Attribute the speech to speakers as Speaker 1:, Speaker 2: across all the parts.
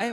Speaker 1: 哎，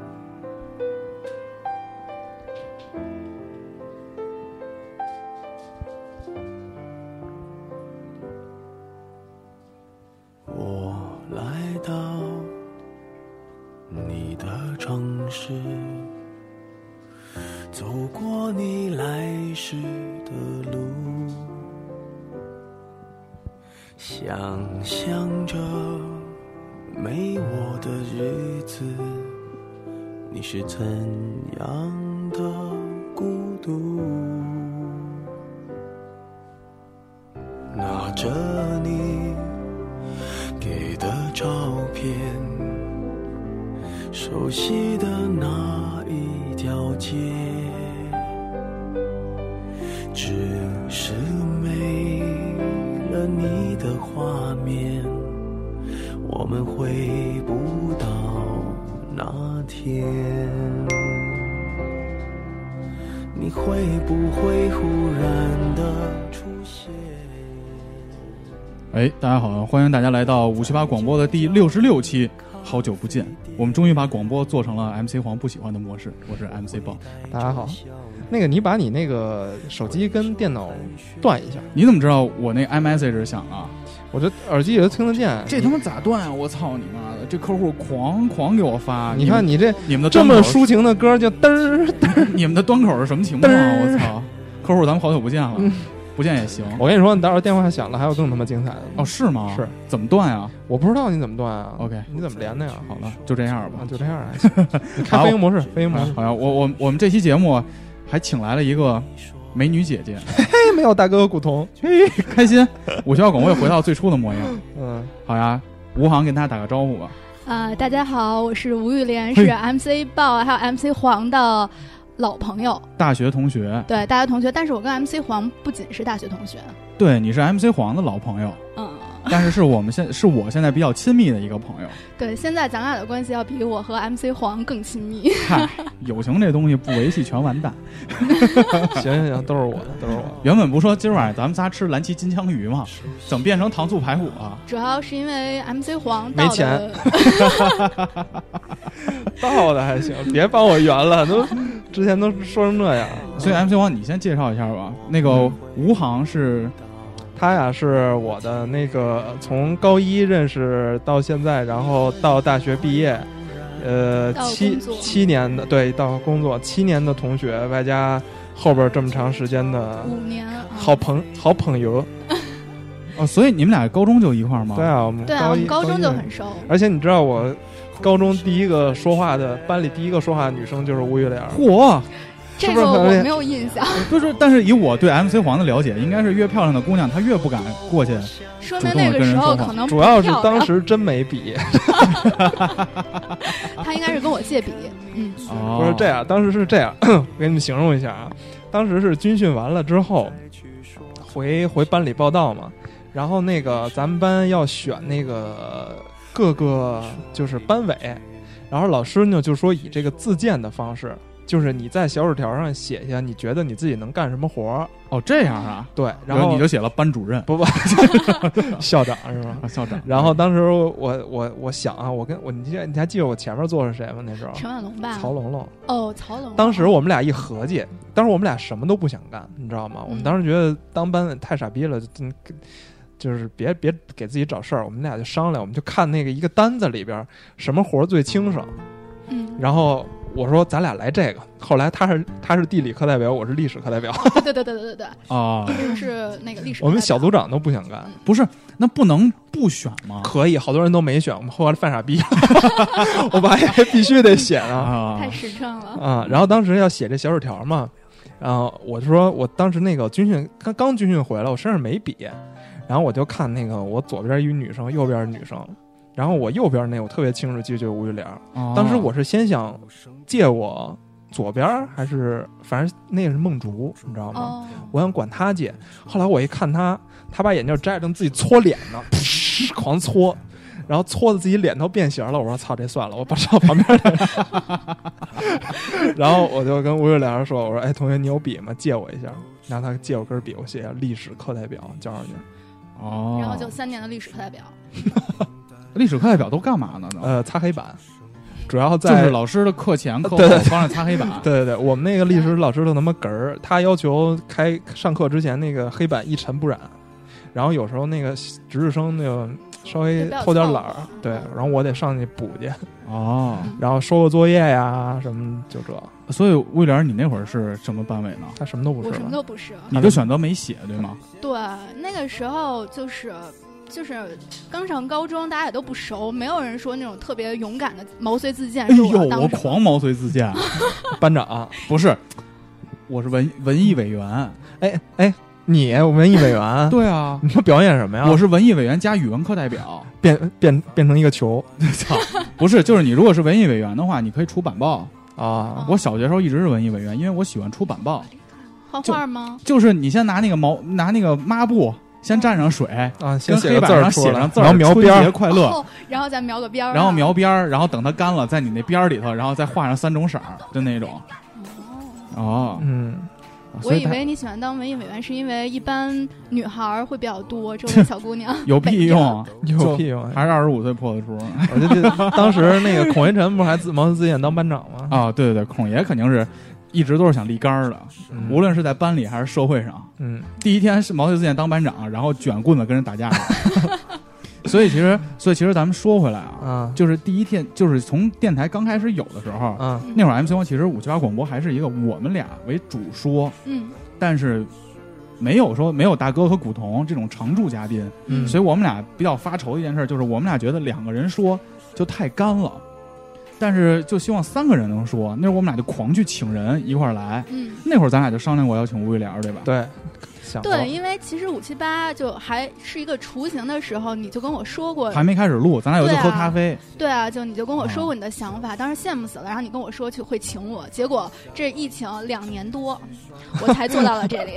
Speaker 2: 我来到你的城市，走过你来时的路，想象着没我的日子，你是怎样的孤独？拿着你。给的照片，熟悉的那一条街，只是没了你的画面，我们回不到那天。你会不会忽然的出现？
Speaker 3: 哎，大家好，欢迎大家来到五七八广播的第六十六期，好久不见，我们终于把广播做成了 MC 黄不喜欢的模式，我是 MC 豹。
Speaker 4: 大家好，那个你把你那个手机跟电脑断一下，
Speaker 3: 你怎么知道我那 iMessage 响啊了？
Speaker 4: 我觉得耳机也都听得见。
Speaker 3: 这他妈咋断啊！我操你妈的！这客户狂狂给我发，
Speaker 4: 你看
Speaker 3: 你
Speaker 4: 你这
Speaker 3: 你们的
Speaker 4: 这
Speaker 3: 端口
Speaker 4: 么抒情的歌，就嘚儿。
Speaker 3: 你们的端口是什么情况啊？我操！客户，咱们好久不见了，
Speaker 4: 嗯
Speaker 3: 不见也行。
Speaker 4: 我跟你说，你到时候电话响了，还有更他妈精彩的。
Speaker 3: 哦，，是哦吗？
Speaker 4: 是，
Speaker 3: 怎么断啊？
Speaker 4: 我不知道你怎么断啊。
Speaker 3: OK
Speaker 4: 你怎么连的呀？
Speaker 3: 好了，就这样吧
Speaker 4: 啊，。就这样啊。 你开飞行模式，飞行模式。
Speaker 3: 好呀，我我我们这期节目还请来了一个美女姐 姐，
Speaker 4: 嘿，哎没有大哥和古潼。
Speaker 3: 开心。五七八广播又回到最初的模样。
Speaker 4: 嗯，
Speaker 3: 好呀，吴航跟大家打个招呼吧。
Speaker 5: 啊、大家好，我是吴玉莲，是 MC 豹还有 MC 黄的老朋友，
Speaker 3: 大学同学，
Speaker 5: 对大学同学。但是我跟 MC 黄不仅是大学同学，
Speaker 3: 对，你是 MC 黄的老朋友，
Speaker 5: 嗯，
Speaker 3: 但是是我们现是 我现在比较亲密的一个朋友。
Speaker 5: 对，现在咱俩的关系要比我和 MC 黄更亲密。
Speaker 3: 嗨，友情这东西不维系全完蛋。
Speaker 4: 行行行，都是我的，都是我的。
Speaker 3: 原本不说今儿晚上咱们仨吃蓝鳍金枪鱼吗？怎么变成糖醋排骨啊了？
Speaker 5: 主要是因为 MC 黄到
Speaker 4: 没
Speaker 5: 的
Speaker 4: 钱到的还行，别帮我圆了，都之前都说成这样。
Speaker 3: 所以 MC 王，你先介绍一下吧。那个吴航是
Speaker 4: 他呀是我的那个呃从高一认识到现在，然后到大学毕业，呃，
Speaker 5: 到
Speaker 4: 七
Speaker 5: 工作
Speaker 4: 七年的对，到工作七年的同学，外加后边这么长时间的
Speaker 5: 五 年，啊
Speaker 4: 好朋好朋友。
Speaker 3: 哦，所以你们俩高中就一块儿吗？
Speaker 4: 对啊，我们
Speaker 5: 对啊，我
Speaker 4: 高一
Speaker 5: 们高中就
Speaker 4: 一
Speaker 5: 很熟。
Speaker 4: 而且你知道我高中第一个说话的班里第一个说话的女生就是吴玉莲儿，
Speaker 3: 嚯，
Speaker 4: 是
Speaker 5: 这
Speaker 4: 不是
Speaker 5: 个
Speaker 4: 很
Speaker 5: 我
Speaker 4: 厉害
Speaker 5: 没有印 象，
Speaker 3: 不是，但是以我对 MC 黄的了解，应该是越漂亮的姑娘，她越不敢过去。
Speaker 5: 说明那个时候可能不
Speaker 4: 主要是
Speaker 5: 漂亮
Speaker 4: 当时真没笔，
Speaker 5: 他应该是跟我借笔，嗯，
Speaker 3: 哦
Speaker 4: 不是这，样，当时是这样， 我给你们形容一下啊，当时是军训完了之后，哦回回班里报道嘛，然后那个咱们班要选那个各个就是班委，然后老师呢就说以这个自荐的方式，就是你在小纸条上写下你觉得你自己能干什么活儿，
Speaker 3: 哦这样啊，
Speaker 4: 对，然后
Speaker 3: 你就写了班主任
Speaker 4: 不不 校长是吗？
Speaker 3: 啊校长，
Speaker 4: 然后当时我我我想啊，我跟我你记得你还记得我前面坐的是谁吗？那时候
Speaker 5: 陈婉龙吧？
Speaker 4: 曹龙龙。
Speaker 5: 哦，曹龙。
Speaker 4: 当时我们俩一合计，当时我们俩什么都不想干，你知道吗？我们当时觉得当班委太傻逼了，就就是别别给自己找事儿。我们俩就商量，我们就看那个一个单子里边儿什么活儿最轻省。
Speaker 5: 嗯，
Speaker 4: 然后我说咱俩来这个。后来他是他是地理课代表，我是历史课代表，
Speaker 5: 对对对对对对
Speaker 3: 啊，
Speaker 5: 对，是那个历史。
Speaker 4: 我们小组长都不想干。
Speaker 3: 不是，那不能不选吗？
Speaker 4: 可以，好多人都没选，我们后来犯傻逼了， 我们还必须得写呢。
Speaker 3: 啊
Speaker 5: 太实诚了。
Speaker 4: 啊，然后当时要写这小纸条嘛，然后我就说我当时那个军训刚刚军训回来，我身上没笔，然后我就看那个我左边一女生，右边一女生，
Speaker 3: 哦
Speaker 4: 然后我右边那我特别清楚记得就是吴玉莲儿，
Speaker 3: 啊
Speaker 4: 当时我是先想借我左边儿还是反正那个是梦竹，你知道吗？
Speaker 5: 哦，
Speaker 4: 我想管他借，后来我一看他，他把眼镜摘了，正自己搓脸呢，狂搓，然后搓的自己脸都变形了。我说操，这算了，我把上旁边来。 然后我就跟吴月良说：“我说，哎，同学，你有笔吗？借我一下。”然后他借我根笔，我写下历史课代表交上去。
Speaker 3: 哦，
Speaker 5: 然后就三年的历史课代表，
Speaker 3: 历史课代表都干嘛呢？
Speaker 4: 呃，擦黑板，主要
Speaker 3: 就
Speaker 4: 在
Speaker 3: 是老师的课前课后
Speaker 4: 对对
Speaker 3: 帮着擦黑 板。
Speaker 4: 对对对，我们那个历史老师都他妈哏儿，他要求开上课之前那个黑板一尘不染，然后有时候那个值日生那个稍微偷点懒儿，对，然后我得上去补去，
Speaker 3: 哦，
Speaker 4: 然后收个作业呀什么，就这，
Speaker 3: 所以魏莲，你那会儿是什么班委呢？
Speaker 4: 他什么都不
Speaker 5: 我
Speaker 4: 是
Speaker 5: 什么
Speaker 4: 吧。
Speaker 5: 都不是。
Speaker 3: 你就选择没写对吗？
Speaker 5: 对，那个时候就是就是刚上高中，大家也都不熟，没有人说那种特别勇敢的毛遂自荐。
Speaker 3: 哎呦
Speaker 5: 说，要当
Speaker 3: 我
Speaker 5: 什么
Speaker 3: 狂毛遂自荐，
Speaker 4: 班长，
Speaker 3: 不是，我是文文艺委员。
Speaker 4: 哎哎，你文艺委员，
Speaker 3: 对啊，
Speaker 4: 你 说表演什么呀？
Speaker 3: 我是文艺委员加语文课代 表。
Speaker 4: 变变变成一个球
Speaker 3: 操，不是，就是你如果是文艺委员的话，你可以出版报。
Speaker 4: 啊，
Speaker 5: 哦
Speaker 3: 我小学时候一直是文艺委员，因为我喜欢出版报。
Speaker 5: 画
Speaker 3: 就
Speaker 5: 画吗？
Speaker 3: 就是你先拿那个毛拿那个抹布先蘸上水，
Speaker 4: 啊，先
Speaker 3: 跟
Speaker 4: 写
Speaker 3: 黑
Speaker 4: 个
Speaker 3: 板
Speaker 4: 字
Speaker 3: 上
Speaker 4: 儿出
Speaker 3: 写
Speaker 4: 来，
Speaker 3: 上字
Speaker 4: 然
Speaker 3: 儿，
Speaker 4: 后描边
Speaker 3: 春节
Speaker 4: 儿，
Speaker 3: 快乐。
Speaker 5: 哦，然后再描个边儿，
Speaker 3: 然后描边哦儿，然后等它干了，在你那边儿里头，然后再画上三种色儿的那种。
Speaker 5: 哦。
Speaker 3: 哦，
Speaker 4: 嗯，
Speaker 5: 我
Speaker 3: 所
Speaker 5: 以
Speaker 3: 它
Speaker 5: 为你喜欢当文艺委员，是因为一般女孩儿会比较多，周围小姑娘
Speaker 3: 有屁用啊？
Speaker 4: 有屁用啊！
Speaker 3: 还是二十五岁破的出啊
Speaker 4: 我就记得当时那个孔维晨不是还自毛遂自荐当班长吗？
Speaker 3: 啊？对对对，孔爷肯定是一直都是想立杆儿的，
Speaker 4: 嗯
Speaker 3: 无论是在班里还是社会上。
Speaker 4: 嗯
Speaker 3: 第一天是毛遂自荐当班长，然后卷棍子跟人打架 去。所以其实，所以其实咱们说回来啊，
Speaker 4: 啊
Speaker 3: 就是第一天，就是从电台刚开始有的时候，
Speaker 4: 啊
Speaker 3: 那会儿 MC 王其实五七八广播还是一个我们俩为主说，
Speaker 5: 嗯，
Speaker 3: 但是没有说没有大哥和古潼这种常驻嘉宾，
Speaker 4: 嗯
Speaker 3: 所以我们俩比较发愁的一件事就是我们俩觉得两个人说就太干了，但是就希望三个人能说。那会儿我们俩就狂去请人一块儿来，
Speaker 5: 嗯
Speaker 3: 那会儿咱俩就商量过要请吴玉莲儿，对吧？
Speaker 4: 对，想过
Speaker 5: 对，因为其实五七八就还是一个雏形的时候，你就跟我说过，
Speaker 3: 还没开始录，咱俩有一次
Speaker 5: 呃对啊
Speaker 3: 喝咖啡，
Speaker 5: 对啊，就你就
Speaker 4: 嗯
Speaker 5: 跟我说过你的想法，当时羡慕死了。然后你跟我说去会请我，结果这疫情两年多，我才做到了这里，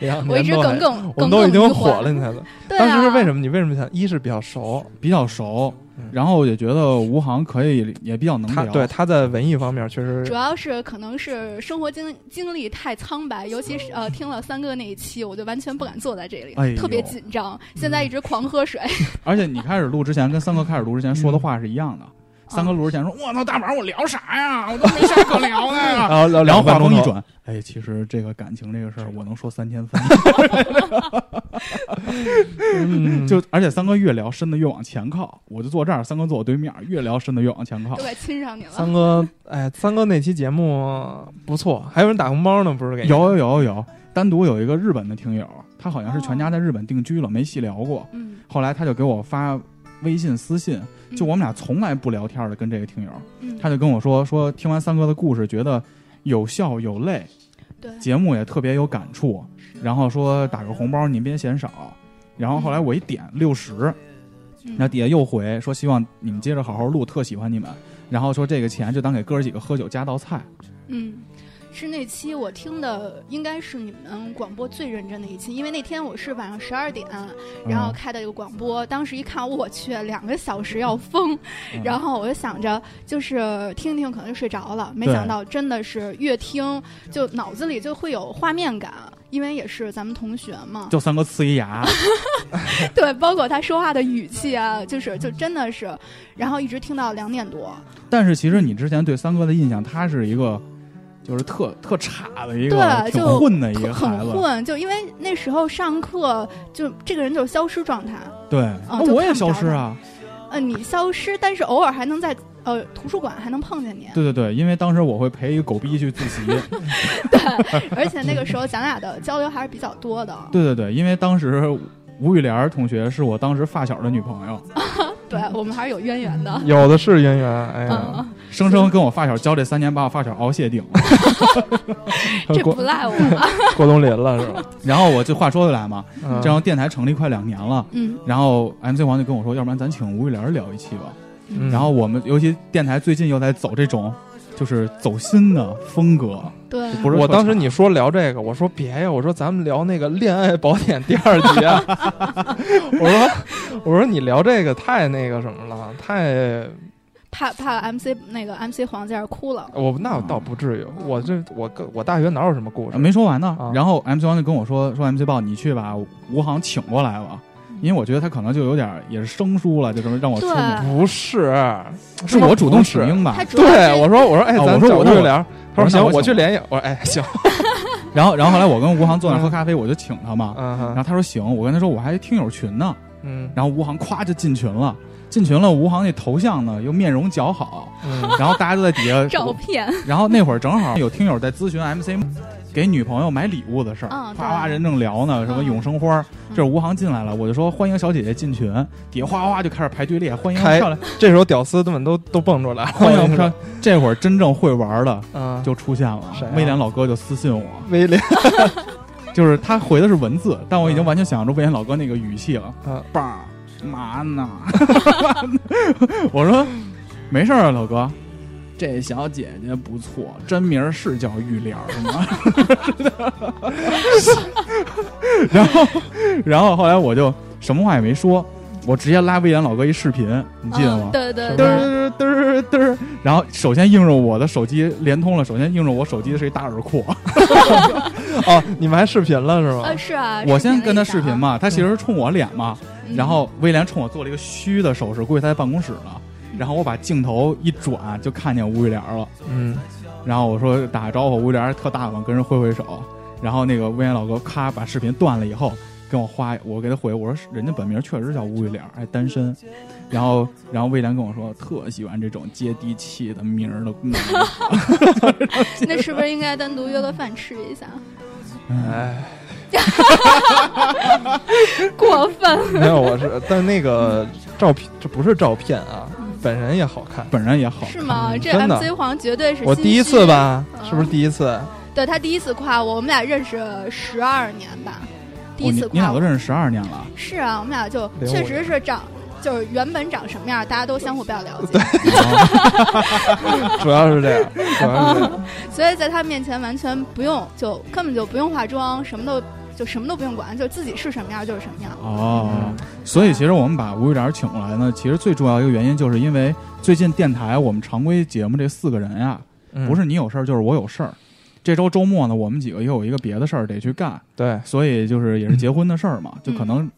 Speaker 4: 两
Speaker 5: 我一
Speaker 4: 年
Speaker 5: 直
Speaker 4: 多
Speaker 5: 耿
Speaker 4: 了，
Speaker 5: 耿
Speaker 4: 我们
Speaker 5: 耿
Speaker 4: 都
Speaker 5: 耿
Speaker 4: 已
Speaker 5: 于
Speaker 4: 经
Speaker 5: 怀
Speaker 4: 火了，。你才的。
Speaker 5: 对啊，
Speaker 4: 当时是为什么？你为什么想？一是比较熟，
Speaker 3: 比较熟
Speaker 4: 嗯，
Speaker 3: 然后也觉得吴航可以，也比较能
Speaker 4: 他
Speaker 3: 聊。
Speaker 4: 对他在文艺方面确实
Speaker 5: 嗯主要是可能是生活经经历太苍白，尤其是呃听了三哥那一期，我就完全不敢坐在这里，
Speaker 3: 哎呦
Speaker 5: 特别紧张。现
Speaker 4: 嗯
Speaker 5: 在一直狂喝水，
Speaker 3: 而且你开始录之前，跟三哥开始录之前说的话是一样的。
Speaker 5: 哦
Speaker 3: 三哥录之前说：“我操，大晚上我聊啥呀？我都没啥可聊 的呀。”
Speaker 4: 然
Speaker 3: 然
Speaker 4: 后然后
Speaker 3: 后
Speaker 4: 两个
Speaker 3: 话
Speaker 4: 半
Speaker 3: 锋一
Speaker 4: 钟头，
Speaker 3: 转，哎，其实这个感情这个事儿，我能说三天三夜。
Speaker 4: 嗯
Speaker 3: 就而且三哥越聊深的越往前靠，我就坐这儿，三哥坐我对面，越聊深的越往前靠
Speaker 5: 都。快亲上你了。
Speaker 4: 三哥，哎，三哥那期节目不错，还有人打红包呢，不是给你
Speaker 3: 有有有有，单独有一个日本的听友，他好像
Speaker 5: 哦
Speaker 3: 是全家在日本定居了，没细聊过。
Speaker 5: 嗯，
Speaker 3: 后来他就给我发微信私信，就我们俩从来不聊天的，跟这个听友，
Speaker 5: 嗯，
Speaker 3: 他就跟我说说听完三哥的故事，觉得有笑有泪，
Speaker 5: 对，
Speaker 3: 节目也特别有感触，然后说打个红包您别嫌少，然后后来我一点六十，
Speaker 5: 嗯
Speaker 3: 那底下又回说希望你们接着好好录，特喜欢你们，然后说这个钱就当给哥儿几个喝酒加道菜，
Speaker 5: 嗯，是那期我听的，应该是你们广播最认真的一期，因为那天我是晚上十二点，然
Speaker 3: 嗯
Speaker 5: 后开的这个广播，当时一看，我去，两个小时要疯，
Speaker 3: 嗯
Speaker 5: 然后我就想着就是听听可能就睡着了，没
Speaker 3: 对
Speaker 5: 想到真的是越听就脑子里就会有画面感，因为也是咱们同学嘛，
Speaker 3: 就三哥呲一牙，
Speaker 5: 对，包括他说话的语气啊，就是就真的是，然后一直听到两点多，
Speaker 3: 但是其实你之前对三哥的印象，他是一个就是特特差的一个
Speaker 5: 对
Speaker 3: 挺
Speaker 5: 就
Speaker 3: 混的一
Speaker 5: 特
Speaker 3: 个
Speaker 5: 很
Speaker 3: 孩子，
Speaker 5: 混，就因为那时候上课就这个人就是消失状态，
Speaker 3: 对，
Speaker 5: 嗯
Speaker 3: 那
Speaker 5: 就
Speaker 3: 我也
Speaker 5: 看不
Speaker 3: 消
Speaker 5: 着
Speaker 3: 失
Speaker 5: 他
Speaker 3: 啊，
Speaker 5: 呃，你消失，但是偶尔还能在呃图书馆还能碰见你，
Speaker 3: 对对对，因为当时我会陪一个狗逼去自 习，
Speaker 5: 而且那个时候咱俩的交流还是比较多的，
Speaker 3: 对对对，因为当时吴玉莲同学是我当时发小的女朋友。
Speaker 5: 对我们还是有渊源的。
Speaker 4: 有的是渊源，哎呀，
Speaker 5: 嗯，
Speaker 3: 生生跟我发小交这三年，把我发小熬谢顶了。
Speaker 5: 这
Speaker 4: 郭
Speaker 5: 不赖我吧？
Speaker 4: 郭冬临了是吧？
Speaker 3: 然后我就话说回来嘛，
Speaker 4: 嗯
Speaker 3: 这样电台成立快两年了，
Speaker 5: 嗯，
Speaker 3: 然后 MC 王就跟我说，要不然咱请吴玉莲聊一期吧。
Speaker 4: 嗯
Speaker 3: 然后我们尤其电台最近又在走这种就是走心的风格，
Speaker 5: 对
Speaker 3: 就，不是
Speaker 4: 我
Speaker 3: 特
Speaker 4: 当时
Speaker 3: 长
Speaker 4: 你说聊这个，我说别呀，我说咱们聊那个《恋爱宝典》第二集 啊，我说我说你聊这个太那个什么了，太
Speaker 5: 怕怕 MC 那个 MC 黄在这儿哭了。
Speaker 4: 我那倒不至于，我这我跟我大学哪有什么故事？
Speaker 3: 没说完呢。
Speaker 4: 啊
Speaker 3: 然后 MC 王就跟我说说 MC 豹你去把吴航请过来吧，因为我觉得他可能就有点儿也是生疏了，就这么让我出面，
Speaker 5: 对，
Speaker 4: 不是，
Speaker 3: 是我主动
Speaker 4: 不是
Speaker 3: 请缨吧
Speaker 5: 他？主要
Speaker 4: 对
Speaker 5: 是
Speaker 4: 我说我说哎，
Speaker 3: 哦
Speaker 4: 咱
Speaker 3: 啊我说
Speaker 4: 找
Speaker 3: 我
Speaker 4: 对
Speaker 3: 那我
Speaker 4: 聊，
Speaker 3: 我说
Speaker 4: 他说
Speaker 3: 那
Speaker 4: 行，
Speaker 3: 我
Speaker 4: 我去
Speaker 3: 请
Speaker 4: 联系，我说哎行，
Speaker 3: 然后然后后来我跟吴航坐那儿喝咖啡，我就请他嘛。
Speaker 4: 嗯
Speaker 3: 然
Speaker 4: 哼
Speaker 3: 后他说行，我跟他说我还听友群呢。
Speaker 4: 嗯
Speaker 3: 然后吴航咵就进群了，进群了，吴航那头像呢又面容姣好，
Speaker 4: 嗯
Speaker 3: 然后大家就在底
Speaker 5: 照
Speaker 3: 下，
Speaker 5: 片，
Speaker 3: 然后那会儿正好有听友在咨询 MC 给女朋友买礼物的事儿，
Speaker 5: 嗯对
Speaker 3: 哗哗人正聊呢，什么
Speaker 5: 嗯
Speaker 3: 永生花儿，
Speaker 5: 嗯
Speaker 3: 这吴航进来了，我就说欢迎小姐姐进群，底下哗哗哗就开始排队列，欢迎
Speaker 4: 开
Speaker 3: 漂亮，
Speaker 4: 这时候屌丝们都都蹦出 来了，
Speaker 3: 欢迎漂
Speaker 4: 是吧
Speaker 3: 亮，这会儿真正会玩的
Speaker 4: 嗯，
Speaker 3: 就出现了
Speaker 4: 谁啊，
Speaker 3: 威廉老哥就私信我，
Speaker 4: 威廉，
Speaker 3: 就是他回的是文字，但我已经
Speaker 4: 嗯
Speaker 3: 完全想象出魏延老哥那个语气了。
Speaker 4: 嗯
Speaker 3: 爸，嘛呢？ 我说没事儿啊，老哥，这小姐姐不错，真名儿是叫玉莲儿吗？ 然后，然后后来我就什么话也没说，我直接拉魏延老哥一视频，你记得吗
Speaker 5: 嗯，？对对
Speaker 3: 嘚
Speaker 5: 对，
Speaker 3: 儿嘚儿嘚儿，然后首先映入我的手机联通了，首先映入我手机的是一大耳廓。
Speaker 4: 哦，你们还视频了是吗
Speaker 5: 呃？是啊，
Speaker 3: 我
Speaker 5: 视频
Speaker 3: 先跟
Speaker 5: 了
Speaker 3: 他
Speaker 5: 一
Speaker 3: 视
Speaker 5: 下
Speaker 3: 频
Speaker 5: 啊，
Speaker 3: 嘛，他其实是冲我脸嘛，
Speaker 5: 嗯
Speaker 3: 然后威廉冲我做了一个虚的手势，估计他在办公室呢。
Speaker 5: 嗯
Speaker 3: 然后我把镜头一转，就看见吴玉莲了。
Speaker 4: 嗯，
Speaker 3: 然后我说打个招呼，吴玉莲特大方，跟人挥挥手。然后那个威廉老哥咔把视频断了以后，跟我花，我给他回，我说人家本名确实叫吴玉莲，还单身。然后，然后威廉跟我说，特喜欢这种接地气的名儿的姑 娘。
Speaker 5: 那是不是应该单独约个饭吃一下？
Speaker 4: 哎，
Speaker 5: 过分，
Speaker 4: 没有，我是，但那个照片，这不是照片啊，本人也好看。
Speaker 3: 本人也好，
Speaker 5: 是吗？这
Speaker 4: 真的
Speaker 5: MC 黄绝对是
Speaker 4: 我
Speaker 5: 心
Speaker 4: 第一
Speaker 5: 虚
Speaker 4: 次，吧，
Speaker 5: 嗯
Speaker 4: 是不是第一次？
Speaker 5: 对他第一次夸我，我们俩认识十二年吧，第一
Speaker 3: 哦你
Speaker 5: 次
Speaker 3: 你
Speaker 5: 夸
Speaker 3: 俩
Speaker 5: 我
Speaker 3: 都认识十二年了，
Speaker 5: 是啊，我们俩就
Speaker 4: 零五
Speaker 5: 确实是长，就是原本长什么样，大家都相互比 较了解，
Speaker 3: 啊
Speaker 4: 主要是这样，主要是这
Speaker 5: 嗯
Speaker 4: 样。
Speaker 5: 所以在他面前完全不用，就根本就不用化妆，什么都就什么都不用管，就自己是什么样就是什么样。
Speaker 3: 哦，所以其实我们把吴玉莲请过来呢，其实最重要一个原因就是因为最近电台我们常规节目这四个人呀，
Speaker 4: 嗯
Speaker 3: 不是你有事儿就是我有事儿。这周周末呢，我们几个又有一个别的事儿得去干，
Speaker 4: 对，
Speaker 3: 所以就是也是结婚的事儿
Speaker 4: 嗯
Speaker 3: 嘛，就可能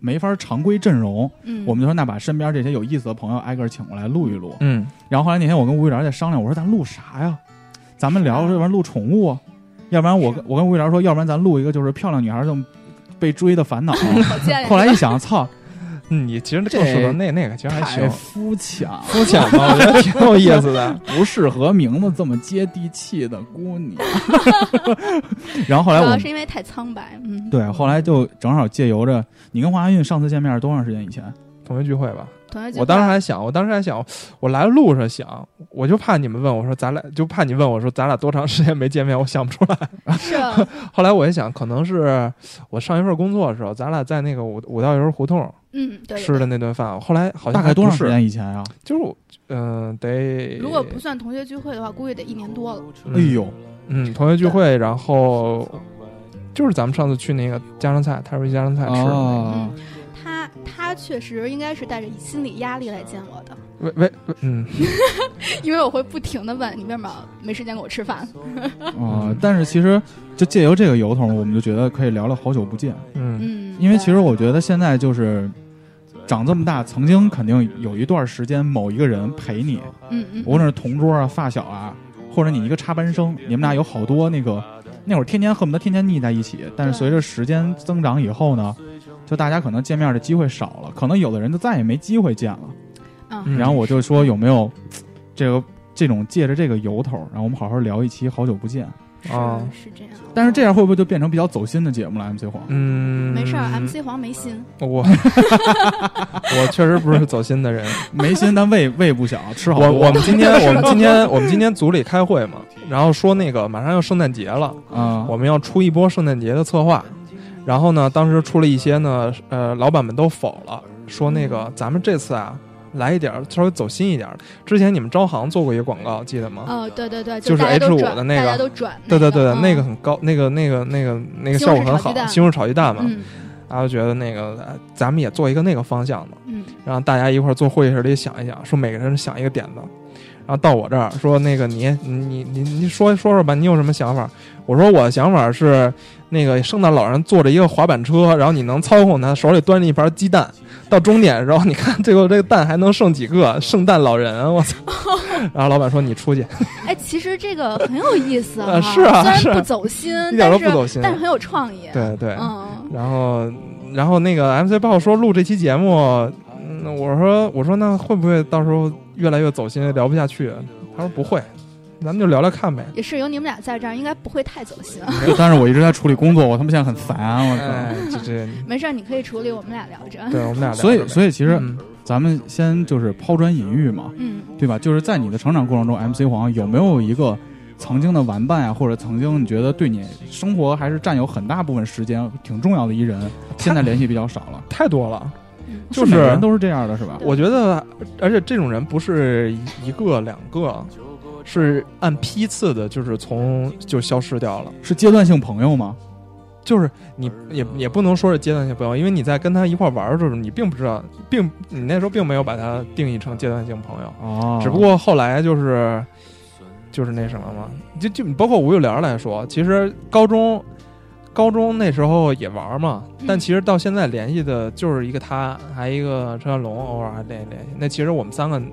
Speaker 3: 没法常规阵容。
Speaker 5: 嗯，
Speaker 3: 我们就说那把身边这些有意思的朋友挨个儿请过来录一录。
Speaker 4: 嗯，
Speaker 3: 然后后来那天我跟吴玉莲在商量，我说咱录啥呀？咱们聊，要不然录宠物啊，要不然我跟我跟吴玉莲说，要不然咱录一个就是漂亮女孩儿怎么被追的烦恼。啊
Speaker 5: 好 贱呀
Speaker 3: 后来一想，操，
Speaker 4: 你其实更适合那那个，其实还
Speaker 3: 太
Speaker 4: 行，
Speaker 3: 肤浅了，
Speaker 4: 肤浅嘛，我觉得挺有意思的。
Speaker 3: 不适合名字这么接地气的姑 娘。然后后来
Speaker 5: 主
Speaker 3: 我
Speaker 5: 要
Speaker 3: 们
Speaker 5: 是因为太苍白，嗯，
Speaker 3: 对，后来就正好借由着你跟黄安韵上次见面多长时间以前？
Speaker 4: 同学聚会吧，
Speaker 5: 同学聚会
Speaker 4: 我当时还想，我当时还想，我来路上想，我就怕你们问我说咱俩，就怕你问我说咱俩多长时间没见面，我想不出来。
Speaker 5: 是啊
Speaker 4: 后来我一想，可能是我上一份工作的时候，咱俩在那个五五道营胡同
Speaker 5: 嗯，对对
Speaker 4: 吃
Speaker 5: 对。
Speaker 4: 的那顿饭，后来好像
Speaker 3: 大概多
Speaker 4: 还
Speaker 3: 长
Speaker 4: 不
Speaker 3: 时
Speaker 4: 是？
Speaker 3: 间以前啊？
Speaker 4: 就是我，嗯、得
Speaker 5: 如果不算同学聚会的话，估计得一年多了。
Speaker 3: 哎呦，
Speaker 4: 嗯，同学聚会，然后就是咱们上次去那个家常菜，泰瑞家常菜吃的那个。
Speaker 3: 哦，
Speaker 5: 嗯他他确实应该是带着心理压力来见我的，
Speaker 4: 喂喂，喂嗯，
Speaker 5: 因为我会不停的问你为什么没时间跟我吃饭。嗯
Speaker 3: 啊！但是其实就借由这个由头，我们就觉得可以聊聊好久不见，
Speaker 4: 嗯，
Speaker 5: 嗯，
Speaker 3: 因为其实我觉得现在就是。长这么大，曾经肯定有一段时间，某一个人陪你，
Speaker 5: 嗯嗯，
Speaker 3: 无论是同桌啊、发小啊，或者你一个插班生，你们俩有好多那个那会儿天天恨不得天天腻在一起，但是
Speaker 5: 对
Speaker 3: 随着时间增长以后呢，就大家可能见面的机会少了，可能有的人就再也没机会见了。
Speaker 5: 嗯
Speaker 3: 然后我就说有没有这个这种借着这个由头，然后我们好好聊一期好久不见。
Speaker 4: 哦
Speaker 5: 是是这样。
Speaker 3: 但是这样会不会就变成比较走心的节目了？MC 黄，
Speaker 4: 嗯，
Speaker 5: 没事儿，MC 黄没心，
Speaker 4: 我 我确实不是走心的 人。
Speaker 3: 没心但 胃胃不小，吃好
Speaker 4: 我
Speaker 3: 多
Speaker 4: 我们今天我们今天我们今天组里开会 嘛，然后说那个马上要圣诞节了，
Speaker 3: 啊
Speaker 4: 我们要出一波圣诞节的策划。然
Speaker 5: 嗯
Speaker 4: 后呢，当时出了一些呢，呃，老板们都否了，说那个咱们这次啊，来一点儿稍微走心一点儿。之前你们招行做过一个广告，记得吗？
Speaker 5: 哦，对对对，
Speaker 4: 就是
Speaker 5: 大家都
Speaker 4: H5
Speaker 5: 转
Speaker 4: 的那
Speaker 5: 大
Speaker 4: 个
Speaker 5: 家都转，
Speaker 4: 对对对，
Speaker 5: 嗯
Speaker 4: 那个很高，那个那个那个那个
Speaker 5: 西
Speaker 4: 效
Speaker 5: 红
Speaker 4: 果
Speaker 5: 柿
Speaker 4: 很
Speaker 5: 炒
Speaker 4: 好
Speaker 5: 鸡，蛋
Speaker 4: 西红柿炒鸡蛋嘛，
Speaker 5: 嗯
Speaker 4: 然后觉得那个呃咱们也做一个那个方向的，
Speaker 5: 嗯，
Speaker 4: 然后大家一块儿做会议室里想一想，说每个人想一个点子，然后到我这儿说那个你你你你说说说吧，你有什么想法？我说我的想法是那个圣诞老人坐着一个滑板车，然后你能操控他，手里端着一盘鸡蛋，到终点，然后你看最后这个蛋还能剩几个？圣诞老人，我操！ 然后老板说你出去，
Speaker 5: 哎，其实这个很有意思
Speaker 4: 呃是啊
Speaker 5: 虽然
Speaker 4: 是啊
Speaker 5: 不走心，
Speaker 4: 一点
Speaker 5: 但
Speaker 4: 都
Speaker 5: 是
Speaker 4: 不走心。
Speaker 5: 但是很有创意。，
Speaker 4: 对对，
Speaker 5: 嗯，
Speaker 4: 然后，然后那个 MC 报说录这期节目，嗯，我说我说那会不会到时候越来越走心，聊不下去？他说不会，咱们就聊聊看呗。
Speaker 5: 也是有你们俩在这儿，应该不会太走心。
Speaker 3: 但是我一直在处理工作，我他妈现在很烦，啊我
Speaker 4: 哎
Speaker 3: 操！，
Speaker 4: 这这，
Speaker 5: 没事儿，你可以处理，我们俩聊着。
Speaker 4: 对我们俩聊聊呗，
Speaker 3: 所以，
Speaker 4: 以
Speaker 3: 所以其
Speaker 4: 其
Speaker 3: 实咱们先就是抛砖引玉嘛，
Speaker 5: 嗯，
Speaker 3: 对吧？就是在你的成长过程中，MC 黄有没有一个曾经的玩伴啊，或者曾经你觉得对你生活还是占有很大部分时间、挺重要的一人，现在联系比较少了？
Speaker 4: 太多了。
Speaker 5: 嗯
Speaker 4: 就是
Speaker 3: 每个人都是这样的，是吧？
Speaker 4: 我觉得，而且这种人不是一个两个，是按批次的，就是从就消失掉了。
Speaker 3: 是阶段性朋友吗？
Speaker 4: 就是你也也不能说是阶段性朋友，因为你在跟他一块儿玩儿的时候，你并不知道，并你那时候并没有把它定义成阶段性朋友，
Speaker 3: 哦，
Speaker 4: 只不过后来就是就是那什么嘛，就就包括吴又莲来说，其实高中高中那时候也玩儿嘛，但
Speaker 5: 嗯
Speaker 4: 其实到现在联系的就是一个他，还一个陈小龙，偶尔还联系联系。那其实我们三个嗯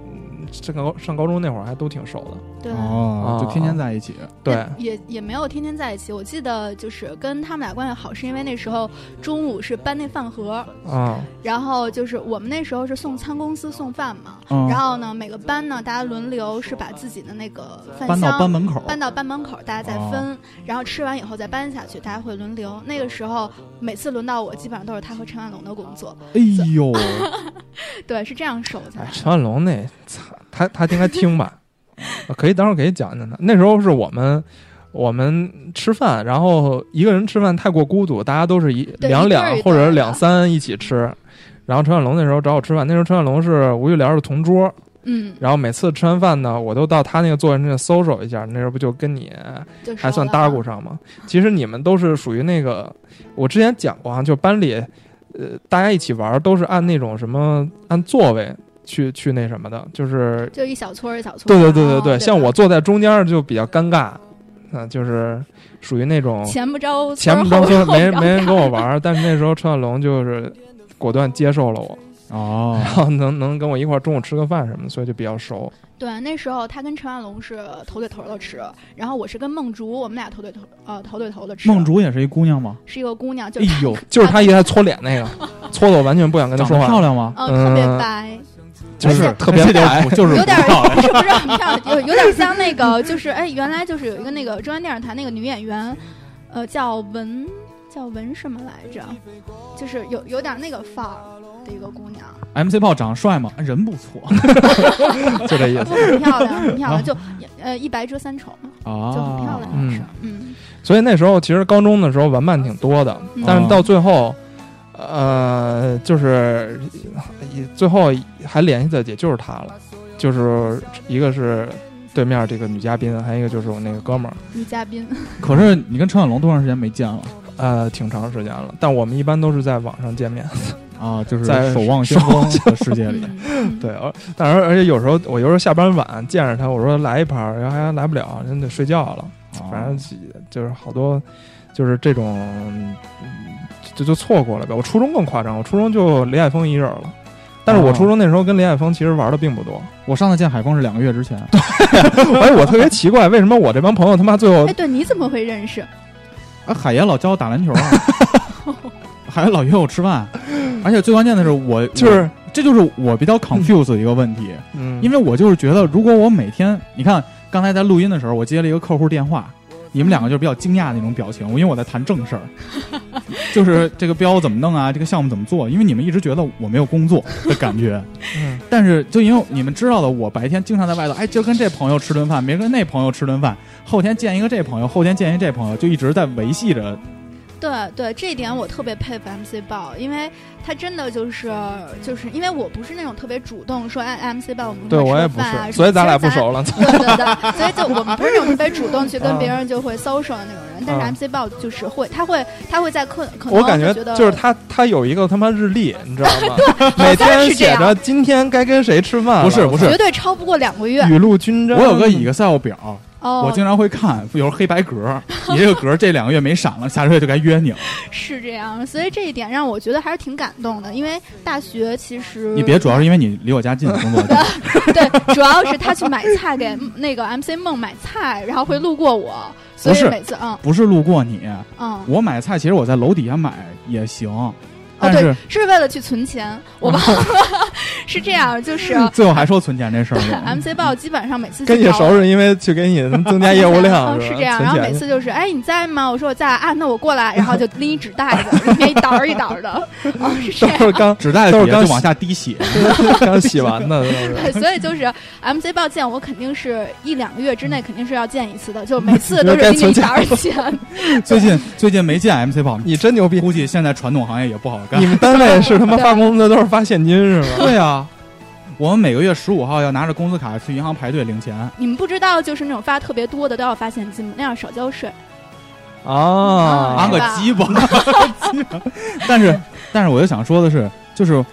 Speaker 4: 上高上高中那会儿还都挺熟的，
Speaker 5: 对。
Speaker 3: 哦，
Speaker 4: 啊
Speaker 3: 就天天在一起。
Speaker 4: 对
Speaker 5: 但也也没有天天在一起。我记得就是跟他们俩关系好，是因为那时候中午是搬那饭盒，
Speaker 4: 啊，
Speaker 5: 然后就是我们那时候是送餐公司送饭嘛，
Speaker 3: 嗯
Speaker 5: 然后呢每个班呢大家轮流是把自己的那个饭
Speaker 3: 搬
Speaker 5: 箱
Speaker 3: 到班门口，
Speaker 5: 搬到班门口，大
Speaker 4: 哦
Speaker 5: 家再分，然后吃完以后再搬下去，大家会轮流。那个时候每次轮到我，基本上都是他和陈万龙的工作，
Speaker 3: 哎呦，
Speaker 5: 对，是这样守
Speaker 4: 哎
Speaker 5: 的，。
Speaker 4: 陈万龙那，操，他他应该听吧？ 我可以，待会儿可以讲讲他。那时候是我们我们吃饭，然后一个人吃饭太过孤独，大家都是一
Speaker 5: 对
Speaker 4: 两
Speaker 5: 一对
Speaker 4: 两
Speaker 5: 儿一对儿
Speaker 4: 或者是
Speaker 5: 的
Speaker 4: 两三一起吃。然后陈万龙那时候找我吃饭，那时候陈万龙是吴玉莲的同桌，
Speaker 5: 嗯，
Speaker 4: 然后每次吃完饭呢，我都到他那个座位那儿搜索一下，那时候不就跟你
Speaker 5: 就熟
Speaker 4: 还算
Speaker 5: 了
Speaker 4: 搭咕上吗？其实你们都是属于那个，我之前讲过啊，就班里，呃，大家一起玩儿都是按那种什么按座位去去那什么的，就是
Speaker 5: 就一小撮儿一小撮。
Speaker 4: 对对对对
Speaker 5: 对，
Speaker 4: 像
Speaker 5: 吧
Speaker 4: 我坐在中间儿就比较尴尬，啊、就是属于那种
Speaker 5: 前不着
Speaker 4: 前
Speaker 5: 不
Speaker 4: 不着村
Speaker 5: 后
Speaker 4: 没人
Speaker 5: 不着
Speaker 4: 没人
Speaker 5: 店
Speaker 4: 跟我玩儿，但是那时候陈小龙就是果断接受了我，
Speaker 3: 哦，
Speaker 4: 然后能能跟我一块儿中午吃个饭什么的，所以就比较熟。
Speaker 5: 对，那时候他跟陈万龙是头对头的吃，然后我是跟梦竹，我们俩头对头，呃，头对头的 吃。
Speaker 3: 梦竹也是一姑娘吗？
Speaker 5: 是一个姑娘，就
Speaker 3: 哎
Speaker 5: 是
Speaker 3: 呦，
Speaker 4: 就是他一来搓脸那个，搓的我完全不想跟他
Speaker 3: 长
Speaker 4: 说
Speaker 3: 得漂
Speaker 4: 话，
Speaker 3: 亮吗？哎
Speaker 5: 嗯、特别
Speaker 4: 嗯
Speaker 5: 白，
Speaker 4: 就是特别
Speaker 3: 这就
Speaker 4: 白
Speaker 3: 不就是
Speaker 5: 有点
Speaker 3: 不漂亮
Speaker 4: 哎
Speaker 5: 儿是不是很漂亮？有有点像那 个，就是哎，原来就是有一个那个中央电视台那个女演员，呃，叫文叫文什么来着？就是有有点那个范儿的一个姑娘，
Speaker 3: MC 炮长得帅吗？人不错
Speaker 4: 就这意思。
Speaker 5: 不哦很漂亮，很漂 亮，就呃一白遮三丑嘛，
Speaker 3: 啊，
Speaker 5: 就很漂亮，
Speaker 4: 嗯
Speaker 5: 是嗯
Speaker 4: 所以那时候其实高中的时候玩伴挺多的，
Speaker 5: 嗯
Speaker 4: 但是到最后，呃，就是也最后还联系的也就是他了，就是一个是对面这个女嘉宾，还有一个就是我那个哥们儿，
Speaker 5: 女嘉宾，
Speaker 3: 可是你跟陈小龙多长时间没见了
Speaker 4: 呃，挺长时间了。但我们一般都是在网上见面，
Speaker 3: 啊？就是
Speaker 4: 在
Speaker 3: 守望先锋的世界里，
Speaker 5: 嗯嗯
Speaker 4: 对，而但是而且有时候我有时候下班晚见着他，我说来一盘儿，然后还来不了，人得睡觉了。嗯反正
Speaker 3: 啊
Speaker 4: 几就是好多，就是这种，嗯就就错过了呗。我初中更夸张，我初中就李海峰一人了。但是我
Speaker 3: 哦
Speaker 4: 初中那时候跟李海峰其实玩的并不多，
Speaker 3: 我上次见海峰是两个月之前，
Speaker 4: 哎，我特别奇怪，为什么我这帮朋友他妈最后
Speaker 3: 嗯
Speaker 5: 哎，对，你怎么会认识？
Speaker 3: 啊，海爷老教我打篮球啊，海爷老约我吃饭，而且最关键的是我
Speaker 4: 就是，
Speaker 3: 我这就是我 比较 confused 的一个问题，
Speaker 4: 嗯，
Speaker 3: 因为我就是觉得如果我每天你看刚才在录音的时候，我接了一个客户电话。你们两个就是比较惊讶的那种表情，因为我在谈正事儿，就是这个标怎么弄啊，这个项目怎么做，因为你们一直觉得我没有工作的感觉，
Speaker 4: 嗯
Speaker 3: 但是就因为你们知道的，我白天经常在外头，哎，今儿跟这朋友吃顿饭，明儿跟那朋友吃顿饭，后天见一个这朋友，后天见一个这朋友，就一直在维系着
Speaker 5: 对对，这一点我特别佩服 MC 豹，因为他真的就是就是因为我不是那种特别主动说哎 MC 豹我们一块
Speaker 4: 对
Speaker 5: 儿
Speaker 4: 我也
Speaker 5: 吃
Speaker 4: 不
Speaker 5: 饭啊
Speaker 4: 是，
Speaker 5: 什
Speaker 4: 所
Speaker 5: 么
Speaker 4: 以咱俩
Speaker 5: 其
Speaker 4: 不
Speaker 5: 实
Speaker 4: 熟 了。
Speaker 5: 对对对，所以就我们不是那种特别主动去
Speaker 4: 啊
Speaker 5: 跟别人就会 social 的那种人，
Speaker 4: 啊
Speaker 5: 但是 MC 豹就是会，他会他会在可可能
Speaker 4: 我感觉
Speaker 5: 会哦得
Speaker 4: 就是他，他有一个他妈日历，你知道吗？每天写着今天该跟谁吃饭了。
Speaker 3: 不是不是
Speaker 5: 绝对超不过两个月
Speaker 4: 雨露均沾。
Speaker 3: 我有个 Excel 表，我
Speaker 5: 哦，
Speaker 3: 经常会看，有时候黑白格，你这个格这两个月没闪了，下个月就该约你了。
Speaker 5: 是这样，所以这一点让我觉得还是挺感动的，因为大学其实
Speaker 3: 你别主要是因为你离我家近，工作地方
Speaker 5: 对，主要是他去买菜给那个 MC 梦买菜，然后会路过我，所
Speaker 3: 不
Speaker 5: 以
Speaker 3: 是
Speaker 5: 每次嗯
Speaker 3: 不是路过你。
Speaker 5: 嗯。
Speaker 3: 我买菜其实我在楼底下买也行，
Speaker 5: 哦，
Speaker 3: 但
Speaker 5: 对
Speaker 3: 是，
Speaker 5: 是为了去存钱，我
Speaker 4: 嗯
Speaker 5: 忘了， 是这样，就是啊
Speaker 3: 最后还说存钱这 事儿了。
Speaker 5: MC 豹基本上每次去
Speaker 4: 跟你
Speaker 5: 找我
Speaker 4: 熟是因为去给你增加业务量，吧
Speaker 5: 嗯 是这样。然后每 次就是，哎，你在吗？我说我在啊，那我过来，然后就拎一纸袋子， 里面一沓儿一沓儿的，哦，是这
Speaker 4: 都
Speaker 5: 样。
Speaker 4: 是刚
Speaker 3: 纸袋子
Speaker 4: 都是
Speaker 3: 底下
Speaker 4: 刚
Speaker 3: 就往下滴 血，
Speaker 4: 刚洗完的，都是
Speaker 5: 对，所以就是 MC 报见我肯定是一两个月之内肯定是要见一次的，就每 次都
Speaker 4: 该
Speaker 5: 是拎着
Speaker 4: 存
Speaker 5: 一
Speaker 4: 钱
Speaker 5: 沓儿钱。
Speaker 3: 最近最近没见 MC 宝，
Speaker 4: 你真牛逼！
Speaker 3: 估计现在传统行业也不好干
Speaker 4: 你。们单位是他妈发工资都是发现金是吗？
Speaker 3: 对啊，我们每个月十五号要拿着工资卡去银行排队领钱。
Speaker 4: 啊
Speaker 5: 你们不知道，就是那种发特别多的都要发现金吗？那样少交税。
Speaker 4: 啊
Speaker 3: 安个鸡巴，鸡巴但是，但是我就想说的是，就是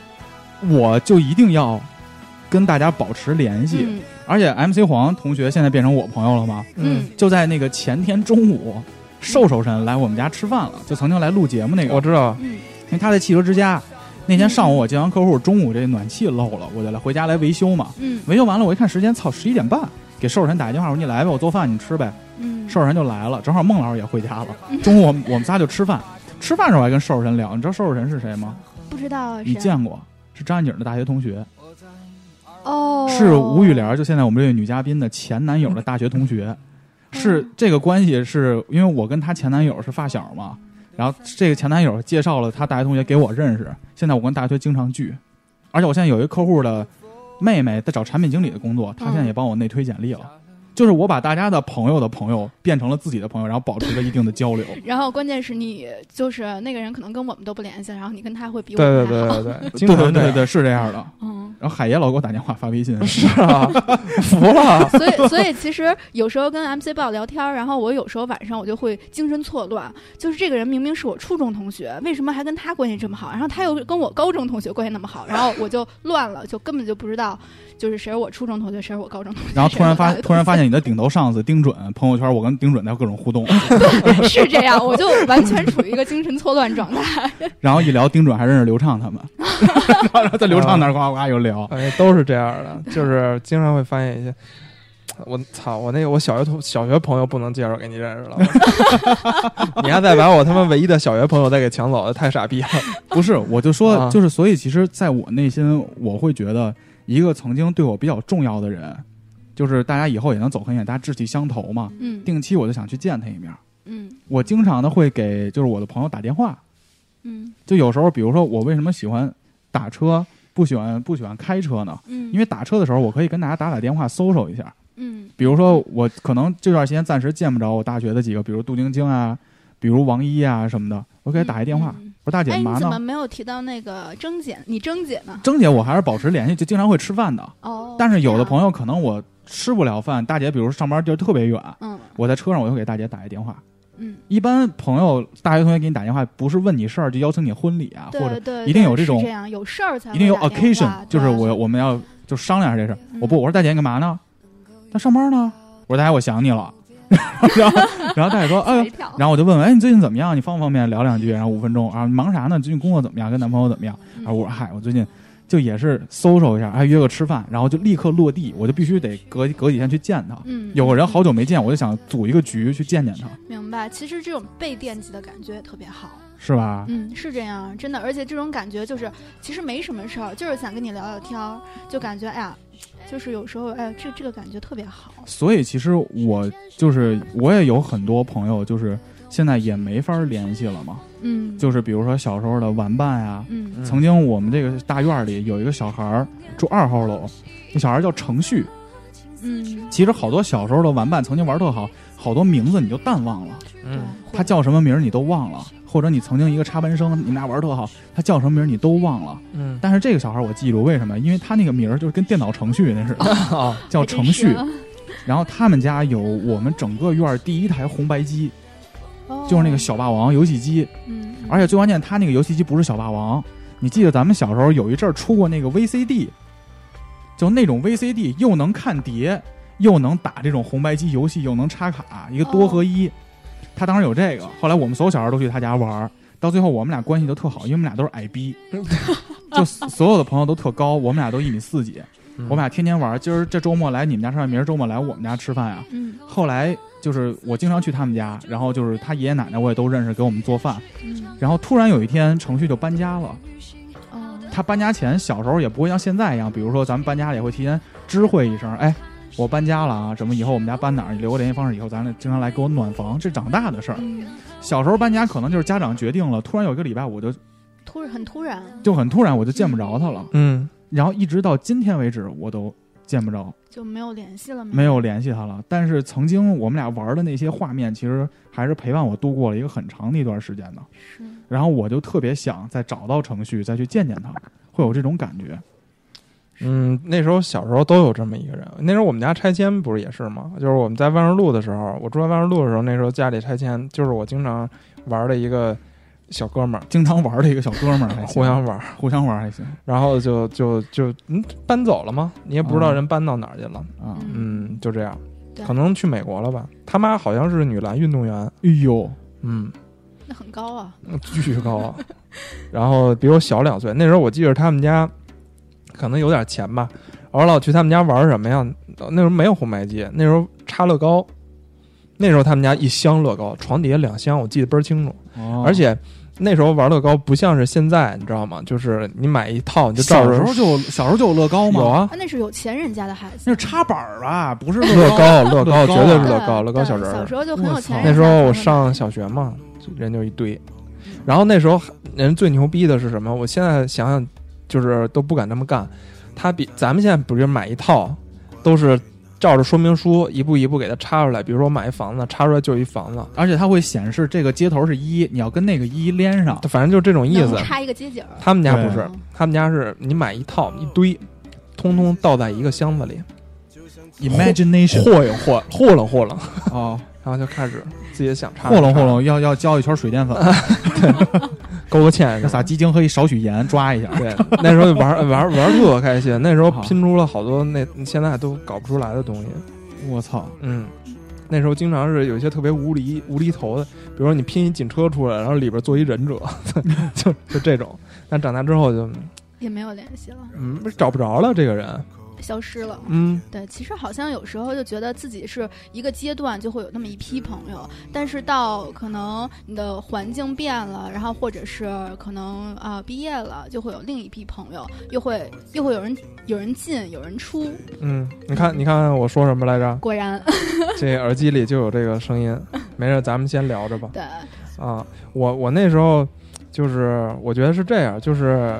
Speaker 3: 我就一定要跟大家保持联系。
Speaker 5: 嗯
Speaker 3: 而且 MC 黄同学现在变成我朋友了嘛，
Speaker 5: 嗯，
Speaker 3: 就在那个前天中午，瘦瘦身来我们家吃饭了，就曾经来录节目那个，
Speaker 4: 我知道，
Speaker 5: 嗯，
Speaker 3: 因为他在汽车之家。那天上午我接完客户，中午这暖气漏了，我就来回家来维修嘛。
Speaker 5: 嗯
Speaker 3: 维修完了，我一看时间，操，十一点半，给瘦瘦神打一电话，我说你来吧，我做饭你吃呗。
Speaker 5: 嗯，
Speaker 3: 瘦瘦神就来了，正好孟老师也回家了。中午我们我们仨就吃饭，吃饭时候我还跟瘦瘦神聊，你知道瘦瘦神是谁吗？
Speaker 5: 不知道啊
Speaker 3: 你
Speaker 5: 谁啊
Speaker 3: 见过，是张安景的大学同学，
Speaker 5: 哦，
Speaker 3: 是吴玉莲，就现在我们这位女嘉宾的前男友的大学同学，
Speaker 5: 嗯
Speaker 3: 是这个关系是因为我跟她前男友是发小嘛，然后这个前男友介绍了他大学同学给我认识，现在我跟大学经常聚，而且我现在有一客户的妹妹在找产品经理的工作，她现在也帮我内推简历了。就是我把大家的朋友的朋友变成了自己的朋友，然后保持着一定的 交流。
Speaker 5: 然后关键是你就是那个人可能跟我们都不联系，然后你跟他会比我
Speaker 4: 对对
Speaker 5: 们还
Speaker 4: 对
Speaker 5: 好。
Speaker 4: 对
Speaker 3: 对
Speaker 4: 对，经
Speaker 3: 啊对
Speaker 4: 常这
Speaker 3: 对
Speaker 4: 样
Speaker 3: 对，是这样的。
Speaker 5: 嗯，
Speaker 3: 然后海爷老给我打电话发微信，
Speaker 4: 是啊，服了。
Speaker 5: 所以，所以其实有时候跟 MC 报聊天儿，然后我有时候晚上我就会精神错乱，就是这个人明明是我初中同学，为什么还跟他关系这么好？然后他又跟我高中同学关系那么好，然后我就乱了，就根本就不知道就是谁是我初中同学，谁是我高中同 学。
Speaker 3: 然后突然发
Speaker 5: 谁是我大学同学
Speaker 3: 突然发现你的顶头上司丁准朋友圈，我跟丁准在各种互 动，
Speaker 5: 是这样，我就完全处于一个精神错乱 状态。
Speaker 3: 然后一聊丁准还认识刘畅他们， 然后在刘畅那儿呱呱呱又聊，
Speaker 4: 哎，都是这样的，就是经常会发现一些。我操！我那个我小学同小学朋友不能介绍给你认识了， 你还再把我他妈唯一的小学朋友再给抢走了，太傻逼了！
Speaker 3: 不是，我就说
Speaker 4: 啊
Speaker 3: 就是，所以其实在我内心，我会觉得一个曾经对我比较重要的人，就是大家以后也能走很远，大家志气相投嘛。
Speaker 5: 嗯
Speaker 3: 定期我就想去见他一面，
Speaker 5: 嗯
Speaker 3: 我经常的会给就是我的朋友打电话，
Speaker 5: 嗯
Speaker 3: 就有时候比如说我为什么喜欢打车，不喜欢不喜欢开车呢？
Speaker 5: 嗯，
Speaker 3: 因
Speaker 5: 为
Speaker 3: 为打车的时候，我可以跟大家打打电话，搜搜一下。
Speaker 5: 嗯
Speaker 3: 比如说，我可能这段时间暂时见不着我大学的几个，比如杜晶晶啊，比如王一啊什么的，我给她打一电话，
Speaker 5: 嗯嗯
Speaker 3: 我说大姐
Speaker 5: 哎，
Speaker 3: 你
Speaker 5: 你
Speaker 3: 嘛
Speaker 5: 怎么
Speaker 3: 呢？
Speaker 5: 没有提到那个征姐？你征姐呢？
Speaker 3: 征姐，我还是保持联系，就经常会吃饭的。
Speaker 5: 哦，
Speaker 3: 但是有的
Speaker 5: 这样
Speaker 3: 朋友可能我吃不了饭，大姐比如上班地儿特别远，
Speaker 5: 嗯
Speaker 3: 我在车上我就给大姐打一电话。
Speaker 5: 嗯，
Speaker 3: 一般朋友大学同学给你打电话，不是问你事儿，就邀请你婚礼啊，
Speaker 5: 对
Speaker 3: 或者
Speaker 5: 对，
Speaker 3: 一定有这
Speaker 5: 对
Speaker 3: 种
Speaker 5: 是这样有事儿才
Speaker 3: 一定有
Speaker 5: 会打电话
Speaker 3: occasion，就是
Speaker 5: 对啊
Speaker 3: 我我们要就商量一下这事儿。
Speaker 5: 嗯
Speaker 3: 我不，我说大姐你干嘛呢？她上班呢。我说大姐我想你了。然后 然后大姐说，哎
Speaker 5: 吓
Speaker 3: 呦
Speaker 5: 一，跳
Speaker 3: 然后我就问问，哎，你最近怎么样？你方不方便聊两句？然后五分钟啊，你忙啥呢？最近工作怎么样？跟男朋友怎么样？
Speaker 5: 嗯
Speaker 3: 啊，我说嗨，我最近就也是搜搜一下，还哎约个吃饭，然后就立刻落地，我就必须得隔隔几天去见他。
Speaker 5: 嗯，
Speaker 3: 有个人好久没见，我就想组一个局去见见他，
Speaker 5: 明白。其实这种被惦记的感觉也特别好，
Speaker 3: 是吧？
Speaker 5: 嗯，是这样，真的。而且这种感觉就是，其实没什么事儿，就是想跟你聊聊天儿，就感觉哎呀，就是有时候哎，这这个感觉特别好。
Speaker 3: 所以其实我就是我也有很多朋友，就是现在也没法联系了嘛。
Speaker 5: 嗯，
Speaker 3: 就是比如说小时候的玩伴呀、
Speaker 5: 嗯
Speaker 3: 曾经我们这个大院里有一个小孩儿住二号楼，那小孩儿叫程旭。
Speaker 5: 嗯，
Speaker 3: 其实好多小时候的玩伴曾经玩特好，好多名字你就淡忘了，
Speaker 4: 嗯，
Speaker 3: 他叫什么名儿你都忘了。或者你曾经一个插班生，你们俩玩儿特好，他叫什么名儿你都忘了。
Speaker 4: 嗯
Speaker 3: 但是这个小孩儿我记住，为什么？因为他那个名儿就是跟电脑程序那似的，
Speaker 4: 啊，
Speaker 3: 叫
Speaker 5: 还真
Speaker 3: 程
Speaker 5: 是
Speaker 3: 序。
Speaker 5: 啊
Speaker 3: 然后他们家有我们整个院儿第一台红白机，就是那个，小霸王游戏机。
Speaker 5: 哦嗯，嗯
Speaker 3: 而且最关键，他那个游戏机不是小霸王。你记得咱们小时候有一阵儿出过那个 VCD，就那种 VCD 又能看碟，又能打这种红白机游戏，又能插卡，一个多合一。他当时有这个，后来我们所有小孩都去他家玩儿，到最后我们俩关系都特好，因为我们俩都是矮逼，就所有的朋友都特高，我们俩都一米四几，我们俩天天玩儿。今儿这周末来你们家吃饭，明儿周末来我们家吃饭啊。
Speaker 5: 嗯
Speaker 3: 后来就是我经常去他们家，然后就是他爷爷奶奶我也都认识，给我们做饭。
Speaker 5: 嗯
Speaker 3: 然后突然有一天，程序就搬家了。
Speaker 5: 哦，
Speaker 3: 他搬家前，小时候也不会像现在一样，比如说咱们搬家了也会提前知会一声，哎，我搬家了啊，什么以后我们家搬哪儿，你留个联系方式，以后咱俩经常来给我暖房，这长大的事儿。
Speaker 5: 嗯，
Speaker 3: 小时候搬家可能就是家长决定了，突然有一个礼拜我就
Speaker 5: 突然很突然
Speaker 3: 就很突然我就见不着他了，
Speaker 4: 嗯
Speaker 3: 然后一直到今天为止我都见不着，
Speaker 5: 就没有联系了吗，
Speaker 3: 没有联系他了。但是曾经我们俩玩的那些画面，其实还是陪伴我度过了一个很长的一段时间的。
Speaker 5: 是
Speaker 3: 然后我就特别想再找到程序，再去见见他，会有这种感觉。
Speaker 4: 嗯，那时候小时候都有这么一个人。那时候我们家拆迁不是也是吗？就是我们在万寿路的时候，我住在万寿路的时候，那时候家里拆迁，就是我经常玩的一个小哥们儿，
Speaker 3: 经常玩的一个小哥们儿还行，
Speaker 4: 互相玩儿，
Speaker 3: 互相玩还行
Speaker 4: 然后就就就嗯搬走了吗？你也不知道
Speaker 3: 嗯
Speaker 4: 人搬到哪儿去了。
Speaker 3: 啊。
Speaker 4: 嗯，就这样，
Speaker 5: 对
Speaker 4: 可能去美国了吧。他妈好像是女篮运动员，
Speaker 3: 哎呦，
Speaker 4: 嗯，
Speaker 5: 那很高啊，
Speaker 4: 巨高啊，然后比我小两岁。那时候我记着他们家可能有点钱吧，我老去他们家玩什么呀？那时候没有红白机，那时候插乐高。那时候他们家一箱乐高，床底下两箱，我记得倍儿清楚。
Speaker 3: 哦
Speaker 4: 而且那时候玩乐高不像是现在，你知道吗？就是你买一套你就照
Speaker 3: 小
Speaker 4: 着
Speaker 3: 时候就小时候就有乐高嘛，
Speaker 4: 有啊，
Speaker 5: 啊，那是有钱人家的孩子，
Speaker 3: 那是插板儿吧，不是
Speaker 4: 乐
Speaker 3: 高。
Speaker 4: 高
Speaker 3: 乐
Speaker 4: 乐高
Speaker 3: 高啊
Speaker 4: 绝对是
Speaker 5: 对
Speaker 4: 乐高乐高
Speaker 5: 对
Speaker 4: 小
Speaker 5: 小
Speaker 4: 人儿。
Speaker 5: 时候就很有钱
Speaker 3: 我操
Speaker 4: 哎
Speaker 5: 人家
Speaker 4: 那
Speaker 5: 的孩子
Speaker 4: 时
Speaker 5: 嘛。
Speaker 4: 候我上小学嘛，人就一堆。然后那时候人最牛逼的是什么？我现在想想，就是都不敢这么干。他比咱们现在，比如买一套，都是照着说明书一步一步给它插出来。比如说我买一房子，插出来就一房子，
Speaker 3: 而且它会显示这个接头是一，你要跟那个一连上。
Speaker 4: 反正就这种意思
Speaker 5: 能。插一个街景儿，
Speaker 4: 他们家不
Speaker 3: 对
Speaker 4: 是，他们家是你买一套一堆，通通倒在一个箱子里，
Speaker 3: Imagination
Speaker 4: 和悠和和弄和弄，
Speaker 3: 哦，
Speaker 4: 然后就开始自己想插
Speaker 3: 和弄
Speaker 4: 插
Speaker 3: 和弄，要要浇一圈水淀粉，
Speaker 4: 勾个芡是吧，
Speaker 3: 撒鸡精和一少许盐，抓一下。
Speaker 4: 对， 那时候玩玩玩儿特开心，那时候拼出了好多那现在都搞不出来的东西。
Speaker 3: 我操，
Speaker 4: 嗯，那时候经常是有一些特别无厘无厘头的，比如说你拼一警车出来，然后里边坐一忍者， 就就这种。但长大之后就
Speaker 5: 也没有联系了，
Speaker 4: 嗯不是找不着了这个人，
Speaker 5: 消失了。
Speaker 4: 嗯
Speaker 5: 对，其实好像有时候就觉得自己是一个阶段就会有那么一批朋友，但是到可能你的环境变了，然后或者是可能啊、呃毕业了，就会有另一批朋友，又会又会有人有人进有人出，
Speaker 4: 嗯，你看你看我说什么来着？
Speaker 5: 果然
Speaker 4: 这耳机里就有这个声音，没事，咱们先聊着吧。
Speaker 5: 对，
Speaker 4: 啊，我我那时候就是我觉得是这样，就是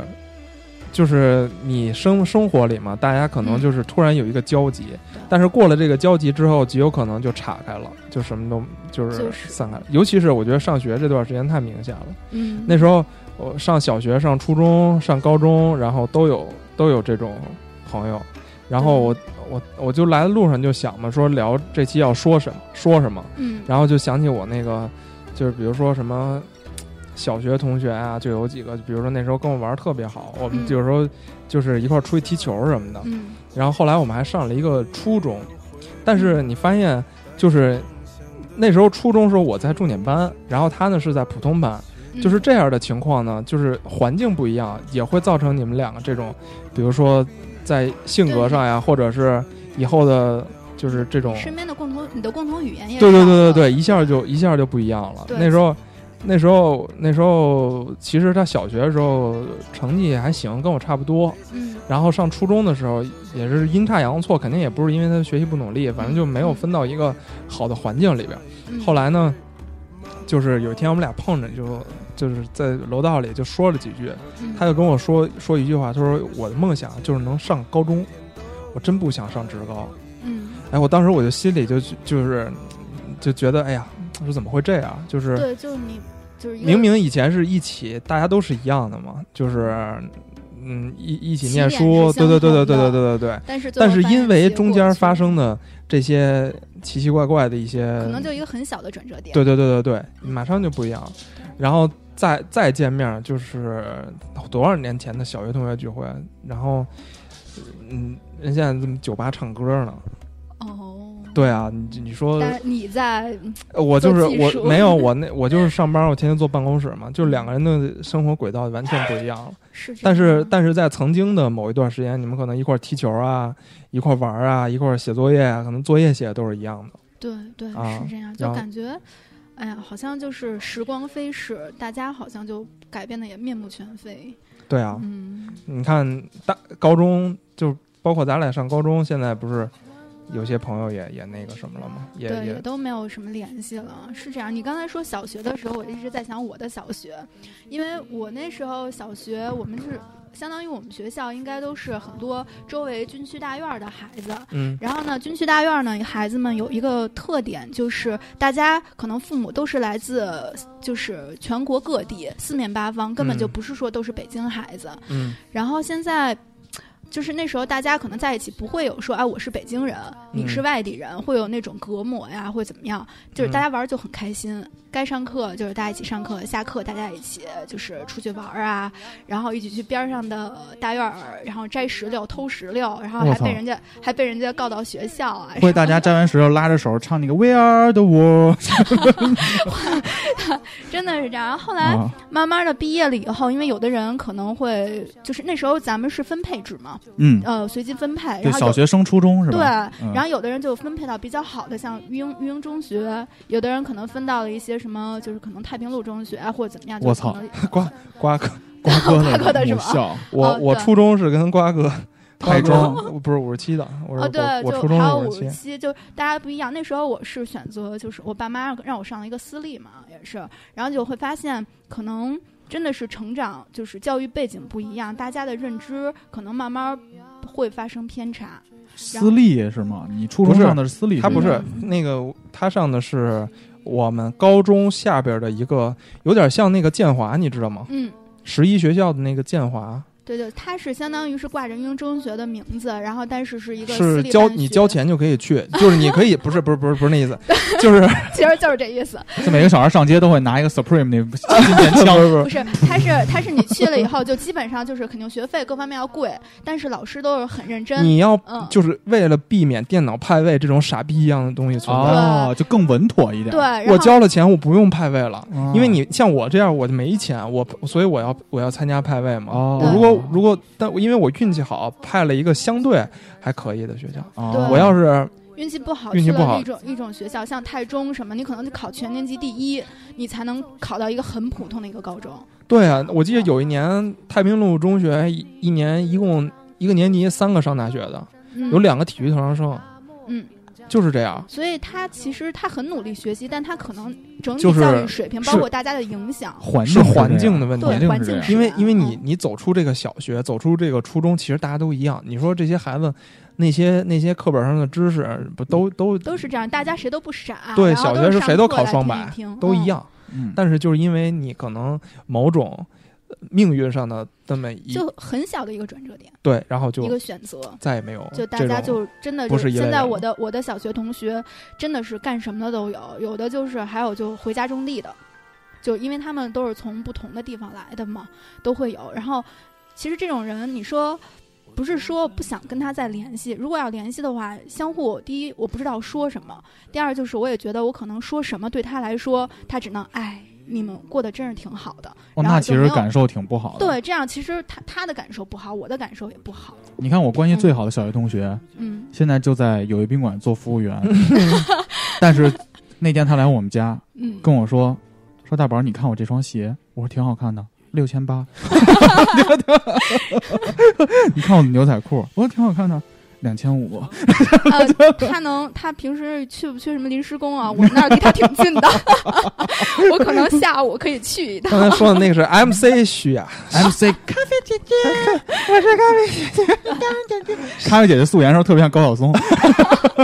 Speaker 4: 就是你生生活里嘛，大家可能
Speaker 5: 嗯
Speaker 4: 就是突然有一个交集，
Speaker 5: 对
Speaker 4: 但是过了这个交集之后，极有可能就岔开了，就什么都就是
Speaker 5: 就是
Speaker 4: 散开了。尤其是我觉得上学这段时间太明显了，
Speaker 5: 嗯，
Speaker 4: 那时候我上小学、上初中、上高中，然后都有都有这种朋友。然后我我我就来的路上就想嘛，说聊这期要说什么说什么，
Speaker 5: 嗯，
Speaker 4: 然后就想起我那个，就是比如说什么小学同学啊，就有几个，比如说那时候跟我玩儿特别好，我们
Speaker 5: 嗯
Speaker 4: 有时候就是一块儿出去踢球什么的。
Speaker 5: 嗯
Speaker 4: 然后后来我们还上了一个初中，但是
Speaker 5: 嗯
Speaker 4: 你发现就是那时候初中时候我在重点班，然后他呢是在普通班，
Speaker 5: 嗯
Speaker 4: 就是这样的情况呢，就是环境不一样，也会造成你们两个这种，比如说在性格上呀，或者是以后的，就是这种
Speaker 5: 身边的共同你的共同语言也
Speaker 4: 对对
Speaker 5: 少
Speaker 4: 对对
Speaker 5: 了
Speaker 4: 对，一下就一下就不一样了。
Speaker 5: 对
Speaker 4: 那时候，那时候，那时候，其实他小学的时候成绩还行，跟我差不多。
Speaker 5: 嗯
Speaker 4: 然后上初中的时候也是阴差阳错，肯定也不是因为他学习不努力，反正就没有分到一个好的环境里边。
Speaker 5: 嗯，
Speaker 4: 后来呢，就是有一天我们俩碰着就。就是在楼道里就说了几句，
Speaker 5: 嗯
Speaker 4: 他就跟我说说一句话，他说我的梦想就是能上高中，我真不想上职高。
Speaker 5: 嗯，
Speaker 4: 哎，我当时我就心里就就是就觉得，哎呀，我说怎么会这样？就是
Speaker 5: 对，就是你就是一个
Speaker 4: 明明以前是一起，大家都是一样的嘛，就是嗯一一起念
Speaker 5: 起点
Speaker 4: 书，
Speaker 5: 是
Speaker 4: 对对对对对对
Speaker 5: 相同的
Speaker 4: 对对对。
Speaker 5: 但是最后
Speaker 4: 但是
Speaker 5: 发现
Speaker 4: 因为
Speaker 5: 结
Speaker 4: 中
Speaker 5: 果
Speaker 4: 间
Speaker 5: 却
Speaker 4: 发生的这些奇奇怪怪的一些，
Speaker 5: 可能就一个很小的转折点，
Speaker 4: 对对对对对，马上就不一样了。然后再再见面，就是多少年前的小学同学聚会，然后嗯，人现在这么酒吧唱歌呢？
Speaker 5: 哦，
Speaker 4: 对啊，你你说
Speaker 5: 但是你在
Speaker 4: 呃我就是
Speaker 5: 做技术
Speaker 4: 我没 有我那我就是上班，我天天坐办公室嘛，就是两个人的生活轨道完全不一样了。
Speaker 5: 是这
Speaker 4: 但是
Speaker 5: 样吗
Speaker 4: 但是在曾经的某一段时间，你们可能一块儿踢球啊，一块儿玩啊，一块儿写作业啊，可能作业写的都是一样的。
Speaker 5: 对对、
Speaker 4: 啊
Speaker 5: 是这样，
Speaker 4: 然
Speaker 5: 就
Speaker 4: 后
Speaker 5: 感觉。哎呀，好像就是时光飞逝，大家好像就改变的也面目全非。
Speaker 4: 对啊，
Speaker 5: 嗯，
Speaker 4: 你看大高中就包括咱俩上高中，现在不是有些朋友也也那个什么了吗？也
Speaker 5: 对，也
Speaker 4: 也
Speaker 5: 都没有什么联系了。是这样，你刚才说小学的时候，我一直在想我的小学，因为我那时候小学我们是相当于我们学校应该都是很多周围军区大院儿的孩子，
Speaker 4: 嗯
Speaker 5: 然后呢，军区大院呢，孩子们有一个特点，就是大家可能父母都是来自就是全国各地四面八方，根本就
Speaker 4: 嗯
Speaker 5: 不是说都是北京孩子。
Speaker 4: 嗯
Speaker 5: 然后现在。就是那时候，大家可能在一起不会有说，哎，我是北京人，你
Speaker 3: 嗯
Speaker 5: 是外地人，会有那种隔膜呀，或怎么样。就是
Speaker 3: 嗯
Speaker 5: 大家玩儿就很开心，该上课就是大家一起上课，下课大家一起就是出去玩儿啊，然后一起去边儿上的大院儿，然后摘石榴、偷石榴，然后
Speaker 3: 我
Speaker 5: 还
Speaker 3: 操
Speaker 5: 被人家还被人家告到学校啊。
Speaker 3: 会大家摘完石头拉着手唱那个 We Are the World
Speaker 5: 真的是这样。然后后来
Speaker 3: 啊，
Speaker 5: 慢慢的毕业了以后，因为有的人可能会就是那时候咱们是分配制嘛，
Speaker 3: 嗯，
Speaker 5: 呃，随机分配，
Speaker 3: 对，
Speaker 5: 然后
Speaker 3: 小
Speaker 5: 有
Speaker 3: 学升初中是
Speaker 5: 对，
Speaker 3: 吧？嗯
Speaker 5: 然后有的人就分配到比较好的，像育英育英中学，有的人可能分到了一些什么，就是可能太平路中学啊或者怎么样。
Speaker 3: 我操，
Speaker 4: 瓜瓜哥，
Speaker 3: 瓜哥
Speaker 5: 瓜哥的是
Speaker 3: 母
Speaker 5: 吧
Speaker 3: 校，
Speaker 4: 我、
Speaker 5: 哦
Speaker 4: 我
Speaker 5: 对
Speaker 4: 初中是跟瓜哥
Speaker 3: 台
Speaker 4: 瓜
Speaker 3: 中
Speaker 4: 哥不是五十七的，我是、
Speaker 5: 哦，对，
Speaker 4: 我我初
Speaker 5: 就
Speaker 4: 中
Speaker 5: 还
Speaker 4: 是
Speaker 5: 有
Speaker 4: 五
Speaker 5: 五
Speaker 4: 十
Speaker 5: 十
Speaker 4: 七，
Speaker 5: 七，就大家不一样。那时候我是选择，就是我爸妈让让我上了一个私立嘛，也是，然后就会发现可能真的是成长，就是教育背景不一样，大家的认知可能慢慢会发生偏差。
Speaker 3: 私立是吗？你初中
Speaker 4: 不是
Speaker 3: 上的是私立，
Speaker 4: 他不是
Speaker 3: 吗
Speaker 4: 那个他上的是我们高中下边的一个，有点像那个建华，你知道吗？
Speaker 5: 嗯，
Speaker 4: 十一学校的那个建华
Speaker 5: 对对，它是相当于是挂着英中学的名字，然后但是是一个私
Speaker 4: 是
Speaker 5: 立
Speaker 4: 交
Speaker 5: 办
Speaker 4: 你
Speaker 5: 学
Speaker 4: 交，钱就可以去，就是你可以不是不是不是不是那意思，就是
Speaker 5: 其实就是这意思。
Speaker 3: 就每个小孩上街都会拿一个 Supreme 那 金钱枪，
Speaker 5: 不是，它是它是你去了以后，就基本上就是肯定学费各方面要贵，但是老师都是很认真。
Speaker 4: 你要
Speaker 5: 嗯，
Speaker 4: 就是为了避免电脑派位这种傻逼一样的东西存在。
Speaker 3: 哦，就更稳妥一点。
Speaker 5: 对，，然
Speaker 4: 我
Speaker 5: 后
Speaker 4: 交了钱，我不用派位了，
Speaker 3: 哦
Speaker 4: 因为你像我这样，我就没钱，我所以我要我要参加派位嘛。
Speaker 3: 哦
Speaker 4: 我如果如果但因为我运气好，派了一个相对还可以的学校。
Speaker 5: 对
Speaker 3: 哦
Speaker 4: 我要是
Speaker 5: 运气不好，
Speaker 4: 运气
Speaker 5: 去
Speaker 4: 不好
Speaker 5: 了一种一种学校，像太中什么，你可能得考全年级第一，你才能考到一个很普通的一个高中。
Speaker 4: 对啊，我
Speaker 5: 哦
Speaker 4: 记得有一年太平路中学一一年一共一个年级三个上大学的，
Speaker 5: 嗯、
Speaker 4: 有两个体育特长生，
Speaker 5: 嗯，
Speaker 4: 就是这样。
Speaker 5: 所以他其实他很努力学习，但他可能整体
Speaker 4: 就是
Speaker 5: 教育水平，
Speaker 4: 是
Speaker 5: 包括大家的影响，
Speaker 3: 环
Speaker 4: 是
Speaker 3: 境啊
Speaker 4: 环境的问题啊
Speaker 3: 环
Speaker 5: 对
Speaker 3: 境
Speaker 5: 环
Speaker 3: 是这
Speaker 5: 境
Speaker 3: 样
Speaker 5: 使
Speaker 4: 因为
Speaker 5: 然
Speaker 4: 因为你
Speaker 5: 嗯
Speaker 4: 你走出这个小学，走出这个初中，其实大家都一样。你说这些孩子，那些那些课本上的知识不都都
Speaker 5: 都是这样，大家谁都不傻，
Speaker 4: 对
Speaker 5: 然后
Speaker 4: 小
Speaker 5: 都
Speaker 4: 学是
Speaker 5: 是
Speaker 4: 谁
Speaker 5: 上
Speaker 4: 都
Speaker 5: 课
Speaker 4: 考
Speaker 5: 来
Speaker 4: 双
Speaker 5: 听
Speaker 4: 百
Speaker 5: 听
Speaker 4: 都
Speaker 5: 嗯
Speaker 4: 一样？
Speaker 3: 嗯，
Speaker 4: 但是就是因为你可能某种呃命运上的这么一
Speaker 5: 就很小的一个转折点，
Speaker 4: 对，然后
Speaker 5: 一
Speaker 4: 就
Speaker 5: 个选择。
Speaker 4: 再也没
Speaker 3: 哦
Speaker 4: 有
Speaker 5: 就大
Speaker 4: 这
Speaker 5: 家
Speaker 4: 种
Speaker 5: 就真的
Speaker 4: 不
Speaker 5: 就
Speaker 4: 一
Speaker 5: 是
Speaker 4: 类
Speaker 5: 现在
Speaker 4: 人
Speaker 5: 我的我的小学同学真的是干什么的都有，有的就是还有就回家种地的，就因为他们都是从不同的地方来的嘛，都会有。然后其实这种人，你说不是说不想跟他再联系，如果要联系的话，相互第一我不知道说什么，第二就是我也觉得我可能说什么对他来说，他只能哎你们过得真是挺好的，
Speaker 3: 哦，
Speaker 5: 然后
Speaker 3: 那
Speaker 5: 就
Speaker 3: 其实
Speaker 5: 没有
Speaker 3: 感受挺不好的。，
Speaker 5: 对，这样其实他他的感受不好，我的感受也不好，
Speaker 3: 你看我关系最好的小学同学，
Speaker 5: 嗯。
Speaker 3: 现在就在友谊宾馆做服务 员，但是那天他来我们家
Speaker 5: 嗯，
Speaker 3: 跟我说，说大宝，你看我这双鞋，我说挺好看的，六千八。 你看我的牛仔裤，我说挺好看的，两千五。
Speaker 5: 呃，他能，他平时去不去什么临时工啊？我们那儿离他挺近的， 我可能下午可以 去一趟。
Speaker 4: 刚才说的那个是 MC 徐雅，
Speaker 3: MC 咖啡姐姐，我是咖啡姐姐。咖啡姐姐素颜的时候特别像高晓松，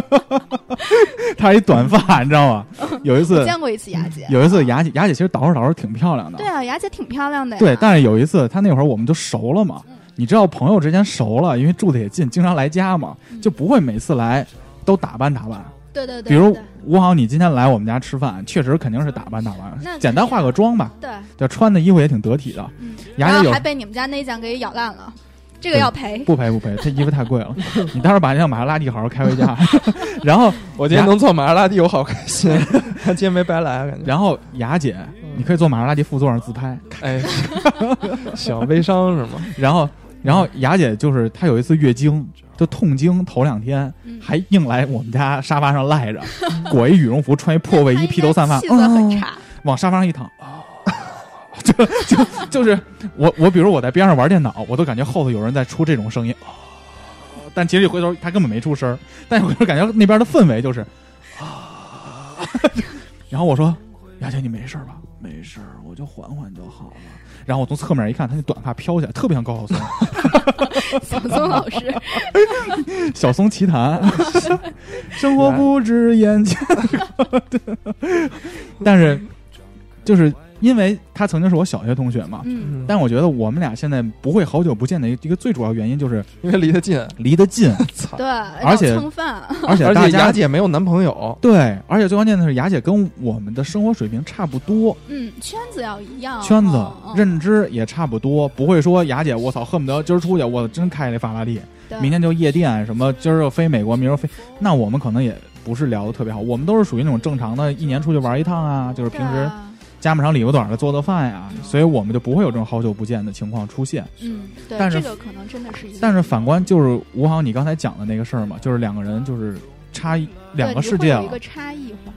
Speaker 3: 她是一短发，你知道吗？有一次，
Speaker 5: 见过一次雅姐，
Speaker 3: 有一次雅姐，雅姐其实捯饬捯饬挺漂亮的，
Speaker 5: 对啊，嗯雅姐挺漂亮的呀。
Speaker 3: 对，但是有一次，她那会儿我们就熟了嘛，你知道朋友之间熟了，因为住的也近，经常来家嘛，
Speaker 5: 嗯
Speaker 3: 就不会每次来都打扮打扮。
Speaker 5: 对对对，
Speaker 3: 比如
Speaker 5: 对
Speaker 3: 吴好，你今天来我们家吃饭，确实肯定是打扮打
Speaker 5: 那
Speaker 3: 扮，
Speaker 5: 肯
Speaker 3: 简单化个妆吧，
Speaker 5: 对，
Speaker 3: 就穿的衣服也挺得体的。
Speaker 5: 嗯，
Speaker 3: 雅姐
Speaker 5: 然后
Speaker 3: 有
Speaker 5: 还被你们家那一件给咬烂了，这个要赔。
Speaker 3: 不赔不赔，这衣服太贵了，你到时候把那辆玛莎拉蒂好好开回家。 然后
Speaker 4: 我今天能坐玛莎拉蒂，我好开心，今天没白来，感觉。
Speaker 3: 然后雅姐，你可以坐玛莎拉蒂副座上自拍。
Speaker 4: 哎，行，微商是吗？
Speaker 3: 然后然后雅姐就是她有一次月经，就痛经头两天，
Speaker 5: 嗯
Speaker 3: 还硬来我们家沙发上赖着，裹一羽绒服，穿一破卫
Speaker 5: 她
Speaker 3: 衣，
Speaker 5: 应
Speaker 3: 披
Speaker 5: 该
Speaker 3: 头散发
Speaker 5: 气，色很
Speaker 3: 哦
Speaker 5: 差。
Speaker 3: 往沙发上一躺。哦 就就就是我我比如我在边上玩电脑，我都感觉后头有人在出这种声音，哦、但其实一回头他根本没出声儿，但是我就感觉那边的氛围就是啊， 然后我说雅姐你没事儿吧？没事儿，我就缓缓就好了。然后我从侧面一看，他那短发飘起来，特别像高晓松。
Speaker 5: 小松 老师，
Speaker 3: 小松奇谈，生活不止眼前。 但是，就是因为他曾经是我小学同学嘛，
Speaker 5: 嗯，
Speaker 4: 嗯，
Speaker 3: 但我觉得我们俩现在不会好久不见的一个最主要原因就是
Speaker 4: 因为离得近，
Speaker 3: 离得近，
Speaker 4: 操！
Speaker 5: 对，
Speaker 3: 而且
Speaker 5: 老蹭饭，
Speaker 3: 而且
Speaker 4: 而
Speaker 3: 大
Speaker 4: 且
Speaker 3: 家
Speaker 4: 雅姐没有男朋友，
Speaker 3: 对，而且最关键的是雅姐跟我们的生活水平差不多，
Speaker 5: 嗯，圈子要一样，
Speaker 3: 圈子
Speaker 5: 嗯嗯
Speaker 3: 认知也差不多，不会说雅姐我操恨不得今儿出去我真开那法拉利，
Speaker 5: 对
Speaker 3: 明天就夜店什么，今儿又飞美国，明儿飞，那我们可能也不是聊的特别好，我们都是属于那种正常的，一年出去玩一趟啊，就是平
Speaker 5: 对
Speaker 3: 时
Speaker 5: 啊
Speaker 3: 家不长里不短的做做饭呀、所以我们就不会有这种好久不见的情况出现。
Speaker 5: 嗯，对，
Speaker 3: 但是
Speaker 5: 这个可能真的是一个，
Speaker 3: 但是反观就是吴航你刚才讲的那个事儿嘛，就是两个人就是差一
Speaker 5: 对
Speaker 3: 两个
Speaker 5: 你
Speaker 3: 世
Speaker 5: 会
Speaker 3: 界啊
Speaker 5: 有一
Speaker 3: 了
Speaker 5: 个。差异化，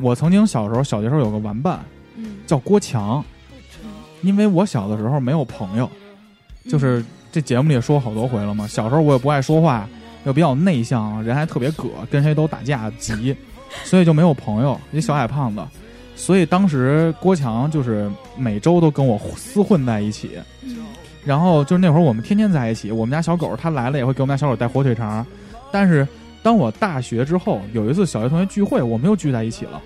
Speaker 3: 我曾经小时候小学时候有个玩伴
Speaker 5: 嗯，
Speaker 3: 叫郭强，因为我小的时候没有朋友，
Speaker 5: 嗯
Speaker 3: 就是这节目里也说好多回了嘛。小时候我也不爱说话，又比较内向，人还特别葛，跟谁都打架 急，所以就没有朋友，一小矮胖子。所以当时郭强就是每周都跟我厮混在一起，
Speaker 5: 嗯，嗯
Speaker 3: 然后就是那会儿我们天天在一起，我们家小狗它来了也会给我们家小狗带火腿肠，但是当我大学之后，有一次小学同学聚会，我们又聚在一起了，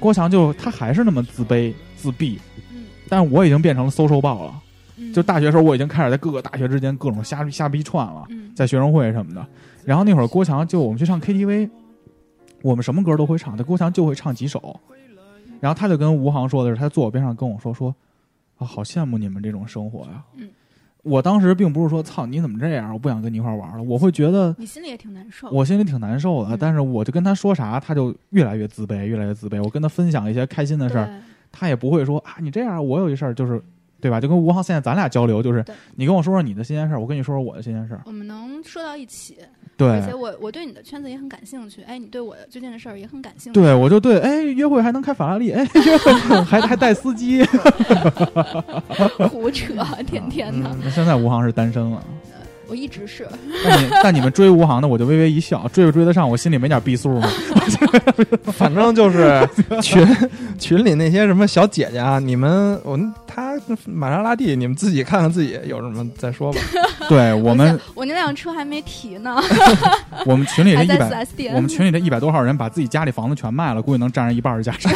Speaker 3: 郭强就他还是那么自卑自闭，
Speaker 5: 嗯
Speaker 3: 但是我已经变成了搜收报了，
Speaker 5: 嗯，
Speaker 3: 就大学时候我已经开始在各个大学之间各种瞎瞎逼串了，
Speaker 5: 嗯，
Speaker 3: 在学生会什么的，然后那会儿郭强就我们去唱 KTV，我们什么歌都会唱，但郭强就会唱几首，然后他就跟吴航说的是，他坐我边上跟我说说，啊，好羡慕你们这种生活呀、
Speaker 5: 嗯
Speaker 3: 我当时并不是说操你怎么这样，我不想跟你一块玩了，我会觉得
Speaker 5: 你心里也挺难受，
Speaker 3: 我心里挺难受的，
Speaker 5: 哦嗯
Speaker 3: 但是我就跟他说啥，他就越来越自卑，越来越自卑。我跟他分享一些开心的
Speaker 5: 对
Speaker 3: 事儿，他也不会说啊，你这样，我有一事儿就是。对吧？就跟吴航现在咱俩交流，就是
Speaker 5: 对
Speaker 3: 你跟我说说你的新鲜事儿，我跟你说说我的新鲜事儿。
Speaker 5: 我们能说到一起，
Speaker 3: 对，
Speaker 5: 而且我我对你的圈子也很感兴趣，哎，你对我最近的事儿也很感兴趣，
Speaker 3: 对，我就对，哎，约会还能开法拉利，哎，约会 还还带司机。
Speaker 5: 胡扯，天天的，
Speaker 3: 那现在吴航是单身了，
Speaker 5: 我一直是，
Speaker 3: 但你但你们追吴航的，我就微微一笑，追不追得上，我心里没点逼数吗？
Speaker 4: 反正就是群群里那些什么小姐姐啊，你们我她玛莎拉蒂，你们自己看看自己有什么再说吧。
Speaker 3: 对我们
Speaker 5: 而且我那辆车还没提呢，
Speaker 3: 我们群里这
Speaker 5: 还在
Speaker 3: 一
Speaker 5: 四
Speaker 3: 百，
Speaker 5: S 店，
Speaker 3: 我们群里这一百多号人把自己家里房子全卖了，估计能占上一半儿的价值。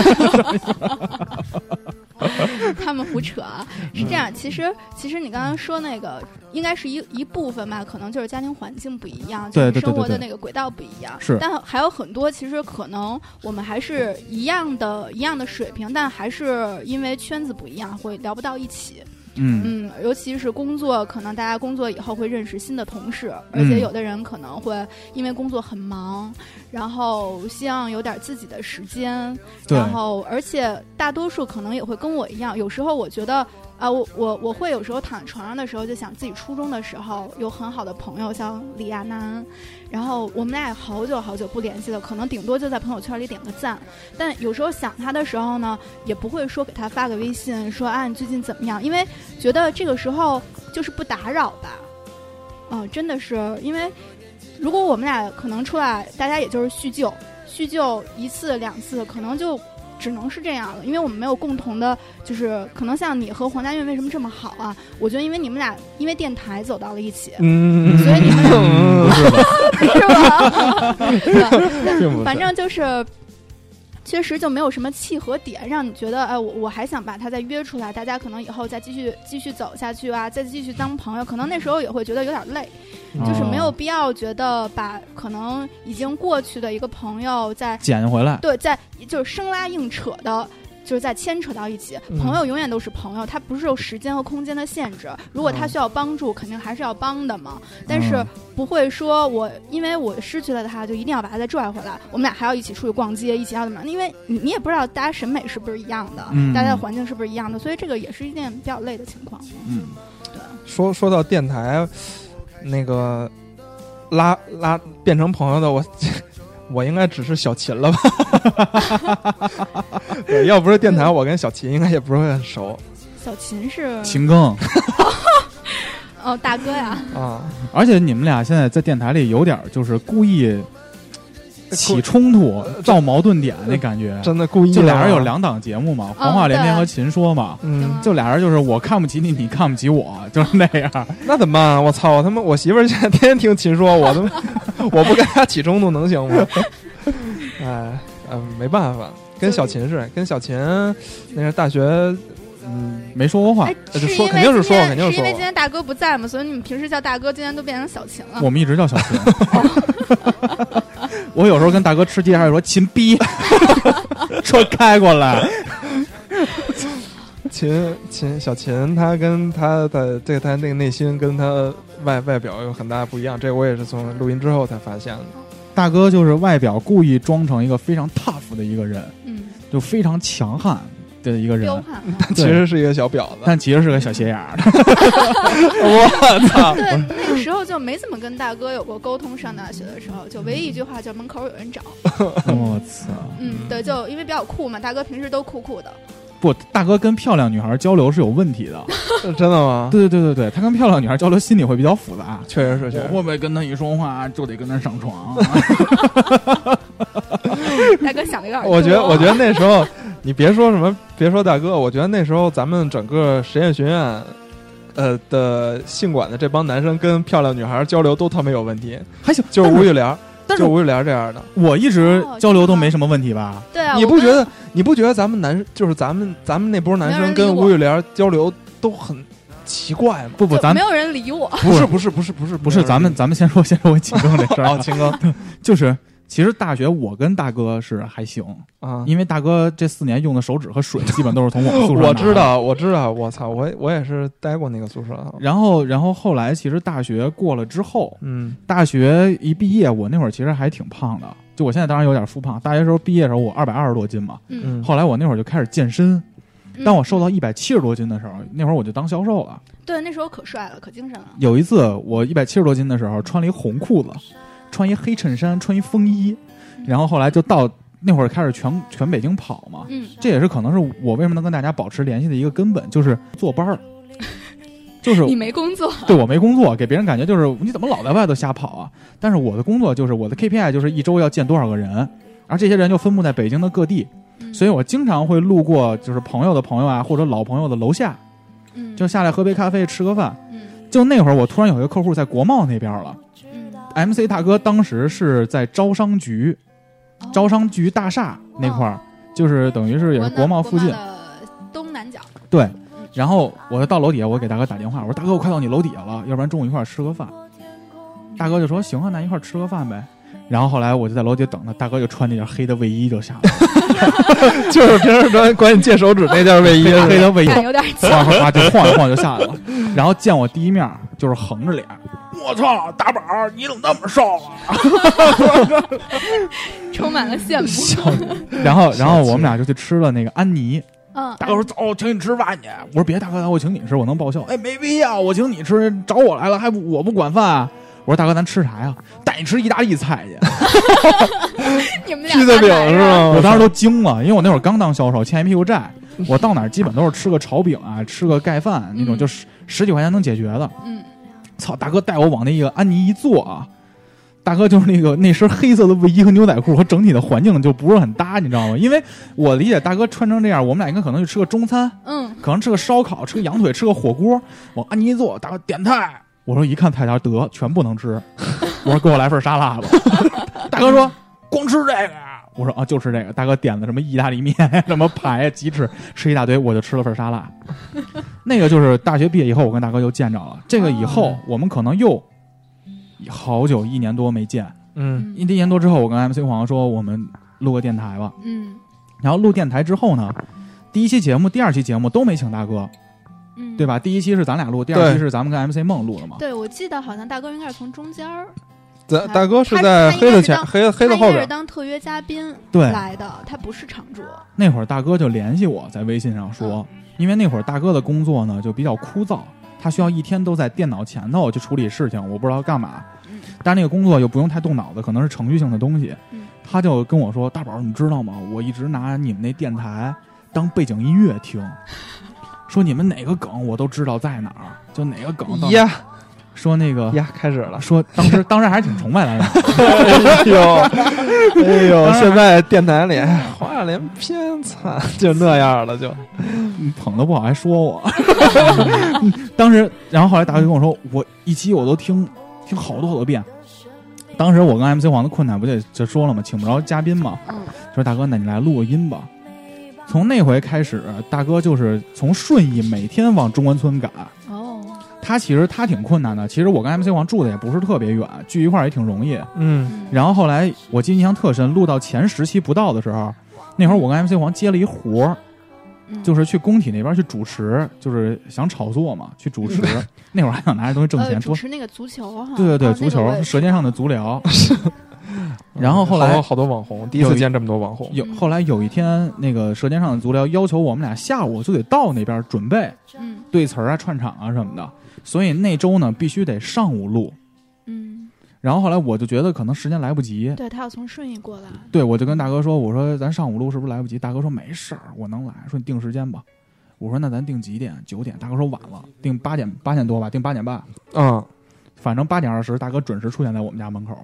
Speaker 5: 他们胡 扯啊，
Speaker 3: 嗯
Speaker 5: 是这样。其实，其实你刚刚说那个，应该是一一部分吧，可能就是家庭环境不一样，就
Speaker 3: 对
Speaker 5: 是
Speaker 3: 对对
Speaker 5: 生活
Speaker 3: 对对
Speaker 5: 的那个轨道不一样。
Speaker 3: 是
Speaker 5: 但还有很多，其实可能我们还是一样的，一样的水平，但还是因为圈子不一样，会聊不到一起。
Speaker 3: 嗯，
Speaker 5: 嗯，尤其是工作，可能大家工作以后会认识新的同事，而
Speaker 3: 嗯
Speaker 5: 且有的人可能会因为工作很忙，然后希望有点自己的时间，
Speaker 3: 对
Speaker 5: 然后而且大多数可能也会跟我一样，有时候我觉得啊、我我我会有时候躺床上的时候就想自己初中的时候有很好的朋友，像李亚男，然后我们俩也好久好久不联系了，可能顶多就在朋友圈里点个赞，但有时候想他的时候呢，也不会说给他发个微信说啊你最近怎么样，因为觉得这个时候就是不打扰吧。嗯、真的是因为如果我们俩可能出来，大家也就是叙旧，叙旧一次两次，可能就只能是这样了，因为我们没有共同的，就是可能像你和黄家韵为什么这么好啊？我觉得因为你们俩因为电台走到了一起，
Speaker 4: 嗯
Speaker 5: 所以你们
Speaker 3: 嗯不是吧？
Speaker 5: 是吧？对
Speaker 4: 并不是
Speaker 5: 反正就是。确实就没有什么契合点，让你觉得，哎，我我还想把它再约出来，大家可能以后再继续继续走下去啊，再继续当朋友。可能那时候也会觉得有点累，就是没有
Speaker 3: 哦
Speaker 5: 必要觉得把可能已经过去的一个朋友再
Speaker 3: 捡回来。
Speaker 5: 对，在就是生拉硬扯的。就是在牵扯到一起，
Speaker 4: 嗯
Speaker 5: 朋友永远都是朋友，他不是有时间和空间的限制。如果他
Speaker 4: 嗯
Speaker 5: 需要帮助，肯定还是要帮的嘛。但是
Speaker 3: 嗯
Speaker 5: 不会说我因为我失去了他，就一定要把他再拽回来。我们俩还要一起出去逛街，一起要怎么样？因为你你也不知道大家审美是不是一样的，
Speaker 3: 嗯
Speaker 5: 大家的环境是不是一样的，所以这个也是一件比较累的情况。
Speaker 3: 嗯，
Speaker 4: 说说到电台，那个拉拉变成朋友的我， 我应该只是小秦了吧？ 对，要不是电台，我跟小秦应该也不是会很熟
Speaker 5: 小秦是
Speaker 3: 秦更，
Speaker 5: 哦大哥呀，
Speaker 4: 啊。
Speaker 3: 而且你们俩现在在电台里有点儿就是故意起冲突、造矛盾点那感觉。
Speaker 4: 真的故意
Speaker 3: 就俩人有
Speaker 4: 聊，
Speaker 3: 两档节目
Speaker 5: 哦
Speaker 3: 嘛，黄话连
Speaker 5: 啊
Speaker 3: 篇和秦说嘛，
Speaker 4: 嗯，
Speaker 3: 就俩人就是我看不起你，你看不起我，就是那样。
Speaker 4: 那怎么办、啊？我操！我他妈，我媳妇儿现在天天听秦说，我 他妈，我不跟她起冲突能行吗？ 哎，嗯，没办法，跟小秦是，跟小秦那是大学，嗯，
Speaker 3: 没说过话
Speaker 5: 哎，，
Speaker 4: 这
Speaker 5: 是
Speaker 4: 说
Speaker 5: 因
Speaker 4: 肯
Speaker 5: 为
Speaker 4: 定是
Speaker 5: 今
Speaker 4: 说我
Speaker 5: 天
Speaker 4: 肯定是
Speaker 5: 因
Speaker 4: 说
Speaker 5: 为
Speaker 4: 我
Speaker 5: 今天大哥不在嘛，所以你们平时叫大哥，今天都变成小秦了。
Speaker 3: 我们一直叫小秦。我有时候跟大哥吃鸡，还是说秦 逼，车开过来。
Speaker 4: 秦秦小秦，他跟他的这个他那个内心跟他外外表有很大不一样，这我也是从录音之后才发现的。
Speaker 3: 大哥就是外表故意装成一个非常 tough 的一个人，
Speaker 5: 嗯，
Speaker 3: 就非常强悍的 一个人，
Speaker 5: 彪悍嘛。
Speaker 4: 其实是一个小婊子，
Speaker 3: 但其实是个小斜眼儿的。
Speaker 4: 我操！
Speaker 5: 对，
Speaker 3: 嗯
Speaker 5: 那个时候就没怎么跟大哥有过沟通。上大学的时候，就唯一一句话叫门口有人找。
Speaker 3: 我操！
Speaker 5: 嗯，对，就因为比较酷嘛，大哥平时都酷 酷的。
Speaker 3: 不，大哥跟漂亮女孩交流是有问题的。
Speaker 4: 真的吗？
Speaker 3: 对对对对对，他跟漂亮女孩交流心理会比较复杂。
Speaker 4: 确实是，确
Speaker 3: 我
Speaker 4: 实
Speaker 3: 会不会跟他一说话就得跟他上床？
Speaker 5: 大哥想的有点多。
Speaker 4: 我觉得，我觉得那时候你别说什么，别说大哥，我觉得那时候咱们整个实验学院，呃的性管的这帮男生跟漂亮女孩交流都他妈有问题，
Speaker 3: 还行，
Speaker 4: 就是吴
Speaker 3: 我
Speaker 4: 玉莲，
Speaker 3: 但是
Speaker 4: 就吴玉莲这样的，
Speaker 3: 我一直
Speaker 5: 哦
Speaker 3: 交流都没什么问题吧？
Speaker 5: 对啊，
Speaker 4: 你
Speaker 5: 我
Speaker 4: 不
Speaker 5: 跟
Speaker 4: 觉得？你不觉得咱们男就是咱们咱们那波男
Speaker 5: 没有
Speaker 4: 生
Speaker 5: 人理
Speaker 4: 跟
Speaker 5: 我
Speaker 4: 吴玉莲交流都很奇怪吗？
Speaker 3: 不不，
Speaker 5: 就
Speaker 3: 咱
Speaker 5: 没有人理我？
Speaker 3: 不是
Speaker 4: 不是不是不是
Speaker 3: 不是咱们，咱们先说 先说我秦更这事儿
Speaker 4: 哦，
Speaker 3: 啊，
Speaker 4: 秦哥
Speaker 3: 就是其实大学我跟大哥是还行，
Speaker 4: 啊，
Speaker 3: 因为大哥这四年用的手纸和水基本都是从我们宿舍。
Speaker 4: 我知。道我知道，我操，我我也是待过那个宿舍啊，
Speaker 3: 然后，然后后来其实大学过了之后，
Speaker 4: 嗯
Speaker 3: 大学一毕业，我那会儿其实还挺胖的，就我现在当然有点复胖。大学时候毕业的时候我二百二十多斤嘛，
Speaker 5: 嗯，
Speaker 4: 嗯，
Speaker 3: 后来我那会儿就开始健身，
Speaker 5: 嗯
Speaker 3: 当我瘦到一百七十多斤的时候，那会儿我就当销售了。
Speaker 5: 对那时候可帅了，可精神了。
Speaker 3: 有一次我一百七十多斤的时候，穿了一红裤子，穿一黑衬衫，穿一风衣，然后后来就到那会儿开始全全北京跑嘛。
Speaker 5: 嗯，
Speaker 3: 这也是可能是我为什么能跟大家保持联系的一个根本，就是坐 班儿，就是
Speaker 5: 你没工作，
Speaker 3: 对我没工作，给别人感觉就是你怎么老在外头瞎跑啊？但是我的工作就是我的 KPI 就是一周要见多少个人，而这些人就分布在北京的各地，
Speaker 5: 嗯
Speaker 3: 所以我经常会路过就是朋友的朋友啊，或者老朋友的楼下，
Speaker 5: 嗯
Speaker 3: 就下来喝杯咖啡吃个饭。
Speaker 5: 嗯
Speaker 3: 就那会儿，我突然有一个客户在国贸那边了
Speaker 5: 嗯，
Speaker 3: ，MC 大哥当时是在招商局，
Speaker 5: 哦
Speaker 3: 招商局大厦那块儿，就是等于是也是
Speaker 5: 南
Speaker 3: 国贸附近。
Speaker 5: 的东南角。嗯
Speaker 3: 对，然后我就到楼底下，我给大哥打电话，我说大哥，我快到你楼底下了，要不然中午一块儿吃个饭。大哥就说行啊，那一块儿吃个饭呗。然后后来我就在楼底下等他，大哥就穿那件黑的卫衣就下来，
Speaker 4: 就是平时管管你借手指那件卫衣
Speaker 3: 黑的卫衣
Speaker 5: 感有点
Speaker 3: 哗哗哗就晃一晃就下来了。 然后见我第一面就是横着脸，我操，大宝儿你怎么那么瘦啊？
Speaker 5: 充满了羡慕。
Speaker 3: 然后然后我们俩就去吃了那个安妮。
Speaker 5: 嗯，
Speaker 3: 大哥说走，我请你吃饭去。我说别，大哥，我请你吃，我能报销。哎，没必要，我请你吃，找我来了还不我不管饭、啊。我说大哥，咱吃啥呀？带你吃意大利菜去。
Speaker 5: 你们俩
Speaker 4: 披萨饼
Speaker 5: 哪来
Speaker 4: 是
Speaker 5: 的？
Speaker 4: 吗？
Speaker 3: 我当时都惊了，因为我那会儿刚当销售，欠一屁股债，我到哪儿基本都是吃个炒饼啊，吃个盖饭那种，
Speaker 5: 嗯
Speaker 3: 就十十几块钱能解决的。
Speaker 5: 嗯，
Speaker 3: 操，大哥带我往那个安妮一坐啊，大哥就是那个那身黑色的卫衣和牛仔裤和整体的环境就不是很搭，你知道吗？因为我理解大哥穿成这样，我们俩应该可能去吃个中餐，
Speaker 5: 嗯，
Speaker 3: 可能吃个烧烤，吃个羊腿，吃个火锅，往安妮一坐，大哥点菜。我说一看菜单，得全不能吃，我说给我来份沙拉吧。 大哥说光吃这个呀，我说啊就吃这个。大哥点的什么意大利面、什么排呀、 鸡翅，吃一大堆，我就吃了份沙拉。那个就是大学毕业以后，我跟大哥又见着了。这个以后我们可能又好久一年多没见，
Speaker 4: 嗯
Speaker 3: 一一年多之后，我跟 MC 黄说我们录个电台吧。
Speaker 5: 嗯
Speaker 3: 然后录电台之后呢，第一期节目、第二期节目都没请大哥，
Speaker 5: 嗯，
Speaker 3: 对
Speaker 5: 吧？
Speaker 3: 吧？第一期是咱俩录，第二期
Speaker 4: 对
Speaker 3: 是咱们跟 MC 梦录的嘛。
Speaker 5: 对，我记得好像大哥应该是从中间儿，
Speaker 4: 咱
Speaker 5: 他
Speaker 4: 大哥是
Speaker 5: 嗯他
Speaker 4: 在
Speaker 5: 他应
Speaker 4: 黑
Speaker 5: 该
Speaker 4: 的
Speaker 5: 是
Speaker 4: 前
Speaker 5: 当
Speaker 4: 黑的黑的
Speaker 5: 他
Speaker 4: 后
Speaker 5: 应该是
Speaker 4: 边，
Speaker 5: 当特约嘉宾
Speaker 3: 对，
Speaker 5: 来的，他不是常驻。
Speaker 3: 那会儿大哥就联系我在微信上说，
Speaker 5: 嗯
Speaker 3: 因为那会儿大哥的工作呢就比较枯燥，他需要一天都在电脑前头去处理事情，我不知道干嘛
Speaker 5: 嗯。
Speaker 3: 但那个工作又不用太动脑子，可能是程序性的东西
Speaker 5: 嗯。
Speaker 3: 他就跟我说：“大宝，你知道吗？我一直拿你们那电台当背景音乐听，说你们哪个梗我都知道在哪儿，就哪个梗到哪儿。
Speaker 4: 呀
Speaker 3: 说那个
Speaker 4: 呀，开始了。
Speaker 3: 说当时当时还是挺崇拜咱俩的。
Speaker 4: 哎呦，哎呦，
Speaker 3: 当然
Speaker 4: 现在电台里哎话连篇，惨就那样了，就
Speaker 3: 捧的不好还说我。 当时，然后后来大哥就跟我说，我一期我都听听好多好多遍。当时我跟 MC 黄的困难不就就说了吗？请不着嘉宾嘛，
Speaker 5: 嗯
Speaker 3: 就说大哥，那你来录个音吧。从那回开始，大哥就是从顺义每天往中关村赶。
Speaker 5: 哦，
Speaker 3: 他其实他挺困难的，其实我跟 MC 黄住的也不是特别远，聚一块儿也挺容易。
Speaker 4: 嗯
Speaker 3: 然后后来我记得印象特深，录到前十期不到的时候，那会儿我跟 MC 黄接了一活儿，
Speaker 5: 嗯
Speaker 3: 就是去工体那边去主持，就是想炒作嘛，去主持。那会儿还想拿着东西挣
Speaker 5: 嗯呃
Speaker 3: 钱，
Speaker 5: 主
Speaker 3: 多
Speaker 5: 持那个足球哈，
Speaker 3: 对对对，
Speaker 5: 哦
Speaker 3: 足球《舌尖上的足疗》 嗯然后后
Speaker 4: 好
Speaker 3: 来
Speaker 4: 多好多网红，第一
Speaker 3: 有
Speaker 4: 次
Speaker 3: 一
Speaker 4: 见这么多网红，
Speaker 3: 有后来有一天，那个《舌尖上的足疗》要求我们俩下午就得到那边准备
Speaker 5: 嗯
Speaker 3: 对词儿啊、串场啊什么的，所以那周呢必须得上午录。
Speaker 5: 嗯，
Speaker 3: 然后后来我就觉得可能时间来不及，
Speaker 5: 对他要从顺义过来，
Speaker 3: 对，我就跟大哥说，我说咱上午录是不是来不及？大哥说没事儿，我能来。说你定时间吧。我说那咱定几点？九点。大哥说晚了，定八点八点多吧，定八点半。
Speaker 4: 嗯，
Speaker 3: 反正八点二十，大哥准时出现在我们家门口了。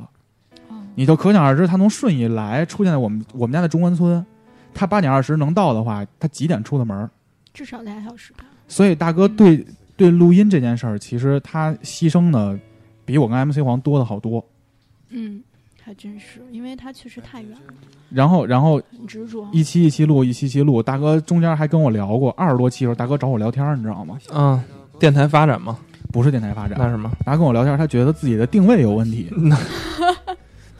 Speaker 5: 哦
Speaker 3: 你就可想而知，他从顺义来，出现在我们我们家的中关村，他八点二十能到的话，他几点出的门儿？
Speaker 5: 至少俩小时吧。
Speaker 3: 所以大哥对对录音这件事儿，其实他牺牲的比我跟 MC 黄多的好多。
Speaker 5: 嗯，还真是，因为他确实太远了，
Speaker 3: 然后，然后
Speaker 5: 很执着。
Speaker 3: 一期一期录，一期一期录。大哥中间还跟我聊过，二十多期的时候，大哥找我聊天儿，你知道吗？
Speaker 4: 嗯，电台发展嘛，
Speaker 3: 不是电台发展，
Speaker 4: 那什么，
Speaker 3: 大哥跟我聊天儿，他觉得自己的定位有问题。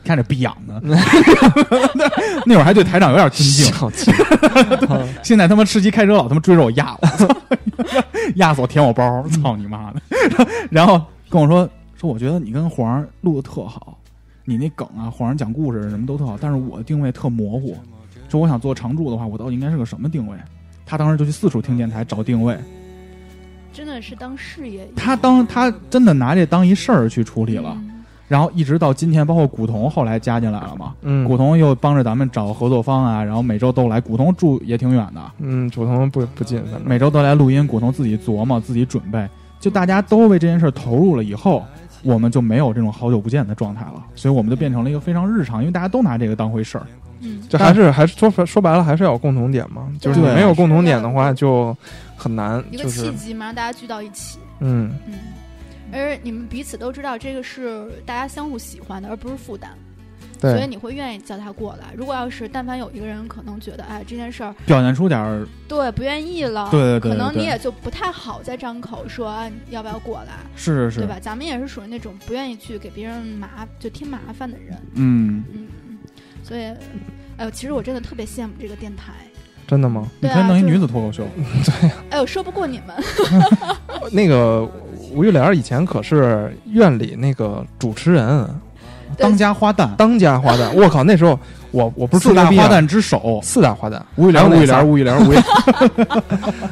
Speaker 3: 看着逼养 的，那会儿还对台长有点尊敬。
Speaker 4: 小 气，
Speaker 3: 现在他妈吃鸡开车老他妈追着我压我，操 压死我舔我包，操你妈的！ 然后跟我说说，我觉得你跟皇上录的特好，你那梗啊，皇上讲故事什么都特好，但是我的定位特模糊。说我想做常驻的话，我到底应该是个什么定位？他当时就去四处听电台找定位，
Speaker 5: 真的是当事业一样
Speaker 3: 他当他真的拿这当一事儿去处理了，
Speaker 5: 嗯
Speaker 3: 然后一直到今天，包括古潼后来加进来了嘛，
Speaker 4: 嗯
Speaker 3: 古，潼又帮着咱们找合作方啊，然后每周都来，古潼住也挺远的，
Speaker 4: 嗯，主同不不进，反正
Speaker 3: 每周都来录音，古潼自己琢磨、自己准备，就大家都为这件事投入了以后，我们就没有这种好久不见的状态了，所以我们就变成了一个非常日常，因为大家都拿这个当回事儿。
Speaker 5: 嗯，
Speaker 4: 这还是还是说白说白了，还是要有共同点嘛。就是你
Speaker 3: 对
Speaker 4: 没有共同点的话，就很难，
Speaker 5: 一个
Speaker 4: 就
Speaker 5: 契
Speaker 4: 是
Speaker 5: 机嘛，让大家聚到一起。
Speaker 4: 嗯，
Speaker 5: 嗯，而你们彼此都知道这个是大家相互喜欢的，而不是负担，所以
Speaker 4: 对，
Speaker 5: 你会愿意叫他过来。如果要是但凡有一个人可能觉得，哎，这件事儿
Speaker 3: 表现出点儿，
Speaker 5: 对不愿意了，
Speaker 3: 对对对对
Speaker 5: 啊可能
Speaker 3: 对
Speaker 5: 你也就不太好再张口说，啊，你要不要过来，
Speaker 3: 是是
Speaker 5: 对
Speaker 3: 是，
Speaker 5: 吧？咱们也是属于那种不愿意去给别人麻就添麻烦的人，
Speaker 3: 嗯，
Speaker 5: 嗯嗯，所以，哎呦，其实我真的特别羡慕这个电台。
Speaker 4: 真的吗？
Speaker 3: 你
Speaker 5: 对
Speaker 3: 可以
Speaker 5: 啊，
Speaker 3: 弄一
Speaker 5: 就
Speaker 3: 女子脱口秀，
Speaker 5: 哎呦，说不过你们，
Speaker 4: 那个吴玉莲以前可是院里那个主持人，
Speaker 5: 对
Speaker 3: 当家花旦，
Speaker 4: 当家花旦。 我靠，那时候我我不
Speaker 3: 四
Speaker 4: 是吹牛
Speaker 3: 大
Speaker 4: 逼啊
Speaker 3: 花，旦之首，
Speaker 4: 四大花旦。
Speaker 3: 吴玉莲，
Speaker 4: 还有
Speaker 3: 吴玉
Speaker 4: 那仨
Speaker 3: 莲，吴玉莲，吴玉莲，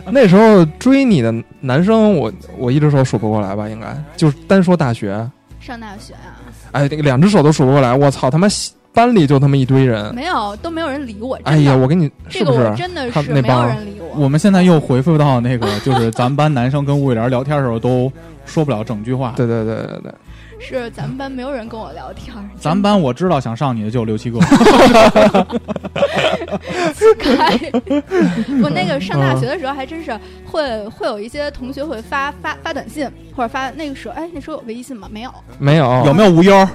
Speaker 4: 那时候追你的男生，我我一只手数不过来吧，应该就是单说大学，
Speaker 5: 上大学啊，
Speaker 4: 哎，这个两只手都数不过来。我操，他妈班里就他妈一堆
Speaker 3: 嗯
Speaker 4: 人。
Speaker 5: 没有都没有人理我。
Speaker 4: 哎
Speaker 5: 真的
Speaker 4: 呀，我跟你
Speaker 5: 这
Speaker 4: 是
Speaker 5: 个
Speaker 4: 不
Speaker 5: 我
Speaker 4: 是？
Speaker 5: 真的
Speaker 4: 他
Speaker 5: 是
Speaker 4: 那
Speaker 5: 没有
Speaker 4: 帮
Speaker 5: 人理 我。
Speaker 3: 我们现在又回复到那个，就是咱们班男生跟吴玉莲聊天的时候都说不了整句话。
Speaker 4: 对对对对对。
Speaker 5: 是咱们班没有人跟我聊天儿，
Speaker 3: 咱们班我知道想上你的就有六七个，
Speaker 5: 开。 我那个上大学的时候还真是会会有一些同学会发发发短信，或者发那个时候，哎，那时候有微信吗？没有，
Speaker 4: 没有，
Speaker 3: 有没有无忧？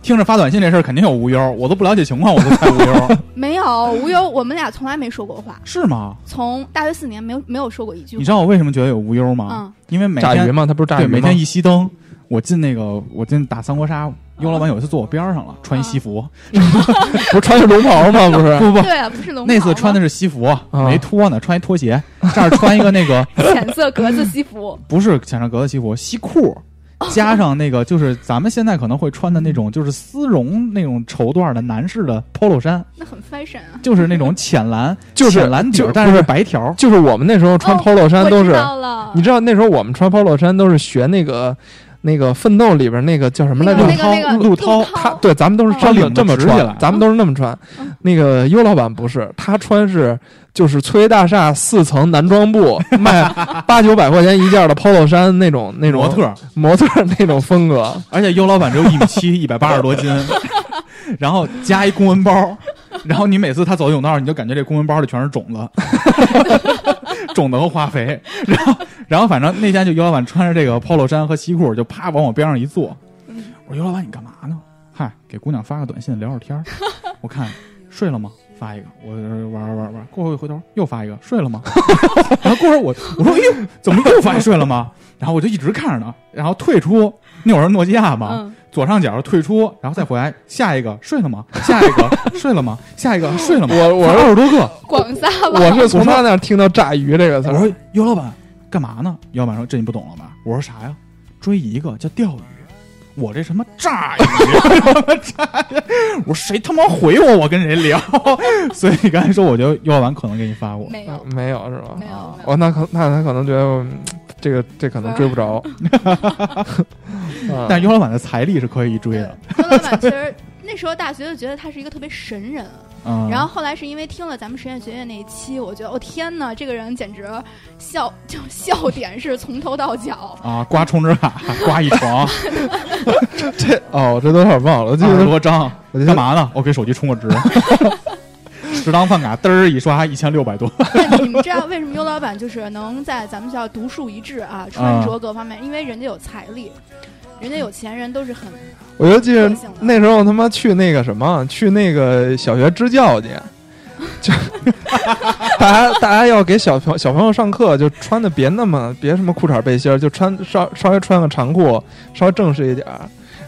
Speaker 3: 听着发短信这事儿肯定有无忧，我都不了解情况，我都猜无 忧，
Speaker 5: 没有无忧，我们俩从来没说过话，
Speaker 3: 是吗？
Speaker 5: 从大学四年没有没有说过一句
Speaker 3: 你
Speaker 5: 话。
Speaker 3: 知道我为什么觉得有无忧吗？
Speaker 5: 嗯，
Speaker 3: 因为每
Speaker 4: 炸鱼
Speaker 3: 天
Speaker 4: 嘛，他不是炸鱼
Speaker 3: 对
Speaker 4: 吗？
Speaker 3: 每天一熄灯，我进那个我进打三国杀，
Speaker 5: 哦
Speaker 3: 优老板有一次坐我边儿上了，穿一西服，
Speaker 4: 不是穿着龙袍吗？不 是，
Speaker 3: 不不不，
Speaker 5: 对啊，不是龙袍吗。
Speaker 3: 那次穿的是西服，
Speaker 4: 嗯
Speaker 3: 没脱呢，穿一拖 鞋，这儿穿一个那个
Speaker 6: 浅色格子西服，
Speaker 3: 不是浅上格子西服，西裤，
Speaker 5: 哦
Speaker 3: 加上那个就是咱们现在可能会穿的那 种就是丝绒那种绸缎的男士的 polo 衫，
Speaker 5: 那很 fashion 啊。
Speaker 3: 就是那种浅蓝，
Speaker 4: 就是
Speaker 3: 浅蓝底
Speaker 4: 就
Speaker 3: 儿，
Speaker 4: 是
Speaker 3: 但是白条儿。
Speaker 4: 就是我们那时候穿
Speaker 5: 哦
Speaker 4: polo 衫都
Speaker 5: 我知
Speaker 4: 是，
Speaker 5: 道了，
Speaker 4: 你知道那时候我们穿 polo 衫都是学那个那个奋斗里边那个叫什么来
Speaker 5: 那
Speaker 4: 着
Speaker 5: 个
Speaker 3: 陆？
Speaker 5: 那个那个
Speaker 3: 陆涛
Speaker 4: 他对，咱们都是这
Speaker 3: 哦
Speaker 4: 么这
Speaker 3: 把
Speaker 4: 么
Speaker 3: 领子直起
Speaker 4: 穿
Speaker 3: 来，
Speaker 4: 咱们都是那么穿
Speaker 5: 嗯。
Speaker 4: 那个优老板不是，他穿是就是翠微大厦四层男 装部卖八九百块钱一件的 polo 衫那种那种
Speaker 3: 模特儿，
Speaker 4: 模特儿那种风格，
Speaker 3: 而且优老板只有一米七，一百八十多斤，然后加一公文包，然后你每次他走甬道，你就感觉这公文包里全是种子， 种子和化肥。然后，然后反正那天就优老板穿着这个 polo 衫和西裤，就啪往我边上一坐。我说优老板你干嘛呢？嗨，给姑娘发个短信聊会儿天儿。我看睡了吗？发一个，我玩玩玩玩，过会儿回头又发一个，睡了吗？ 然后过会儿我我说哎呦，怎么又发现睡了吗？然后我就一直看着呢，然后退出，那会儿是诺基亚嘛，
Speaker 5: 嗯，
Speaker 3: 左上角退出，然后再回来，下一个睡了吗？下一个睡了吗？下一个睡了吗？
Speaker 4: 我我
Speaker 3: 嗯二十多个，
Speaker 5: 广撒网
Speaker 4: 我是从他那儿听到“炸鱼”这个词
Speaker 3: 我
Speaker 4: 儿。
Speaker 3: 说尤老板干嘛呢？尤老板说这你不懂了吧？我说啥呀？追一个叫钓鱼，我这什么炸鱼？啊 我说谁他妈回我？我跟谁聊？ 所以你刚才说，我觉得尤老板可能给你发过，
Speaker 5: 没
Speaker 4: 啊
Speaker 5: 有
Speaker 4: 没有是吧
Speaker 5: 没？ 有没有
Speaker 4: 哦，那可那他可能觉得嗯这个这可能追不着， 嗯
Speaker 3: 但是尤老板的财力是可以追的。
Speaker 5: 对，周老板其实那时候大学就觉得他是一个特别神人，啊
Speaker 3: 嗯，
Speaker 5: 然后后来是因为听了咱们实验学院那一期，我觉得我、哦、天呐，这个人简直笑就笑点是从头 到脚。
Speaker 3: 啊，刮充值卡，刮一床，
Speaker 4: 这哦，这都有点忘了，我记
Speaker 3: 二十
Speaker 4: 得
Speaker 3: 多张。
Speaker 4: 我记得
Speaker 3: 干嘛呢？啊我给手机充个值， 食堂饭卡嘚儿一刷一千六百多。
Speaker 5: 那你们知道为什么优老板就是能在咱们学校独树一帜啊，穿着各方面，因为人家有财力，人家有钱人都是很
Speaker 4: 我就记得
Speaker 5: 个性的
Speaker 4: 那时候他妈去那个什么，去那个小学支教去，就 大家大家要给小朋小朋友上课，就穿的别那么别什么裤衩背心儿，就穿稍稍微穿个长裤，稍微正式一点儿。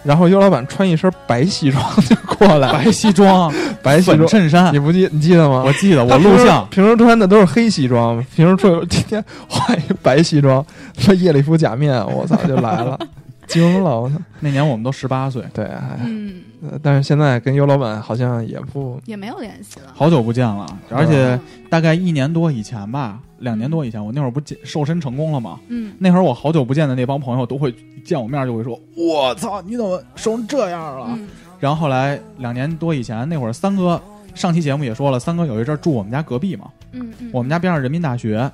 Speaker 4: 然后优老板穿一身白西装就过来，
Speaker 3: 白西装、
Speaker 4: 白西
Speaker 3: 粉
Speaker 4: 装，
Speaker 3: 衬衫
Speaker 4: 你，不记你记得吗？
Speaker 3: 我记得
Speaker 4: 他
Speaker 3: 我
Speaker 4: 平
Speaker 3: 录
Speaker 4: 时
Speaker 3: 像，
Speaker 4: 平时穿的都是黑西装，平时穿 今天换一白西装，说夜里服假面，我操就来了，惊了，我操！
Speaker 3: 那年我们都十八岁，
Speaker 4: 对，还
Speaker 5: 嗯，
Speaker 4: 呃但是现在跟优老板好像也不
Speaker 5: 也没有联系了。
Speaker 3: 好久不见了，而且
Speaker 4: 啊
Speaker 5: 嗯
Speaker 3: 大概一年多以前吧，两年多以前，我那会儿不健瘦身成功了吗？
Speaker 5: 嗯，
Speaker 3: 那会儿我好久不见的那帮朋友都会见我面就会说：“我操，你怎么瘦成这样了？”
Speaker 5: 嗯
Speaker 3: 然后后来两年多以前，那会儿三哥上期节目也说了，三哥有一阵儿住我们家隔壁嘛，
Speaker 5: 嗯嗯，
Speaker 3: 我们家边上人民大学，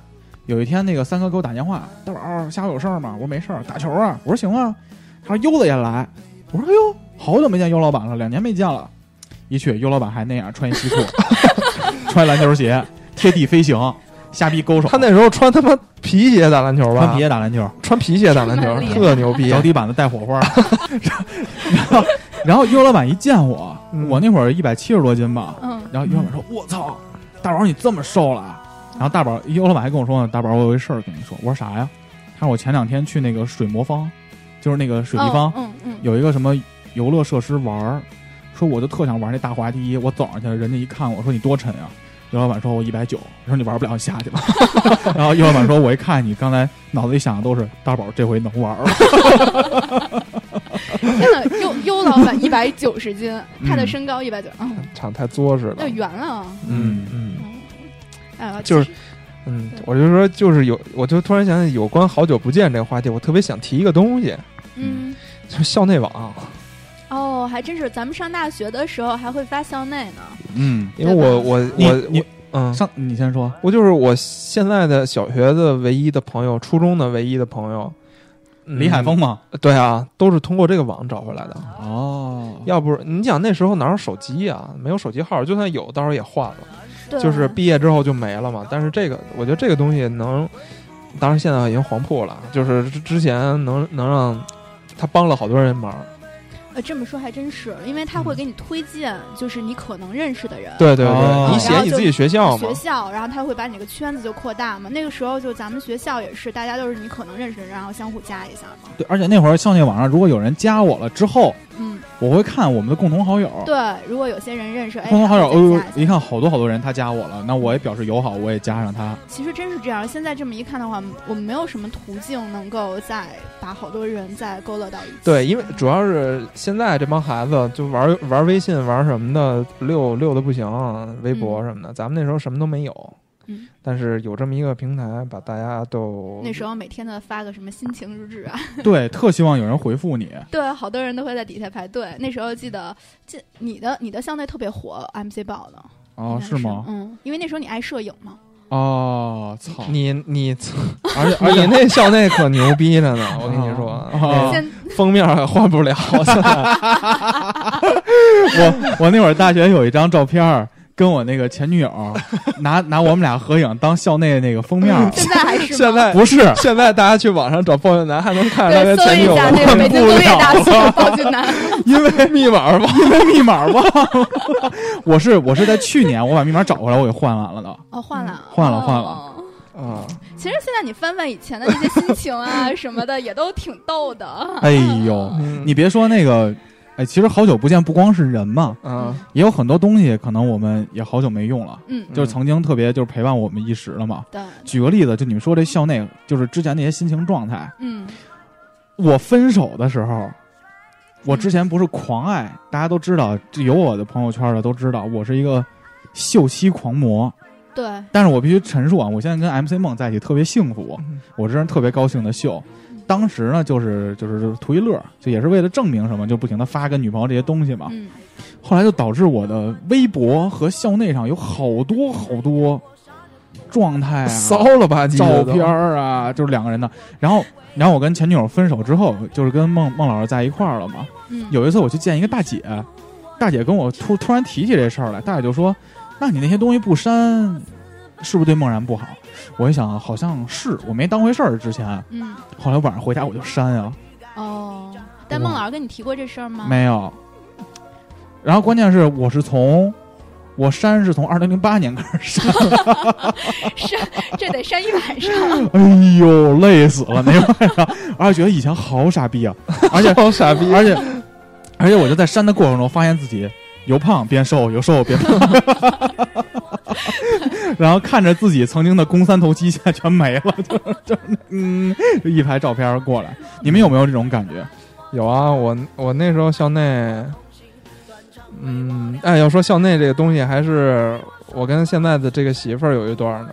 Speaker 3: 有一天那个三哥给我打电话，大宝儿下午有事儿吗？我说没事儿，打球啊。我说行啊。他说悠子也来。我说哎呦，好久没见优老板了，两年没见了。一去优老板还那样，穿一西裤， 穿篮球鞋，贴地飞行，下臂勾手。
Speaker 4: 他那时候穿他妈皮鞋打篮球吧，
Speaker 3: 穿皮鞋打篮球，
Speaker 4: 穿皮鞋打篮
Speaker 6: 这么厉
Speaker 4: 球
Speaker 6: 害
Speaker 4: 特牛逼
Speaker 3: 脚，底板子带火 花。然后，然后优老板一见我，
Speaker 4: 嗯
Speaker 3: 我那会儿一百七十多斤吧，
Speaker 5: 嗯
Speaker 3: 然后优老板说：“我操，大宝你这么瘦了啊？”然后大宝优老板还跟我说呢：“大宝，我有一事儿跟你说。”我说啥呀？他说我前两天去那个水魔方，就是那个水立方、
Speaker 5: 嗯嗯嗯，
Speaker 3: 有一个什么游乐设施玩儿，说我就特想玩那大滑梯。我走上去，人家一看我说你多沉呀、优老板说我一百九，我说你玩不了，你下去吧。 然后优老板说我一看你刚才脑子里想的都是大宝这回能玩儿了。
Speaker 5: 天呐，优优老板一百九 十斤，他的身高一百九，嗯，
Speaker 4: 场太作实了
Speaker 5: 要，圆了啊。
Speaker 4: 嗯
Speaker 3: 嗯
Speaker 4: 嗯
Speaker 5: 哎呀，
Speaker 4: 就是
Speaker 5: 其实
Speaker 4: 嗯，我就说就是有，我就突然想起有关好久不见这个话题，我特别想提一个东西，
Speaker 5: 嗯，
Speaker 4: 就是校内网，
Speaker 5: 哦，还真是，咱们上大学的时候还会发校内呢。
Speaker 3: 嗯，
Speaker 4: 因为我我
Speaker 3: 你
Speaker 4: 我
Speaker 3: 你
Speaker 4: 我嗯。
Speaker 3: 上你先说，
Speaker 4: 我就是我现在的小学的唯一的朋友，初中的唯一的朋友，嗯
Speaker 3: 李海峰吗？
Speaker 4: 对啊，都是通过这个网找回来的。
Speaker 3: 哦，
Speaker 4: 要不你想那时候哪有手机啊？没有手机号，就算有，到时候也换了。
Speaker 5: 对啊，
Speaker 4: 就是毕业之后就没了嘛。但是这个，我觉得这个东西能，当然啊现在已经黄铺了，就是之之前能能让他帮了好多人忙。
Speaker 5: 呃，这么说还真是，因为他会给你推荐，就是你可能认识的人。
Speaker 4: 嗯对对
Speaker 3: 哦
Speaker 4: 对，你写你自己学校嘛
Speaker 5: 学，校，然后他会把你这个圈子就扩大嘛。那个时候就咱们学校也是，大家都是你可能认识的人，然后相互加一下嘛。
Speaker 3: 对，而且那会儿校内网上，如果有人加我了之后，
Speaker 5: 嗯，
Speaker 3: 我会看我们的共同好友，
Speaker 4: 哦
Speaker 5: 对，如果有些人认识，哎，
Speaker 3: 共同好友，
Speaker 5: 然后再
Speaker 3: 哦
Speaker 5: 加一下
Speaker 3: 呦，一看好多好多人他加我了，那我也表示友好，我也加上 他。
Speaker 5: 其实真是这样。现在这么一看的话，我们没有什么途径能够再把好多人再勾勒到一起。
Speaker 4: 对，因为主要是现在这帮孩子就玩玩微信玩什么的，溜溜的不行，啊微博什么的，咱们那时候什么都没有。
Speaker 5: 嗯
Speaker 4: 但是有这么一个平台，把大家都
Speaker 5: 那时候每天都发个什么心情日志啊，
Speaker 3: 对，特希望有人回复 你。
Speaker 5: 对，好多人都会在底下排队。那时候记得，这你的你的校内特别火，MC 报的
Speaker 3: 哦，
Speaker 5: 应该
Speaker 3: 是吗？
Speaker 5: 嗯，因为那时候你爱摄影嘛，
Speaker 3: 哦，操！
Speaker 5: 嗯
Speaker 4: 你你
Speaker 3: 而且而
Speaker 4: 你
Speaker 3: 且
Speaker 4: 那校内可牛逼着呢，我跟你说，
Speaker 3: 哦
Speaker 5: 现
Speaker 4: 那封面还换不了。
Speaker 3: 我我那会儿大学有一张照片儿，跟我那个前女 友拿拿我们俩合影当校内那个封面儿，
Speaker 5: 嗯现在还是吗
Speaker 4: 现在
Speaker 3: 不是
Speaker 4: 现在大家去网上找抱怨男，还能看着他
Speaker 5: 对
Speaker 4: 的
Speaker 5: 搜
Speaker 4: 前女
Speaker 5: 一
Speaker 4: 友
Speaker 5: 下这个北京工业大 学的暴君男，
Speaker 3: 因为密码忘，因为密码忘了。 我是我是在去年我把密码找回来，我给换完了的。
Speaker 5: 哦，换了，
Speaker 3: 嗯换了换了
Speaker 5: 哦
Speaker 4: 啊，
Speaker 5: 其实现在你翻翻以前的那些心情啊什么的，也都挺逗的。
Speaker 3: 哎呦，
Speaker 4: 嗯
Speaker 3: 你别说那个，哎，其实好久不见，不光是人嘛，
Speaker 4: 啊，
Speaker 3: 也有很多东西可能我们也好久没用了，
Speaker 5: 嗯，
Speaker 3: 就是曾经特别就是陪伴我们一时了嘛。
Speaker 5: 对，
Speaker 3: 举个例子，就你们说这校内，就是之前那些心情状态，
Speaker 5: 嗯，
Speaker 3: 我分手的时候，我之前不是狂爱，大家都知道，这有我的朋友圈的都知道，我是一个秀妻狂魔。
Speaker 5: 对，
Speaker 3: 但是我必须陈述啊，我现在跟 MC 梦在一起特别幸福，
Speaker 4: 嗯
Speaker 3: 我这人特别高兴的秀
Speaker 5: 嗯。
Speaker 3: 当时呢，就是就是图一乐，就也是为了证明什么，就不停的发跟女朋友这些东西嘛。
Speaker 5: 嗯，
Speaker 3: 后来就导致我的微博和校内上有好多好多状态啊、
Speaker 4: 骚了吧唧
Speaker 3: 照
Speaker 4: 的都
Speaker 3: 片儿啊，就是两个人的。然后，然后我跟前女友分手之后，就是跟孟孟老师在一块儿了嘛。
Speaker 5: 嗯，
Speaker 3: 有一次我去见一个大姐，大姐跟我突突然提起这事儿来，大姐就说：“那你那些东西不删，是不是对梦然不好？”我一想，好像是，我没当回事儿。之前，啊
Speaker 5: 嗯，
Speaker 3: 后来晚上回家我就删啊，
Speaker 5: 哦。但孟老师跟你提过这事儿吗？
Speaker 3: 没有。然后关键是，我是从我删是从二零零八年开始 删，
Speaker 5: 删，这得删一晚上。
Speaker 3: 哎呦，累死了那晚上，而且觉得以前好傻逼 啊，而且
Speaker 4: 好傻逼，
Speaker 3: 而且而且我就在删的过程中发现自己由胖变瘦，由瘦变胖， 然后看着自己曾经的肱三头肌现在全没了，就是就是嗯，就一排照片过来，你们有没有这种感觉？
Speaker 4: 有啊，我我那时候校内，嗯，哎，要说校内这个东西，还是我跟现在的这个媳妇儿有一段呢。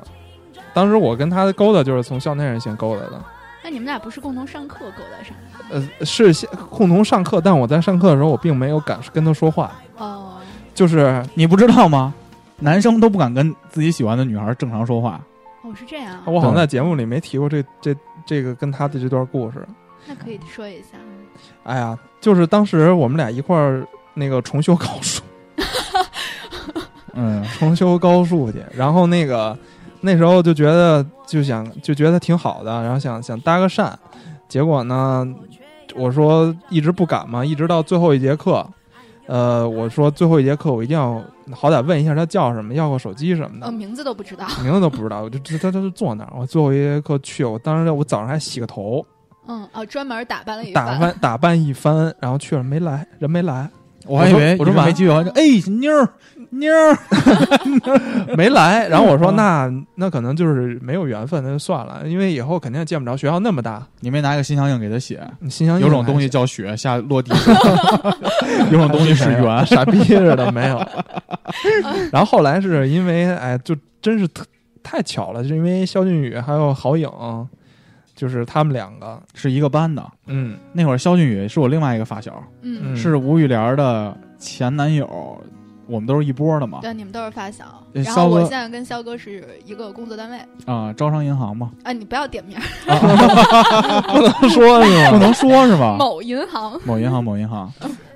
Speaker 4: 当时我跟她的勾搭就是从校内人先勾搭的，
Speaker 5: 那你们俩不是共同上课勾搭上？
Speaker 4: 呃，是先共同上课，但我在上课的时候，我并没有敢跟她说话，
Speaker 5: 哦，
Speaker 4: 就是
Speaker 3: 你不知道吗？男生都不敢跟自己喜欢的女孩正常说话，
Speaker 5: 哦，是这样啊。
Speaker 4: 我好像在节目里没提过这这这个跟她的这段故事。
Speaker 5: 那可以说一下。
Speaker 4: 哎呀，就是当时我们俩一块儿那个重修高数，
Speaker 3: 嗯，
Speaker 4: 重修高数去。然后那个那时候就觉得就想就觉得挺好的，然后想想搭个讪，结果呢，我说一直不敢嘛，一直到最后一节课，呃，我说最后一节课我一定要好歹问一下他叫什么，要个手机什么的
Speaker 5: 呃，。名字都不知道。
Speaker 4: 名字都不知道，我就他他就坐那儿。我最后一节课去，我当时我早上还洗个头，
Speaker 5: 嗯，哦，专门打扮 了一番。
Speaker 4: 打扮打扮一番，然后去了没来，人没来，
Speaker 3: 我还以为
Speaker 4: 我说
Speaker 3: 你是
Speaker 4: 完
Speaker 3: 没机会，我说哎妞儿妞儿，
Speaker 4: 没来。然后我说
Speaker 3: 嗯
Speaker 4: 那那可能就是没有缘分，那就算了，因为以后肯定见不着。学校那么大，
Speaker 3: 你没拿一个心相印给他写，
Speaker 4: 你心想
Speaker 3: 有种东西叫雪下落地生， 有种东西是
Speaker 4: 圆，
Speaker 3: 缘。
Speaker 4: 傻逼似 的没有。然后后来是因为哎，就真是特太巧了，就是因为肖俊宇还有郝颖，就是他们两个，
Speaker 3: 是一个班的。
Speaker 4: 嗯，
Speaker 3: 那会儿肖俊宇是我另外一个发小，
Speaker 5: 嗯，
Speaker 4: 嗯
Speaker 3: 是吴玉莲的前男友，我们都是一波的嘛。
Speaker 5: 对，你们都是发小。
Speaker 3: 呃
Speaker 5: 然
Speaker 3: 肖
Speaker 5: 后我
Speaker 3: 哥
Speaker 5: 现在跟肖哥是一个工作单位。
Speaker 3: 啊、招商银行嘛，
Speaker 5: 啊，你不要点名儿，
Speaker 4: 不能说是
Speaker 3: 不
Speaker 4: 吗？嗯
Speaker 3: 能说是吧？
Speaker 5: 某银行。
Speaker 3: 某银行，某银行，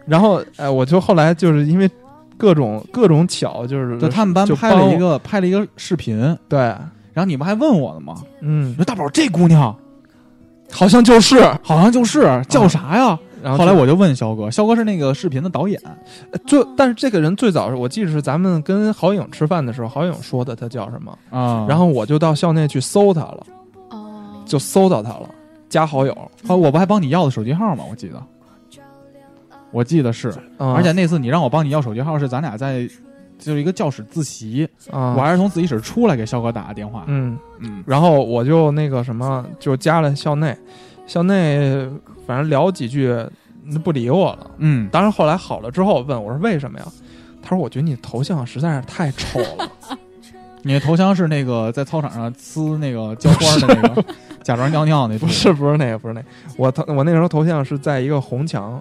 Speaker 4: 然后哎，我就后来就是因为各种各种巧，就是
Speaker 3: 就他们班
Speaker 4: 就
Speaker 3: 拍了
Speaker 4: 帮
Speaker 3: 一个拍了一个视频，
Speaker 4: 对，
Speaker 3: 然后你们还问我呢嘛，
Speaker 4: 嗯
Speaker 3: 你。说大宝这姑娘
Speaker 4: 好像就是，
Speaker 3: 好像就是叫啥呀？
Speaker 4: 嗯然后
Speaker 3: 后来
Speaker 4: 就
Speaker 3: 我就问肖哥，肖哥是那个视频的导演，
Speaker 4: 就，但是这个人最早是我记得是咱们跟郝颖吃饭的时候，郝颖说的他叫什么，
Speaker 3: 啊
Speaker 4: 然后我就到校内去搜他了，
Speaker 5: 哦，
Speaker 4: 就搜到他了，加好友，
Speaker 3: 啊，我不还帮你要的手机号吗？我记得，我记得是，
Speaker 4: 嗯、
Speaker 3: 而且那次你让我帮你要手机号是咱俩在就是一个教室自习，
Speaker 4: 啊，
Speaker 3: 我还是从自习室出来给肖哥打的电话，
Speaker 4: 嗯，
Speaker 3: 嗯
Speaker 4: 然后我就那个什么，就加了校内，校内反正聊几句不理我了。
Speaker 3: 嗯，
Speaker 4: 当然后来好了之后问我说为什么呀？他说我觉得你头像实在是太丑 了。
Speaker 3: 你的头像是那个在操场上呲那个浇花的那 个，假装尿尿那
Speaker 4: 不是不是那个不是那个，我头我那时候头像是在一个红墙，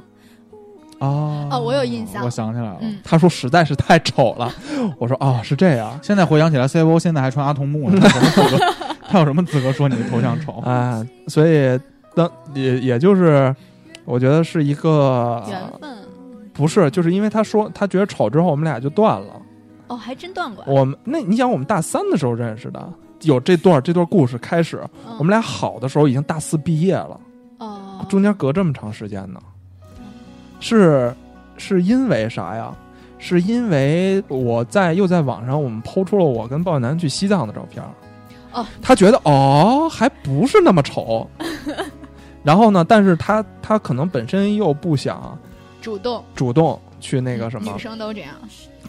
Speaker 3: 啊？
Speaker 5: 哦我有印象
Speaker 3: 我想起来了。
Speaker 5: 嗯，
Speaker 4: 他说实在是太丑了，我说哦是这样
Speaker 3: 现在回想起来，CFO 现在还穿阿童 木呢，他有什么资格？他有什么资格说你的头像丑？
Speaker 4: 啊，所以当也也就是我觉得是一个
Speaker 5: 缘分
Speaker 4: 不是，就是因为他说他觉得丑之后，我们俩就断了。
Speaker 5: 哦，还真断过。
Speaker 4: 我们那你想，我们大三的时候认识的，有这段这段故事开始，
Speaker 5: 嗯
Speaker 4: 我们俩好的时候已经大四毕业了，
Speaker 5: 哦，
Speaker 4: 中间隔这么长时间呢，是是因为啥呀？是因为我在又在网上我们抛出了我跟鲍男去西藏的照片，
Speaker 5: 哦，
Speaker 4: 他觉得哦还不是那么丑，然后呢，但是他他可能本身又不想
Speaker 5: 主动
Speaker 4: 主动去那个什么
Speaker 5: 女，生都这样。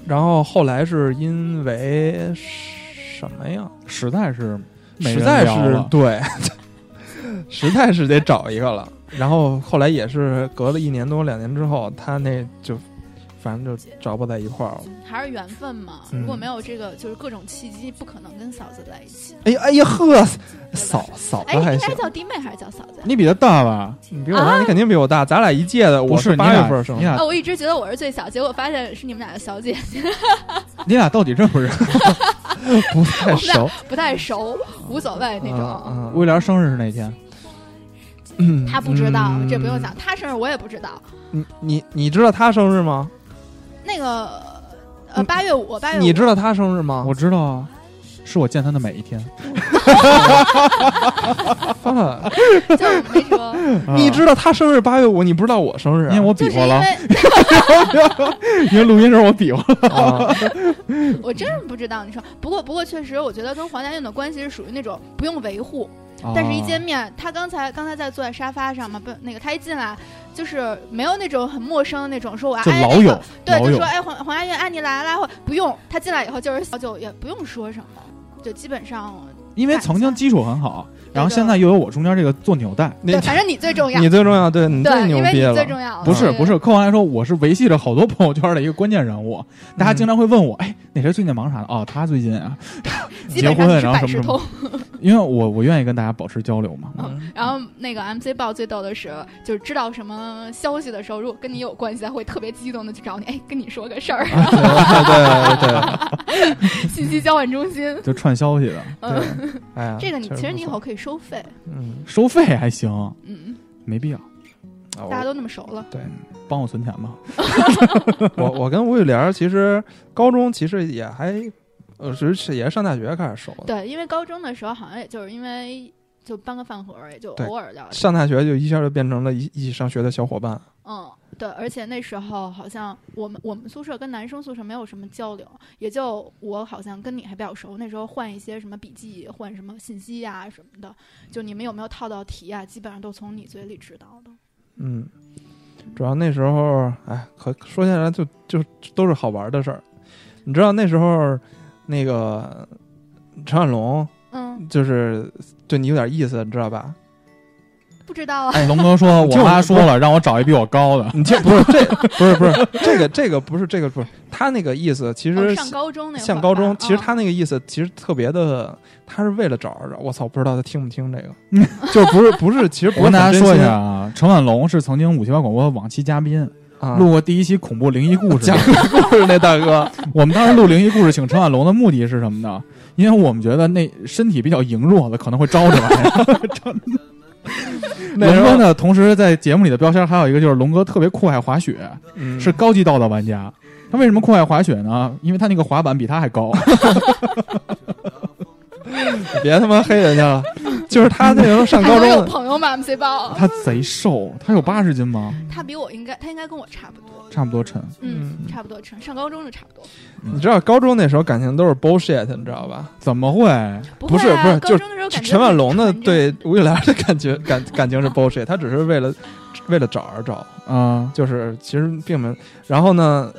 Speaker 4: 然后后来是因为什么呀？
Speaker 3: 实在是没
Speaker 4: 实
Speaker 3: 人
Speaker 4: 在
Speaker 3: 聊了，
Speaker 4: 是对， 实在是得找一个了。然后后来也是隔了一年多两年之后，他那就反正就找不在一块儿了。
Speaker 5: 还是缘分嘛，
Speaker 4: 嗯
Speaker 5: 如果没有这个，就是各种契机，不可能跟嫂子在一起。
Speaker 4: 哎呀哎呀呵，嫂嫂
Speaker 5: 哎，
Speaker 4: 子还
Speaker 5: 应
Speaker 4: 行
Speaker 5: 该，叫弟妹还啊是叫嫂子呀？
Speaker 3: 你比他大吧？
Speaker 4: 你比我大，你肯定比我大，咱俩一届的，
Speaker 3: 不
Speaker 4: 我
Speaker 3: 是你
Speaker 4: 八
Speaker 3: 俩
Speaker 4: 月份生
Speaker 3: 你
Speaker 4: 的。
Speaker 5: 啊，
Speaker 3: 俩
Speaker 5: 我一直觉得我是最小，结果发现是你们俩的小姐，
Speaker 3: 你俩到底认不 认？
Speaker 4: 不太熟。
Speaker 5: 不太熟，无所谓那种。
Speaker 4: 嗯
Speaker 3: 威廉生日是那天，
Speaker 4: 嗯，
Speaker 5: 他不知道，
Speaker 4: 嗯
Speaker 5: 这不用。讲，他生日我也不知道。
Speaker 4: 你嗯你你知道他生日吗？
Speaker 5: 那个呃，
Speaker 4: 嗯
Speaker 5: 八月五，八月五，
Speaker 4: 你知道他生日吗？
Speaker 3: 我知道啊，是我见他的每 一天。
Speaker 4: 啊
Speaker 5: 就是没 说，
Speaker 4: 你知道他生日八月五，你不知道我生日
Speaker 3: 啊，
Speaker 4: 啊？
Speaker 3: 因为我
Speaker 5: 就
Speaker 3: 比
Speaker 5: 是
Speaker 3: 划
Speaker 5: 因
Speaker 3: 了，
Speaker 5: 为
Speaker 3: 因为录音时候我比划了。
Speaker 4: 啊
Speaker 5: 我真是不知道。你说，不过不过确实，我觉得跟黄家韵的关系是属于那种不用维护， 但是一见
Speaker 4: 啊
Speaker 5: 面，他刚才刚才在坐在沙发上嘛，不，那个他一进来就是没有那种很陌生的那种，说我
Speaker 3: 就
Speaker 5: 爱
Speaker 3: 老友，
Speaker 5: 对，
Speaker 3: 老
Speaker 5: 就
Speaker 3: 友
Speaker 5: 哎说哎黄黄家韵爱你来啦，或不用他进来以后就是小九也不用说什么，就基本上
Speaker 3: 因为曾
Speaker 5: 哎
Speaker 3: 经基础很好，然后现在又有我中间这个做纽带。
Speaker 4: 那
Speaker 5: 对，反正你最重要
Speaker 4: 你，最重要，对你
Speaker 5: 哎对
Speaker 4: 最，牛
Speaker 5: 因为
Speaker 4: 逼
Speaker 5: 你
Speaker 4: 了
Speaker 5: 最。重要，
Speaker 3: 不是
Speaker 5: 对
Speaker 3: 不是，客观来说，我是维系着好多朋友圈的一个关键人物。大家经常会问我，哎，那谁最近忙啥呢？哦，他最近啊，
Speaker 5: 基
Speaker 3: 结
Speaker 5: 本上
Speaker 3: 婚，
Speaker 5: 是
Speaker 3: 然后
Speaker 5: 百
Speaker 3: 什
Speaker 5: 事
Speaker 3: 么什么
Speaker 5: 通。，
Speaker 3: 因为我我愿意跟大家保持交流嘛。
Speaker 4: 嗯
Speaker 5: 然后那个 MC 报最逗的是，就是知道什么消息的时候，如果跟你有关系，他会特别激动的去找你，哎，跟你说个事 儿。
Speaker 4: 对对对对，
Speaker 5: 信息交换 中心，
Speaker 3: 就串消息的，
Speaker 5: 嗯，
Speaker 4: 哎呀，
Speaker 5: 这个你
Speaker 4: 确实
Speaker 5: 其实
Speaker 4: 不
Speaker 5: 你以
Speaker 4: 错
Speaker 5: 后可以收费，
Speaker 4: 嗯，
Speaker 3: 收费还行，
Speaker 5: 嗯，
Speaker 3: 没必要。
Speaker 4: 啊
Speaker 5: 大家都那么熟了，
Speaker 3: 帮我存钱吧。
Speaker 4: 哎我我跟吴雨莲儿其实高中其实也还，呃，是是也是上大学开始熟的，
Speaker 5: 对，因为高中的时候好像也就是因为就搬个饭盒儿，也就
Speaker 4: 对
Speaker 5: 偶尔聊聊。
Speaker 4: 上大学就一下就变成了一一起上学的小伙伴。
Speaker 5: 嗯，对，而且那时候好像我们我们宿舍跟男生宿舍没有什么交流，也就我好像跟你还比较熟，那时候换一些什么笔记，换什么信息呀、什么的，就你们有没有套到题啊，基本上都从你嘴里知道的。
Speaker 4: 嗯，主要那时候，哎，可说下来就就都是好玩的事儿。你知道那时候那个陈小龙
Speaker 5: 嗯，
Speaker 4: 就是对你有点意思，你知道吧？
Speaker 5: 不知道啊，
Speaker 3: 哎，龙哥 说，我
Speaker 4: 就
Speaker 3: 妈说了，让我找一比我高的。
Speaker 4: 你这不是这不是不是这个这个不是这个不是他那个意思，其实、
Speaker 5: 哦、上高中那会儿吧，
Speaker 4: 像高中，其实他
Speaker 5: 嗯、
Speaker 4: 那个意思其实特别的，他是为了找着我操，不知道他听不听这个， 就不是不是，其实不
Speaker 3: 我跟
Speaker 4: 是
Speaker 3: 大家
Speaker 4: 很真
Speaker 3: 说一
Speaker 4: 心
Speaker 3: 下啊，陈婉龙是曾经五七八广播往期嘉宾，
Speaker 4: 啊，
Speaker 3: 录过第一期恐怖灵异故事
Speaker 4: 讲。故事那大哥，
Speaker 3: 我们当时录灵异故事，请陈婉龙的目的是什么呢？因为我们觉得那身体比较羸弱的可能会招这玩意 儿。
Speaker 4: 那
Speaker 3: 龙
Speaker 4: 时
Speaker 3: 哥
Speaker 4: 候
Speaker 3: 呢，同时在节目里的标签还有一个就是龙哥特别酷爱滑雪，
Speaker 4: 嗯
Speaker 3: 是高级道道玩家。他 为什么酷爱滑雪呢？因为他那个滑板比他还高。
Speaker 4: 别他妈黑人家 了。就是他那时候上
Speaker 5: 还
Speaker 4: 高
Speaker 5: 能有
Speaker 4: 中，
Speaker 5: 朋友吗？MC 包，
Speaker 3: 他贼瘦，他有八十斤吗？
Speaker 5: 他比我应该，他应该跟我差不多，
Speaker 3: 差不多沉。
Speaker 5: 嗯，
Speaker 4: 嗯
Speaker 5: 差不多，上高中就差不多。
Speaker 4: 你知道高中那时候感情都是 bullshit，你知道吧？
Speaker 3: 怎么 会？
Speaker 5: 不
Speaker 4: 不
Speaker 5: 会啊
Speaker 4: 是不
Speaker 5: 高
Speaker 4: 是
Speaker 5: 中的时候感觉
Speaker 4: 陈
Speaker 5: 很
Speaker 4: 婉龙的
Speaker 5: 纯真，
Speaker 4: 对吴亦凡的感觉感感情是 bullshit，他只是为了为了找而找，
Speaker 3: 啊
Speaker 4: 就是其实并没。然后呢，